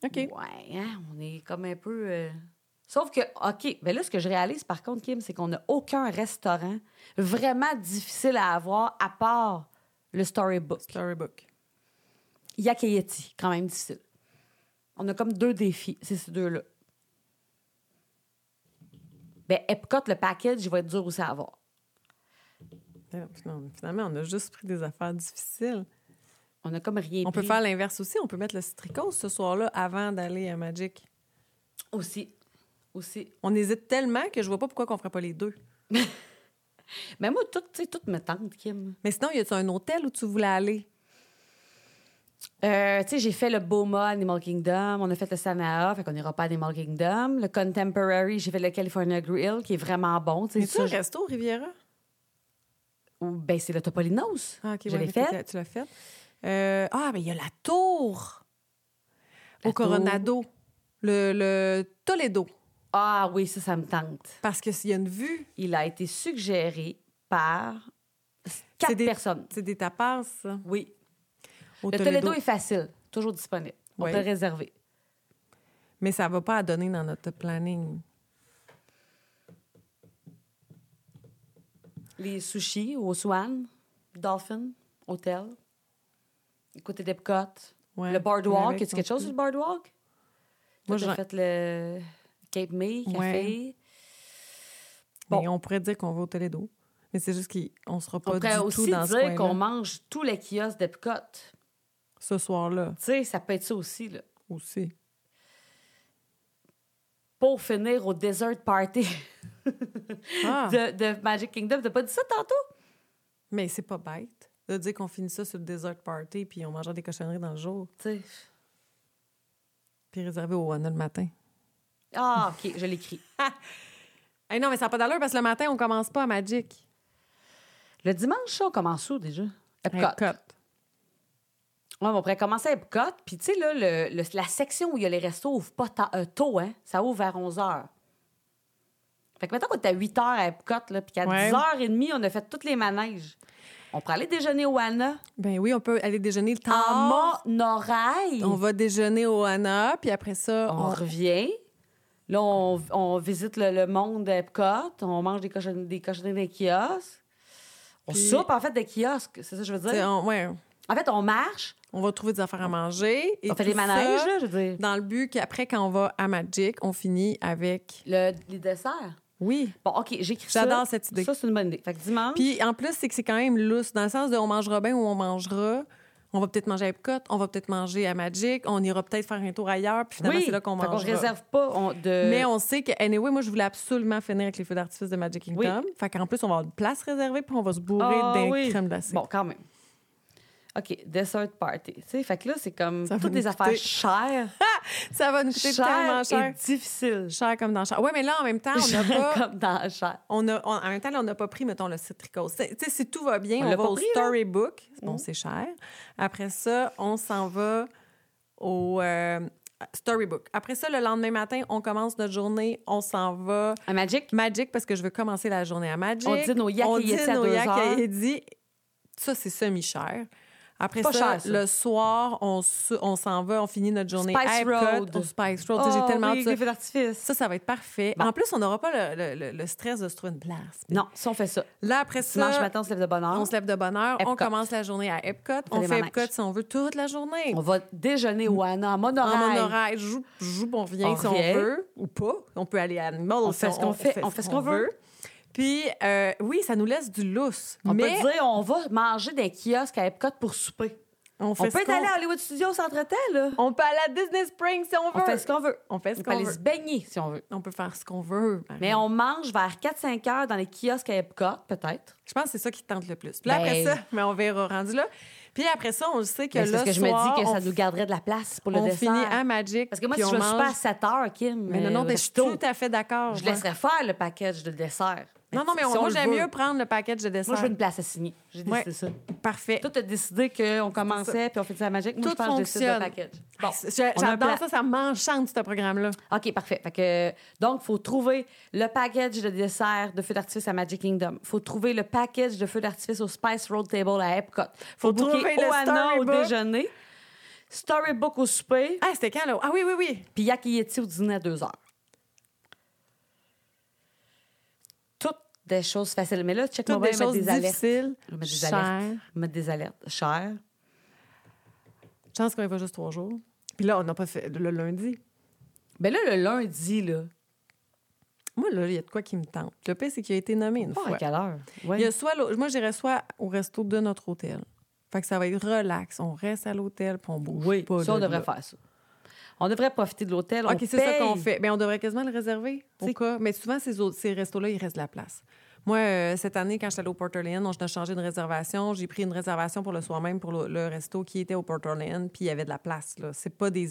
[SPEAKER 2] OK.
[SPEAKER 1] Ouais, hein, on est comme un peu. euh, Sauf que, OK, mais là, ce que je réalise, par contre, Kim, c'est qu'on n'a aucun restaurant vraiment difficile à avoir à part le Storybook.
[SPEAKER 2] Storybook.
[SPEAKER 1] Yak et Yeti, quand même difficile. On a comme deux défis, c'est ces deux-là. Ben, Epcot, le package, il va être dur aussi à avoir.
[SPEAKER 2] Ah, non, Finalement, on a juste pris des affaires difficiles.
[SPEAKER 1] On a comme rien
[SPEAKER 2] On peut
[SPEAKER 1] pris
[SPEAKER 2] faire l'inverse aussi. On peut mettre le Stricos ce soir-là avant d'aller à Magic.
[SPEAKER 1] aussi. Aussi.
[SPEAKER 2] On hésite tellement que je vois pas pourquoi on ferait pas les deux.
[SPEAKER 1] Mais Ben, moi, tout, tu sais, tout me tente, Kim.
[SPEAKER 2] Mais sinon, y a-tu un hôtel où tu voulais aller?
[SPEAKER 1] Euh, tu sais, j'ai fait le Boma Animal Kingdom, on a fait le Sanaa, fait qu'on n'ira pas à Animal Kingdom. Le Contemporary, j'ai fait le California Grill, qui est vraiment bon. tu
[SPEAKER 2] Y
[SPEAKER 1] sais,
[SPEAKER 2] a-tu un
[SPEAKER 1] ça, je-
[SPEAKER 2] resto au Riviera?
[SPEAKER 1] Ou, ben, c'est le Topolinos.
[SPEAKER 2] Ah, ok,
[SPEAKER 1] je
[SPEAKER 2] ouais,
[SPEAKER 1] l'ai
[SPEAKER 2] mais
[SPEAKER 1] fait.
[SPEAKER 2] t'as- Tu l'as fait. Euh, ah, mais il y a la tour
[SPEAKER 1] La
[SPEAKER 2] au Coronado. Le, le Toledo.
[SPEAKER 1] Ah oui, ça, ça me tente.
[SPEAKER 2] Parce que s'il y a une vue,
[SPEAKER 1] Il a été suggéré par quatre
[SPEAKER 2] des-
[SPEAKER 1] personnes.
[SPEAKER 2] c'est des tapas, ça.
[SPEAKER 1] Oui.
[SPEAKER 2] Au
[SPEAKER 1] le Toledo. est facile, toujours disponible. On
[SPEAKER 2] Ouais.
[SPEAKER 1] peut réserver.
[SPEAKER 2] Mais ça va pas à donner dans notre planning.
[SPEAKER 1] Les sushis au Swan, Dolphin, Hôtel, côté d'Epcot.
[SPEAKER 2] Ouais,
[SPEAKER 1] le
[SPEAKER 2] on
[SPEAKER 1] Boardwalk,
[SPEAKER 2] avait
[SPEAKER 1] y a-tu quelque chose sur le Boardwalk?
[SPEAKER 2] Moi,
[SPEAKER 1] Moi,
[SPEAKER 2] j'en-
[SPEAKER 1] j'ai fait le Cape May, Café.
[SPEAKER 2] Ouais.
[SPEAKER 1] Bon.
[SPEAKER 2] Mais on pourrait dire qu'on va au Toledo. Mais c'est juste qu'on sera
[SPEAKER 1] On
[SPEAKER 2] pas
[SPEAKER 1] pourrait
[SPEAKER 2] du tout
[SPEAKER 1] aussi
[SPEAKER 2] dans ce
[SPEAKER 1] dire qu'on
[SPEAKER 2] coin-là
[SPEAKER 1] mange tous les kiosques d'Epcot. Tu
[SPEAKER 2] ce soir-là
[SPEAKER 1] sais, ça peut être ça aussi, là.
[SPEAKER 2] aussi.
[SPEAKER 1] Pour finir au Desert Party
[SPEAKER 2] Ah,
[SPEAKER 1] de, de Magic Kingdom. T'as pas dit ça tantôt?
[SPEAKER 2] mais c'est pas bête de dire qu'on finit ça sur le dessert party puis on mangera des cochonneries dans le jour
[SPEAKER 1] Tu sais.
[SPEAKER 2] puis réservé au Wana le matin.
[SPEAKER 1] Ah, OK, je l'écris.
[SPEAKER 2] Hey non, mais ça n'a pas d'allure parce que le matin, on commence pas à Magic.
[SPEAKER 1] Le dimanche, ça, on commence où déjà?
[SPEAKER 2] Euh,
[SPEAKER 1] Epcot.
[SPEAKER 2] Epcot.
[SPEAKER 1] Ouais, on pourrait commencer à Epcot. Puis, tu sais, là, le- le- la section où il y a les restos ouvre pas ta- euh, tôt, hein? Ça ouvre vers 11 h. Fait que maintenant qu'on est à 8 h à Epcot, là, puis qu'à
[SPEAKER 2] Ouais.
[SPEAKER 1] 10h30, on a fait tous les manèges. On pourrait aller déjeuner au Anna.
[SPEAKER 2] Ben oui, on peut aller déjeuner
[SPEAKER 1] En
[SPEAKER 2] tard.
[SPEAKER 1] Monorail.
[SPEAKER 2] On va déjeuner au Hana, puis après ça,
[SPEAKER 1] On
[SPEAKER 2] on...
[SPEAKER 1] revient. Là, on, on visite le, le monde d'Epcot. On mange des cochonneries des, cochonneries dans les kiosques. On
[SPEAKER 2] Puis-
[SPEAKER 1] soupe, en fait, des kiosques. C'est ça que je veux
[SPEAKER 2] t'sais,
[SPEAKER 1] dire.
[SPEAKER 2] on, ouais,
[SPEAKER 1] En fait, on marche.
[SPEAKER 2] on va trouver des affaires à manger. Et
[SPEAKER 1] on fait
[SPEAKER 2] tout
[SPEAKER 1] des manèges,
[SPEAKER 2] ça
[SPEAKER 1] là, je veux dire.
[SPEAKER 2] Dans le but qu'après, quand on va à Magic, on finit avec...
[SPEAKER 1] Le- les desserts.
[SPEAKER 2] Oui.
[SPEAKER 1] Bon, OK, j'écris ça.
[SPEAKER 2] J'adore cette idée.
[SPEAKER 1] Ça, c'est une bonne idée. Fait que dimanche,
[SPEAKER 2] Puis en plus, c'est que c'est quand même lousse, dans le sens de on mangera bien ou on mangera. On va peut-être manger à Epcot, on va peut-être manger à Magic, on ira peut-être faire un tour ailleurs, puis finalement,
[SPEAKER 1] oui,
[SPEAKER 2] c'est là qu'on
[SPEAKER 1] fait
[SPEAKER 2] mange.
[SPEAKER 1] qu'on réserve pas on- de...
[SPEAKER 2] Mais on sait que, anyway, moi, je voulais absolument finir avec les feux d'artifice de Magic Kingdom. Fait qu'en plus, on va avoir une place réservée, puis on va se bourrer
[SPEAKER 1] Ah,
[SPEAKER 2] d'un
[SPEAKER 1] oui.
[SPEAKER 2] crème glacée.
[SPEAKER 1] Bon, quand même. OK, dessert party. Tu sais, fait que là, c'est comme
[SPEAKER 2] Ça va
[SPEAKER 1] toutes des
[SPEAKER 2] nous
[SPEAKER 1] affaires
[SPEAKER 2] coûter
[SPEAKER 1] chères.
[SPEAKER 2] Ça va nous coûter tellement
[SPEAKER 1] Chères
[SPEAKER 2] cher.
[SPEAKER 1] et difficiles.
[SPEAKER 2] Cher comme dans cher. Ouais, mais là, en même temps, on n'a pas.
[SPEAKER 1] comme dans cher.
[SPEAKER 2] On a, on- en même temps, là, on n'a pas pris, mettons, le citricose. C'est- Tu sais, si tout va bien,
[SPEAKER 1] On
[SPEAKER 2] on,
[SPEAKER 1] l'a
[SPEAKER 2] va
[SPEAKER 1] pas
[SPEAKER 2] au
[SPEAKER 1] pris, là. Mm-hmm.
[SPEAKER 2] Storybook. Bon, c'est cher. Après ça, on s'en va au euh, Storybook. Après ça, le lendemain matin, on commence notre journée. On s'en va
[SPEAKER 1] À Magic,
[SPEAKER 2] Magic parce que je veux commencer la journée à Magic.
[SPEAKER 1] On dîne au Yak
[SPEAKER 2] On
[SPEAKER 1] et Yeti
[SPEAKER 2] dîne
[SPEAKER 1] à
[SPEAKER 2] au
[SPEAKER 1] deux
[SPEAKER 2] Yak
[SPEAKER 1] heures.
[SPEAKER 2] et Yeti. Ça, c'est semi-cher. Après
[SPEAKER 1] C'est
[SPEAKER 2] ça,
[SPEAKER 1] pas cher, ça.
[SPEAKER 2] le soir, on se- on s'en va, on finit notre journée
[SPEAKER 1] Spice
[SPEAKER 2] à Epcot,
[SPEAKER 1] Road.
[SPEAKER 2] au Spice Road. Tu sais,
[SPEAKER 1] Oh,
[SPEAKER 2] J'ai tellement
[SPEAKER 1] oui,
[SPEAKER 2] hâte de ça.
[SPEAKER 1] les feux d'artifice.
[SPEAKER 2] Ça, ça va être parfait.
[SPEAKER 1] Bon.
[SPEAKER 2] En plus, on n'aura pas le, le- le- le stress de se trouver une place.
[SPEAKER 1] Non, si on fait ça.
[SPEAKER 2] Là, après
[SPEAKER 1] Dimanche
[SPEAKER 2] ça,
[SPEAKER 1] matin, on se lève de bonne heure.
[SPEAKER 2] on se lève de bonne heure.
[SPEAKER 1] Epcot.
[SPEAKER 2] On commence la journée à Epcot. On
[SPEAKER 1] des
[SPEAKER 2] fait
[SPEAKER 1] manèges.
[SPEAKER 2] Epcot si on veut toute la journée.
[SPEAKER 1] On va déjeuner au Anna à
[SPEAKER 2] Mm. En
[SPEAKER 1] Monorail.
[SPEAKER 2] monorail, joue, joue, on revient
[SPEAKER 1] On
[SPEAKER 2] si
[SPEAKER 1] revient.
[SPEAKER 2] on veut ou pas. On peut aller à Animal.
[SPEAKER 1] On fait ce qu'on fait, on fait ce qu'on veut.
[SPEAKER 2] Puis, euh, oui, ça nous laisse du lousse.
[SPEAKER 1] On
[SPEAKER 2] mais
[SPEAKER 1] peut dire on va manger des kiosques à Epcot pour souper.
[SPEAKER 2] on
[SPEAKER 1] On
[SPEAKER 2] fait ce
[SPEAKER 1] peut être
[SPEAKER 2] qu'on-
[SPEAKER 1] allé à Hollywood Studios s'entretait, là.
[SPEAKER 2] On peut aller à Disney Springs si on
[SPEAKER 1] On
[SPEAKER 2] veut.
[SPEAKER 1] fait ce qu'on veut.
[SPEAKER 2] On fait ce
[SPEAKER 1] On peut
[SPEAKER 2] qu'on
[SPEAKER 1] aller
[SPEAKER 2] veut.
[SPEAKER 1] se baigner si on veut.
[SPEAKER 2] On peut faire ce qu'on veut. Marie.
[SPEAKER 1] Mais on mange vers 4-5 heures dans les kiosques à Epcot, peut-être.
[SPEAKER 2] Je pense que c'est ça qui te tente le plus. Puis là,
[SPEAKER 1] Ben-
[SPEAKER 2] après ça, mais on verra rendu là. Puis après ça, on le sait que
[SPEAKER 1] Mais
[SPEAKER 2] là,
[SPEAKER 1] C'est parce que je me
[SPEAKER 2] soir,
[SPEAKER 1] dis que
[SPEAKER 2] on
[SPEAKER 1] ça nous garderait de la place pour le
[SPEAKER 2] on
[SPEAKER 1] dessert.
[SPEAKER 2] finit à Magic.
[SPEAKER 1] Parce que moi,
[SPEAKER 2] puis
[SPEAKER 1] si je
[SPEAKER 2] on
[SPEAKER 1] me suis pas à
[SPEAKER 2] mange-
[SPEAKER 1] 7 heures, Kim,
[SPEAKER 2] Mais non,
[SPEAKER 1] euh,
[SPEAKER 2] non, mais je suis
[SPEAKER 1] resto,
[SPEAKER 2] tout à fait d'accord.
[SPEAKER 1] je
[SPEAKER 2] moi.
[SPEAKER 1] laisserais faire le package de dessert.
[SPEAKER 2] Non, non, mais
[SPEAKER 1] Si
[SPEAKER 2] on-
[SPEAKER 1] on
[SPEAKER 2] moi,
[SPEAKER 1] le
[SPEAKER 2] j'aime
[SPEAKER 1] veut.
[SPEAKER 2] mieux prendre le paquet de dessert.
[SPEAKER 1] Moi, je veux une place assignée. J'ai décidé
[SPEAKER 2] Ouais.
[SPEAKER 1] ça.
[SPEAKER 2] Parfait.
[SPEAKER 1] Toi, t'as décidé qu'on commençait puis on faisait la magique. Moi,
[SPEAKER 2] Tout
[SPEAKER 1] je pense que je décide le
[SPEAKER 2] fonctionne.
[SPEAKER 1] package.
[SPEAKER 2] Bon,
[SPEAKER 1] Bon,
[SPEAKER 2] je-
[SPEAKER 1] on a un plan.
[SPEAKER 2] j'adore ça, ça m'enchante, ce programme-là.
[SPEAKER 1] OK, parfait. Fait que, donc, faut trouver le package de dessert de feu d'artifice à Magic Kingdom. faut trouver le package de feu d'artifice au Spice Road Table à Epcot. faut
[SPEAKER 2] Faut
[SPEAKER 1] booker
[SPEAKER 2] trouver le
[SPEAKER 1] Oana au
[SPEAKER 2] storybook.
[SPEAKER 1] déjeuner, Storybook au souper,
[SPEAKER 2] Ah, c'était quand, là? Ah oui, oui, oui.
[SPEAKER 1] puis Yaki Yeti au dîner à 2 heures. Toutes des choses faciles. Mais là, check
[SPEAKER 2] Toutes
[SPEAKER 1] moi
[SPEAKER 2] des
[SPEAKER 1] bien, mettre
[SPEAKER 2] choses
[SPEAKER 1] des alertes.
[SPEAKER 2] difficiles,
[SPEAKER 1] Je vais mettre des
[SPEAKER 2] chères.
[SPEAKER 1] alertes. Je vais mettre des alertes. Cher.
[SPEAKER 2] Je pense qu'on y va juste trois jours. Puis là, on n'a pas fait le lundi.
[SPEAKER 1] Ben là, le lundi, là.
[SPEAKER 2] Moi, là, il y a de quoi qui me tente. Le pire, c'est qu'il a été nommé une
[SPEAKER 1] Pas
[SPEAKER 2] fois.
[SPEAKER 1] à quelle heure? Ouais.
[SPEAKER 2] Il y a soit l'au- moi, j'irais soit au resto de notre hôtel. Fait que ça va être relax. On reste à l'hôtel, puis on bouge
[SPEAKER 1] Oui,
[SPEAKER 2] pas
[SPEAKER 1] ça, on
[SPEAKER 2] de
[SPEAKER 1] devrait
[SPEAKER 2] là.
[SPEAKER 1] faire ça. On devrait profiter de l'hôtel.
[SPEAKER 2] OK,
[SPEAKER 1] on
[SPEAKER 2] c'est ça
[SPEAKER 1] paye.
[SPEAKER 2] qu'on fait. Mais on devrait quasiment le réserver, au
[SPEAKER 1] C'est-
[SPEAKER 2] cas. Mais souvent, ces, autres- ces restos-là, il reste de la place. Moi, euh, cette année, quand j'étais allée au Porterland, on a changé de réservation. J'ai pris une réservation pour le soir même pour le, le resto qui était au Porterland, puis il y avait de la place. Là. C'est pas des...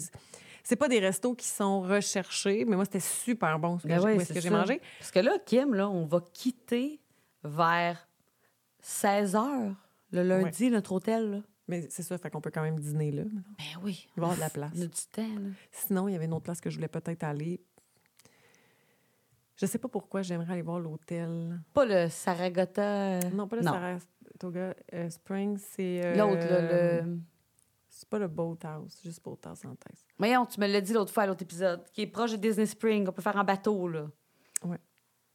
[SPEAKER 2] C'est pas des restos qui sont recherchés, mais moi, c'était super bon ce que,
[SPEAKER 1] Ben
[SPEAKER 2] j'ai-
[SPEAKER 1] ouais,
[SPEAKER 2] où est-ce
[SPEAKER 1] c'est
[SPEAKER 2] que j'ai
[SPEAKER 1] ça.
[SPEAKER 2] mangé.
[SPEAKER 1] Parce que là, Kim, là, on va quitter vers 16 h le lundi, notre hôtel. Là.
[SPEAKER 2] Mais c'est ça, fait qu'on peut quand même dîner là.
[SPEAKER 1] Ben oui.
[SPEAKER 2] Il va y avoir de la place.
[SPEAKER 1] On a du temps. là.
[SPEAKER 2] Sinon, il y avait une autre place que je voulais peut-être aller. Je sais pas pourquoi, j'aimerais aller voir l'hôtel.
[SPEAKER 1] Pas le Saragota. euh,
[SPEAKER 2] Non, pas le Saratoga euh, Springs, c'est... euh,
[SPEAKER 1] L'autre, là, le.
[SPEAKER 2] C'est pas le Boathouse, juste Boathouse en tête.
[SPEAKER 1] Voyons, tu me l'as dit l'autre fois à l'autre épisode, qui est proche de Disney Spring. On peut faire en bateau, là.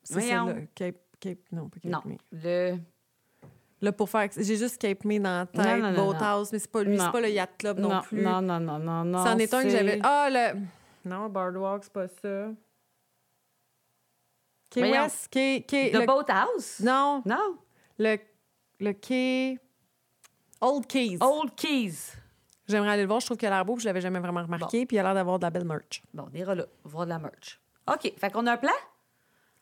[SPEAKER 2] C'est
[SPEAKER 1] Voyons.
[SPEAKER 2] celle-là, Cape, Cape... Non, pas Cape
[SPEAKER 1] Non.
[SPEAKER 2] May.
[SPEAKER 1] Le.
[SPEAKER 2] Là, pour faire... J'ai juste Cape May dans la
[SPEAKER 1] Non,
[SPEAKER 2] tête,
[SPEAKER 1] non, non, non.
[SPEAKER 2] Boathouse, mais c'est pas lui,
[SPEAKER 1] Non.
[SPEAKER 2] c'est pas le Yacht Club non,
[SPEAKER 1] non,
[SPEAKER 2] plus.
[SPEAKER 1] non, non, non, non, non.
[SPEAKER 2] C'en est un que
[SPEAKER 1] c'est-
[SPEAKER 2] j'avais... Ah, le... Non, Boardwalk, c'est pas ça. Key
[SPEAKER 1] Voyons.
[SPEAKER 2] West, Key... Key-
[SPEAKER 1] Le
[SPEAKER 2] le-
[SPEAKER 1] Boathouse?
[SPEAKER 2] Non,
[SPEAKER 1] Non.
[SPEAKER 2] le... Le Key... Old Keys.
[SPEAKER 1] Old Keys.
[SPEAKER 2] J'aimerais aller le voir, je trouve qu'il a l'air beau, puis je l'avais jamais vraiment remarqué, puis il a l'air d'avoir de la belle merch.
[SPEAKER 1] Bon, on ira là, voir de la merch. OK, fait qu'on a un plan.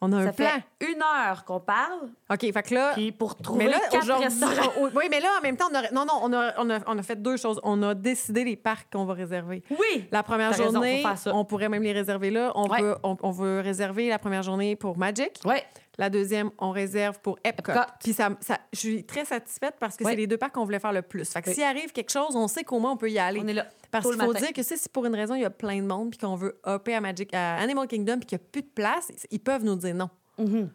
[SPEAKER 2] On a
[SPEAKER 1] ça
[SPEAKER 2] un plan.
[SPEAKER 1] fait une heure qu'on parle,
[SPEAKER 2] OK, fait que là...
[SPEAKER 1] puis pour trouver
[SPEAKER 2] Mais là,
[SPEAKER 1] quatre
[SPEAKER 2] aujourd'hui,
[SPEAKER 1] restaurants...
[SPEAKER 2] on- oui, mais là, en même temps, on a, non, non, on a, on, a, on a fait deux choses. On a décidé les parcs qu'on va réserver.
[SPEAKER 1] Oui!
[SPEAKER 2] La première
[SPEAKER 1] T'as raison,
[SPEAKER 2] journée,
[SPEAKER 1] faut faire ça.
[SPEAKER 2] on pourrait même les réserver là. On,
[SPEAKER 1] Ouais.
[SPEAKER 2] veut, on, on veut réserver la première journée pour Magic.
[SPEAKER 1] Ouais.
[SPEAKER 2] La deuxième, on réserve pour Epcot.
[SPEAKER 1] Epcot.
[SPEAKER 2] Puis ça, ça- je suis très satisfaite parce que
[SPEAKER 1] Ouais.
[SPEAKER 2] c'est les deux parcs qu'on voulait faire le plus. Fait que
[SPEAKER 1] Oui.
[SPEAKER 2] s'il arrive quelque chose, on sait qu'au moins on peut y aller.
[SPEAKER 1] On est là,
[SPEAKER 2] Parce
[SPEAKER 1] tôt le
[SPEAKER 2] qu'il faut
[SPEAKER 1] matin.
[SPEAKER 2] dire que si si pour une raison il y a plein de monde puis qu'on veut hopper à Magic, à Animal Kingdom puis qu'il n'y a plus de place, ils peuvent nous dire non.
[SPEAKER 1] Mm-hmm.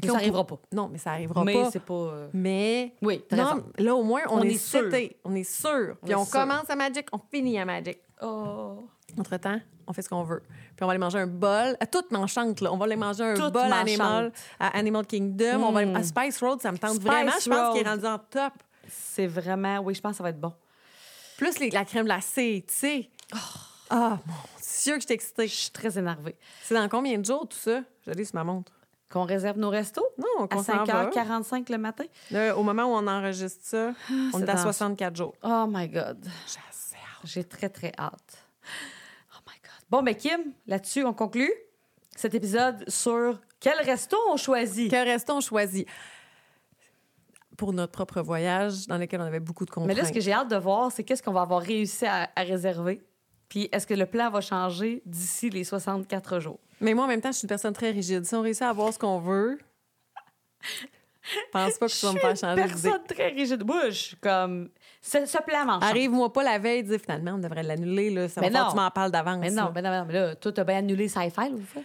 [SPEAKER 1] Mais ça arrivera pas.
[SPEAKER 2] Non, mais ça arrivera
[SPEAKER 1] Mais
[SPEAKER 2] pas.
[SPEAKER 1] c'est pas... euh,
[SPEAKER 2] Mais
[SPEAKER 1] Oui, t'as
[SPEAKER 2] non,
[SPEAKER 1] raison.
[SPEAKER 2] là au moins on,
[SPEAKER 1] On
[SPEAKER 2] est,
[SPEAKER 1] est sûr.
[SPEAKER 2] setés. on est sûr. Puis
[SPEAKER 1] est
[SPEAKER 2] on,
[SPEAKER 1] sûr.
[SPEAKER 2] commence à Magic, on finit à Magic.
[SPEAKER 1] Oh.
[SPEAKER 2] Entre-temps, on fait ce qu'on veut. Puis on va aller manger un bol, à toute manchante là, on va aller manger un
[SPEAKER 1] Tout
[SPEAKER 2] bol
[SPEAKER 1] m'enchante. Mm.
[SPEAKER 2] animal à Animal Kingdom, on va aller- à Spice Road, ça me tente
[SPEAKER 1] Spice
[SPEAKER 2] vraiment, je pense
[SPEAKER 1] Road.
[SPEAKER 2] qu'il est rendu en top.
[SPEAKER 1] C'est vraiment... Oui, je pense que ça va être bon.
[SPEAKER 2] Plus les- la crème glacée, tu sais.
[SPEAKER 1] Oh.
[SPEAKER 2] Ah mon dieu que je suis excitée.
[SPEAKER 1] Je suis très énervée.
[SPEAKER 2] C'est dans combien de jours tout ça J'allais sur ma montre.
[SPEAKER 1] Qu'on réserve nos restos
[SPEAKER 2] Non,
[SPEAKER 1] à
[SPEAKER 2] qu'on s'en va.
[SPEAKER 1] 5h45 le matin.
[SPEAKER 2] Là, au moment où on enregistre ça, on
[SPEAKER 1] Ah, c'est
[SPEAKER 2] est à
[SPEAKER 1] dense.
[SPEAKER 2] 64 jours.
[SPEAKER 1] Oh my God.
[SPEAKER 2] J'assais.
[SPEAKER 1] J'ai très, très hâte. Oh my God. Bon, ben Kim, là-dessus, on conclut cet épisode sur quel resto on choisit.
[SPEAKER 2] Que restons choisis pour notre propre voyage dans lequel on avait beaucoup de contraintes.
[SPEAKER 1] Mais là, ce que j'ai hâte de voir, c'est qu'est-ce qu'on va avoir réussi à, à réserver. Puis est-ce que le plan va changer d'ici les 64 jours?
[SPEAKER 2] Mais moi, en même temps, je suis une personne très rigide. Si on réussit à avoir ce qu'on veut, je pense pas que tu vas me faire changer d'idée.
[SPEAKER 1] Personne très rigide. Moi, je suis comme. Ce, ce plan m'enchante.
[SPEAKER 2] Arrive-moi pas la veille, dis finalement, on devrait l'annuler. Là. Ça va
[SPEAKER 1] Mais
[SPEAKER 2] falloir
[SPEAKER 1] non.
[SPEAKER 2] que tu m'en parles d'avance.
[SPEAKER 1] Mais non,
[SPEAKER 2] là.
[SPEAKER 1] mais non, mais non, mais là, toi, t'as bien annulé sci-fi, ou ça?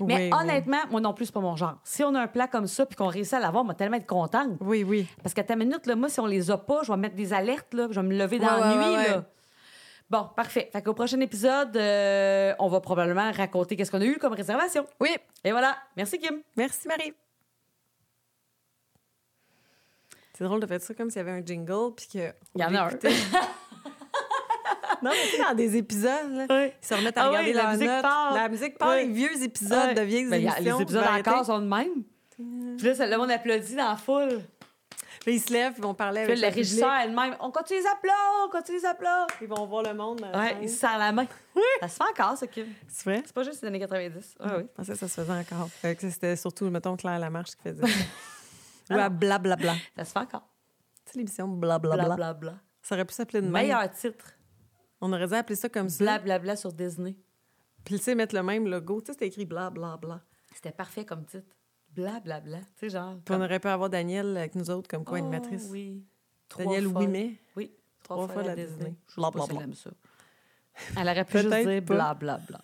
[SPEAKER 2] Oui,
[SPEAKER 1] Mais
[SPEAKER 2] oui.
[SPEAKER 1] honnêtement, moi non plus, c'est pas mon genre. Si on a un plan comme ça puis qu'on réussit à l'avoir, on va tellement être contente.
[SPEAKER 2] Oui, oui.
[SPEAKER 1] Parce qu'à ta minute, là, moi, si on les a pas, je vais mettre des alertes, là, puis je vais me lever dans
[SPEAKER 2] Ouais,
[SPEAKER 1] la
[SPEAKER 2] ouais,
[SPEAKER 1] nuit.
[SPEAKER 2] ouais, ouais.
[SPEAKER 1] Là. Bon, parfait. Fait qu'au prochain épisode, euh, on va probablement raconter qu'est-ce qu'on a eu comme réservation.
[SPEAKER 2] Oui.
[SPEAKER 1] Et voilà. Merci, Kim.
[SPEAKER 2] Merci, Marie. C'est drôle de faire ça comme s'il y avait un jingle, puis que.
[SPEAKER 1] Il y en a un.
[SPEAKER 2] Non, mais tu sais, dans des épisodes, là,
[SPEAKER 1] Oui.
[SPEAKER 2] ils se remettent à
[SPEAKER 1] Ah oui,
[SPEAKER 2] regarder
[SPEAKER 1] la
[SPEAKER 2] la,
[SPEAKER 1] musique
[SPEAKER 2] note.
[SPEAKER 1] part.
[SPEAKER 2] La musique part,
[SPEAKER 1] Oui.
[SPEAKER 2] les vieux épisodes
[SPEAKER 1] Ouais.
[SPEAKER 2] de vieilles
[SPEAKER 1] Ben, y a-
[SPEAKER 2] émissions.
[SPEAKER 1] Les épisodes
[SPEAKER 2] de variété.
[SPEAKER 1] encore sont de même. Puis là, celle-là, on applaudit dans la foule.
[SPEAKER 2] Puis ils se lèvent, ils vont parler
[SPEAKER 1] Puis
[SPEAKER 2] avec
[SPEAKER 1] là,
[SPEAKER 2] le
[SPEAKER 1] le régisseur elle-même, on continue les applauds, on continue les applauds.
[SPEAKER 2] public. Ils vont voir le monde. dans la
[SPEAKER 1] Ouais,
[SPEAKER 2] scène.
[SPEAKER 1] il se sent la main. Ça se fait encore, ce Kim.
[SPEAKER 2] C'est vrai?
[SPEAKER 1] C'est pas juste les années 90. Ah oui.
[SPEAKER 2] Je pensais que ça se faisait encore. Euh, que c'était surtout, mettons, Claire Lamarche qui faisait ça. Ou à Blablabla. Tu
[SPEAKER 1] Ça se fait encore.
[SPEAKER 2] sais, l'émission Blablabla.
[SPEAKER 1] Blablabla. Mm.
[SPEAKER 2] Ça aurait pu s'appeler de même.
[SPEAKER 1] Meilleur titre.
[SPEAKER 2] On aurait dû appeler ça
[SPEAKER 1] Mm.
[SPEAKER 2] comme ça.
[SPEAKER 1] Blablabla sur Disney.
[SPEAKER 2] Puis, tu sais, mettre le même logo. Tu sais, c'était écrit blablabla.
[SPEAKER 1] C'était parfait comme titre. Blablabla. Tu sais, genre.
[SPEAKER 2] Puis, on aurait pu avoir Daniel avec nous autres comme co-animatrice.
[SPEAKER 1] Oh, oui.
[SPEAKER 2] Daniel
[SPEAKER 1] Trois folles.
[SPEAKER 2] Ouimet.
[SPEAKER 1] Oui. Trois,
[SPEAKER 2] Trois
[SPEAKER 1] fois,
[SPEAKER 2] fois
[SPEAKER 1] la
[SPEAKER 2] la
[SPEAKER 1] Disney.
[SPEAKER 2] Disney.
[SPEAKER 1] Je sais pas
[SPEAKER 2] Blablabla.
[SPEAKER 1] si elle aime ça. Elle aurait pu juste
[SPEAKER 2] Peut-être
[SPEAKER 1] dire
[SPEAKER 2] pas.
[SPEAKER 1] blablabla.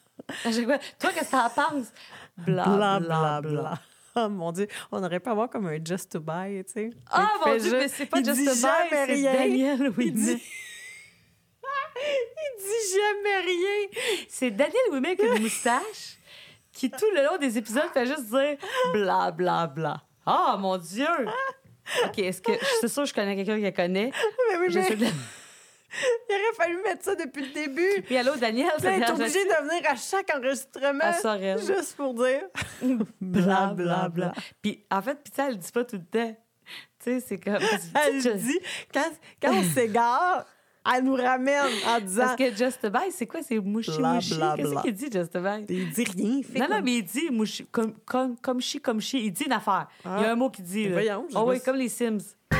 [SPEAKER 1] À chaque fois, Toi, qu'est-ce que t'en penses?
[SPEAKER 2] Blablabla.
[SPEAKER 1] Blablabla.
[SPEAKER 2] Oh mon Dieu, on aurait pu avoir comme un Just to Buy, tu sais.
[SPEAKER 1] Ah,
[SPEAKER 2] Il
[SPEAKER 1] mon
[SPEAKER 2] fait
[SPEAKER 1] Dieu,
[SPEAKER 2] juste-
[SPEAKER 1] mais c'est pas
[SPEAKER 2] il
[SPEAKER 1] Just
[SPEAKER 2] dit
[SPEAKER 1] a Vibe,
[SPEAKER 2] jamais
[SPEAKER 1] c'est
[SPEAKER 2] rien.
[SPEAKER 1] Daniel
[SPEAKER 2] Il
[SPEAKER 1] Ouimet.
[SPEAKER 2] dit... il dit jamais rien.
[SPEAKER 1] C'est Daniel Ouimet avec une moustache qui, tout le long des épisodes, fait juste dire blablabla. Ah, mon Dieu! OK, est-ce que... Je suis sûre que je connais quelqu'un qui la connaît.
[SPEAKER 2] Ah, Mais oui,
[SPEAKER 1] J'essaie
[SPEAKER 2] mais
[SPEAKER 1] de...
[SPEAKER 2] il aurait fallu mettre ça depuis le début.
[SPEAKER 1] Puis allô, Daniel,
[SPEAKER 2] Là,
[SPEAKER 1] ça
[SPEAKER 2] il est
[SPEAKER 1] dérange-
[SPEAKER 2] obligé de venir à chaque enregistrement
[SPEAKER 1] À Sorel.
[SPEAKER 2] juste pour dire
[SPEAKER 1] bla
[SPEAKER 2] blablabla.
[SPEAKER 1] bla bla. Puis en fait, puis ça, elle le dit pas tout le temps. Tu sais, c'est comme.
[SPEAKER 2] Elle
[SPEAKER 1] Je-
[SPEAKER 2] dit, quand, quand on s'égare, elle nous ramène en disant.
[SPEAKER 1] Parce que Just Buy, c'est quoi? C'est mouchi
[SPEAKER 2] Bla,
[SPEAKER 1] mouchi.
[SPEAKER 2] bla,
[SPEAKER 1] Qu'est-ce
[SPEAKER 2] bla.
[SPEAKER 1] qu'il dit, Just Buy?
[SPEAKER 2] Il dit rien. il fait
[SPEAKER 1] Non, non,
[SPEAKER 2] comme-
[SPEAKER 1] mais il dit mouchi, comme, comme, comme chi, comme chi. Il dit une affaire. Il y a
[SPEAKER 2] Ah.
[SPEAKER 1] un mot qu'il dit.
[SPEAKER 2] Mais
[SPEAKER 1] Là.
[SPEAKER 2] voyons, je
[SPEAKER 1] Oh
[SPEAKER 2] me
[SPEAKER 1] oui,
[SPEAKER 2] suis-
[SPEAKER 1] comme les Sims.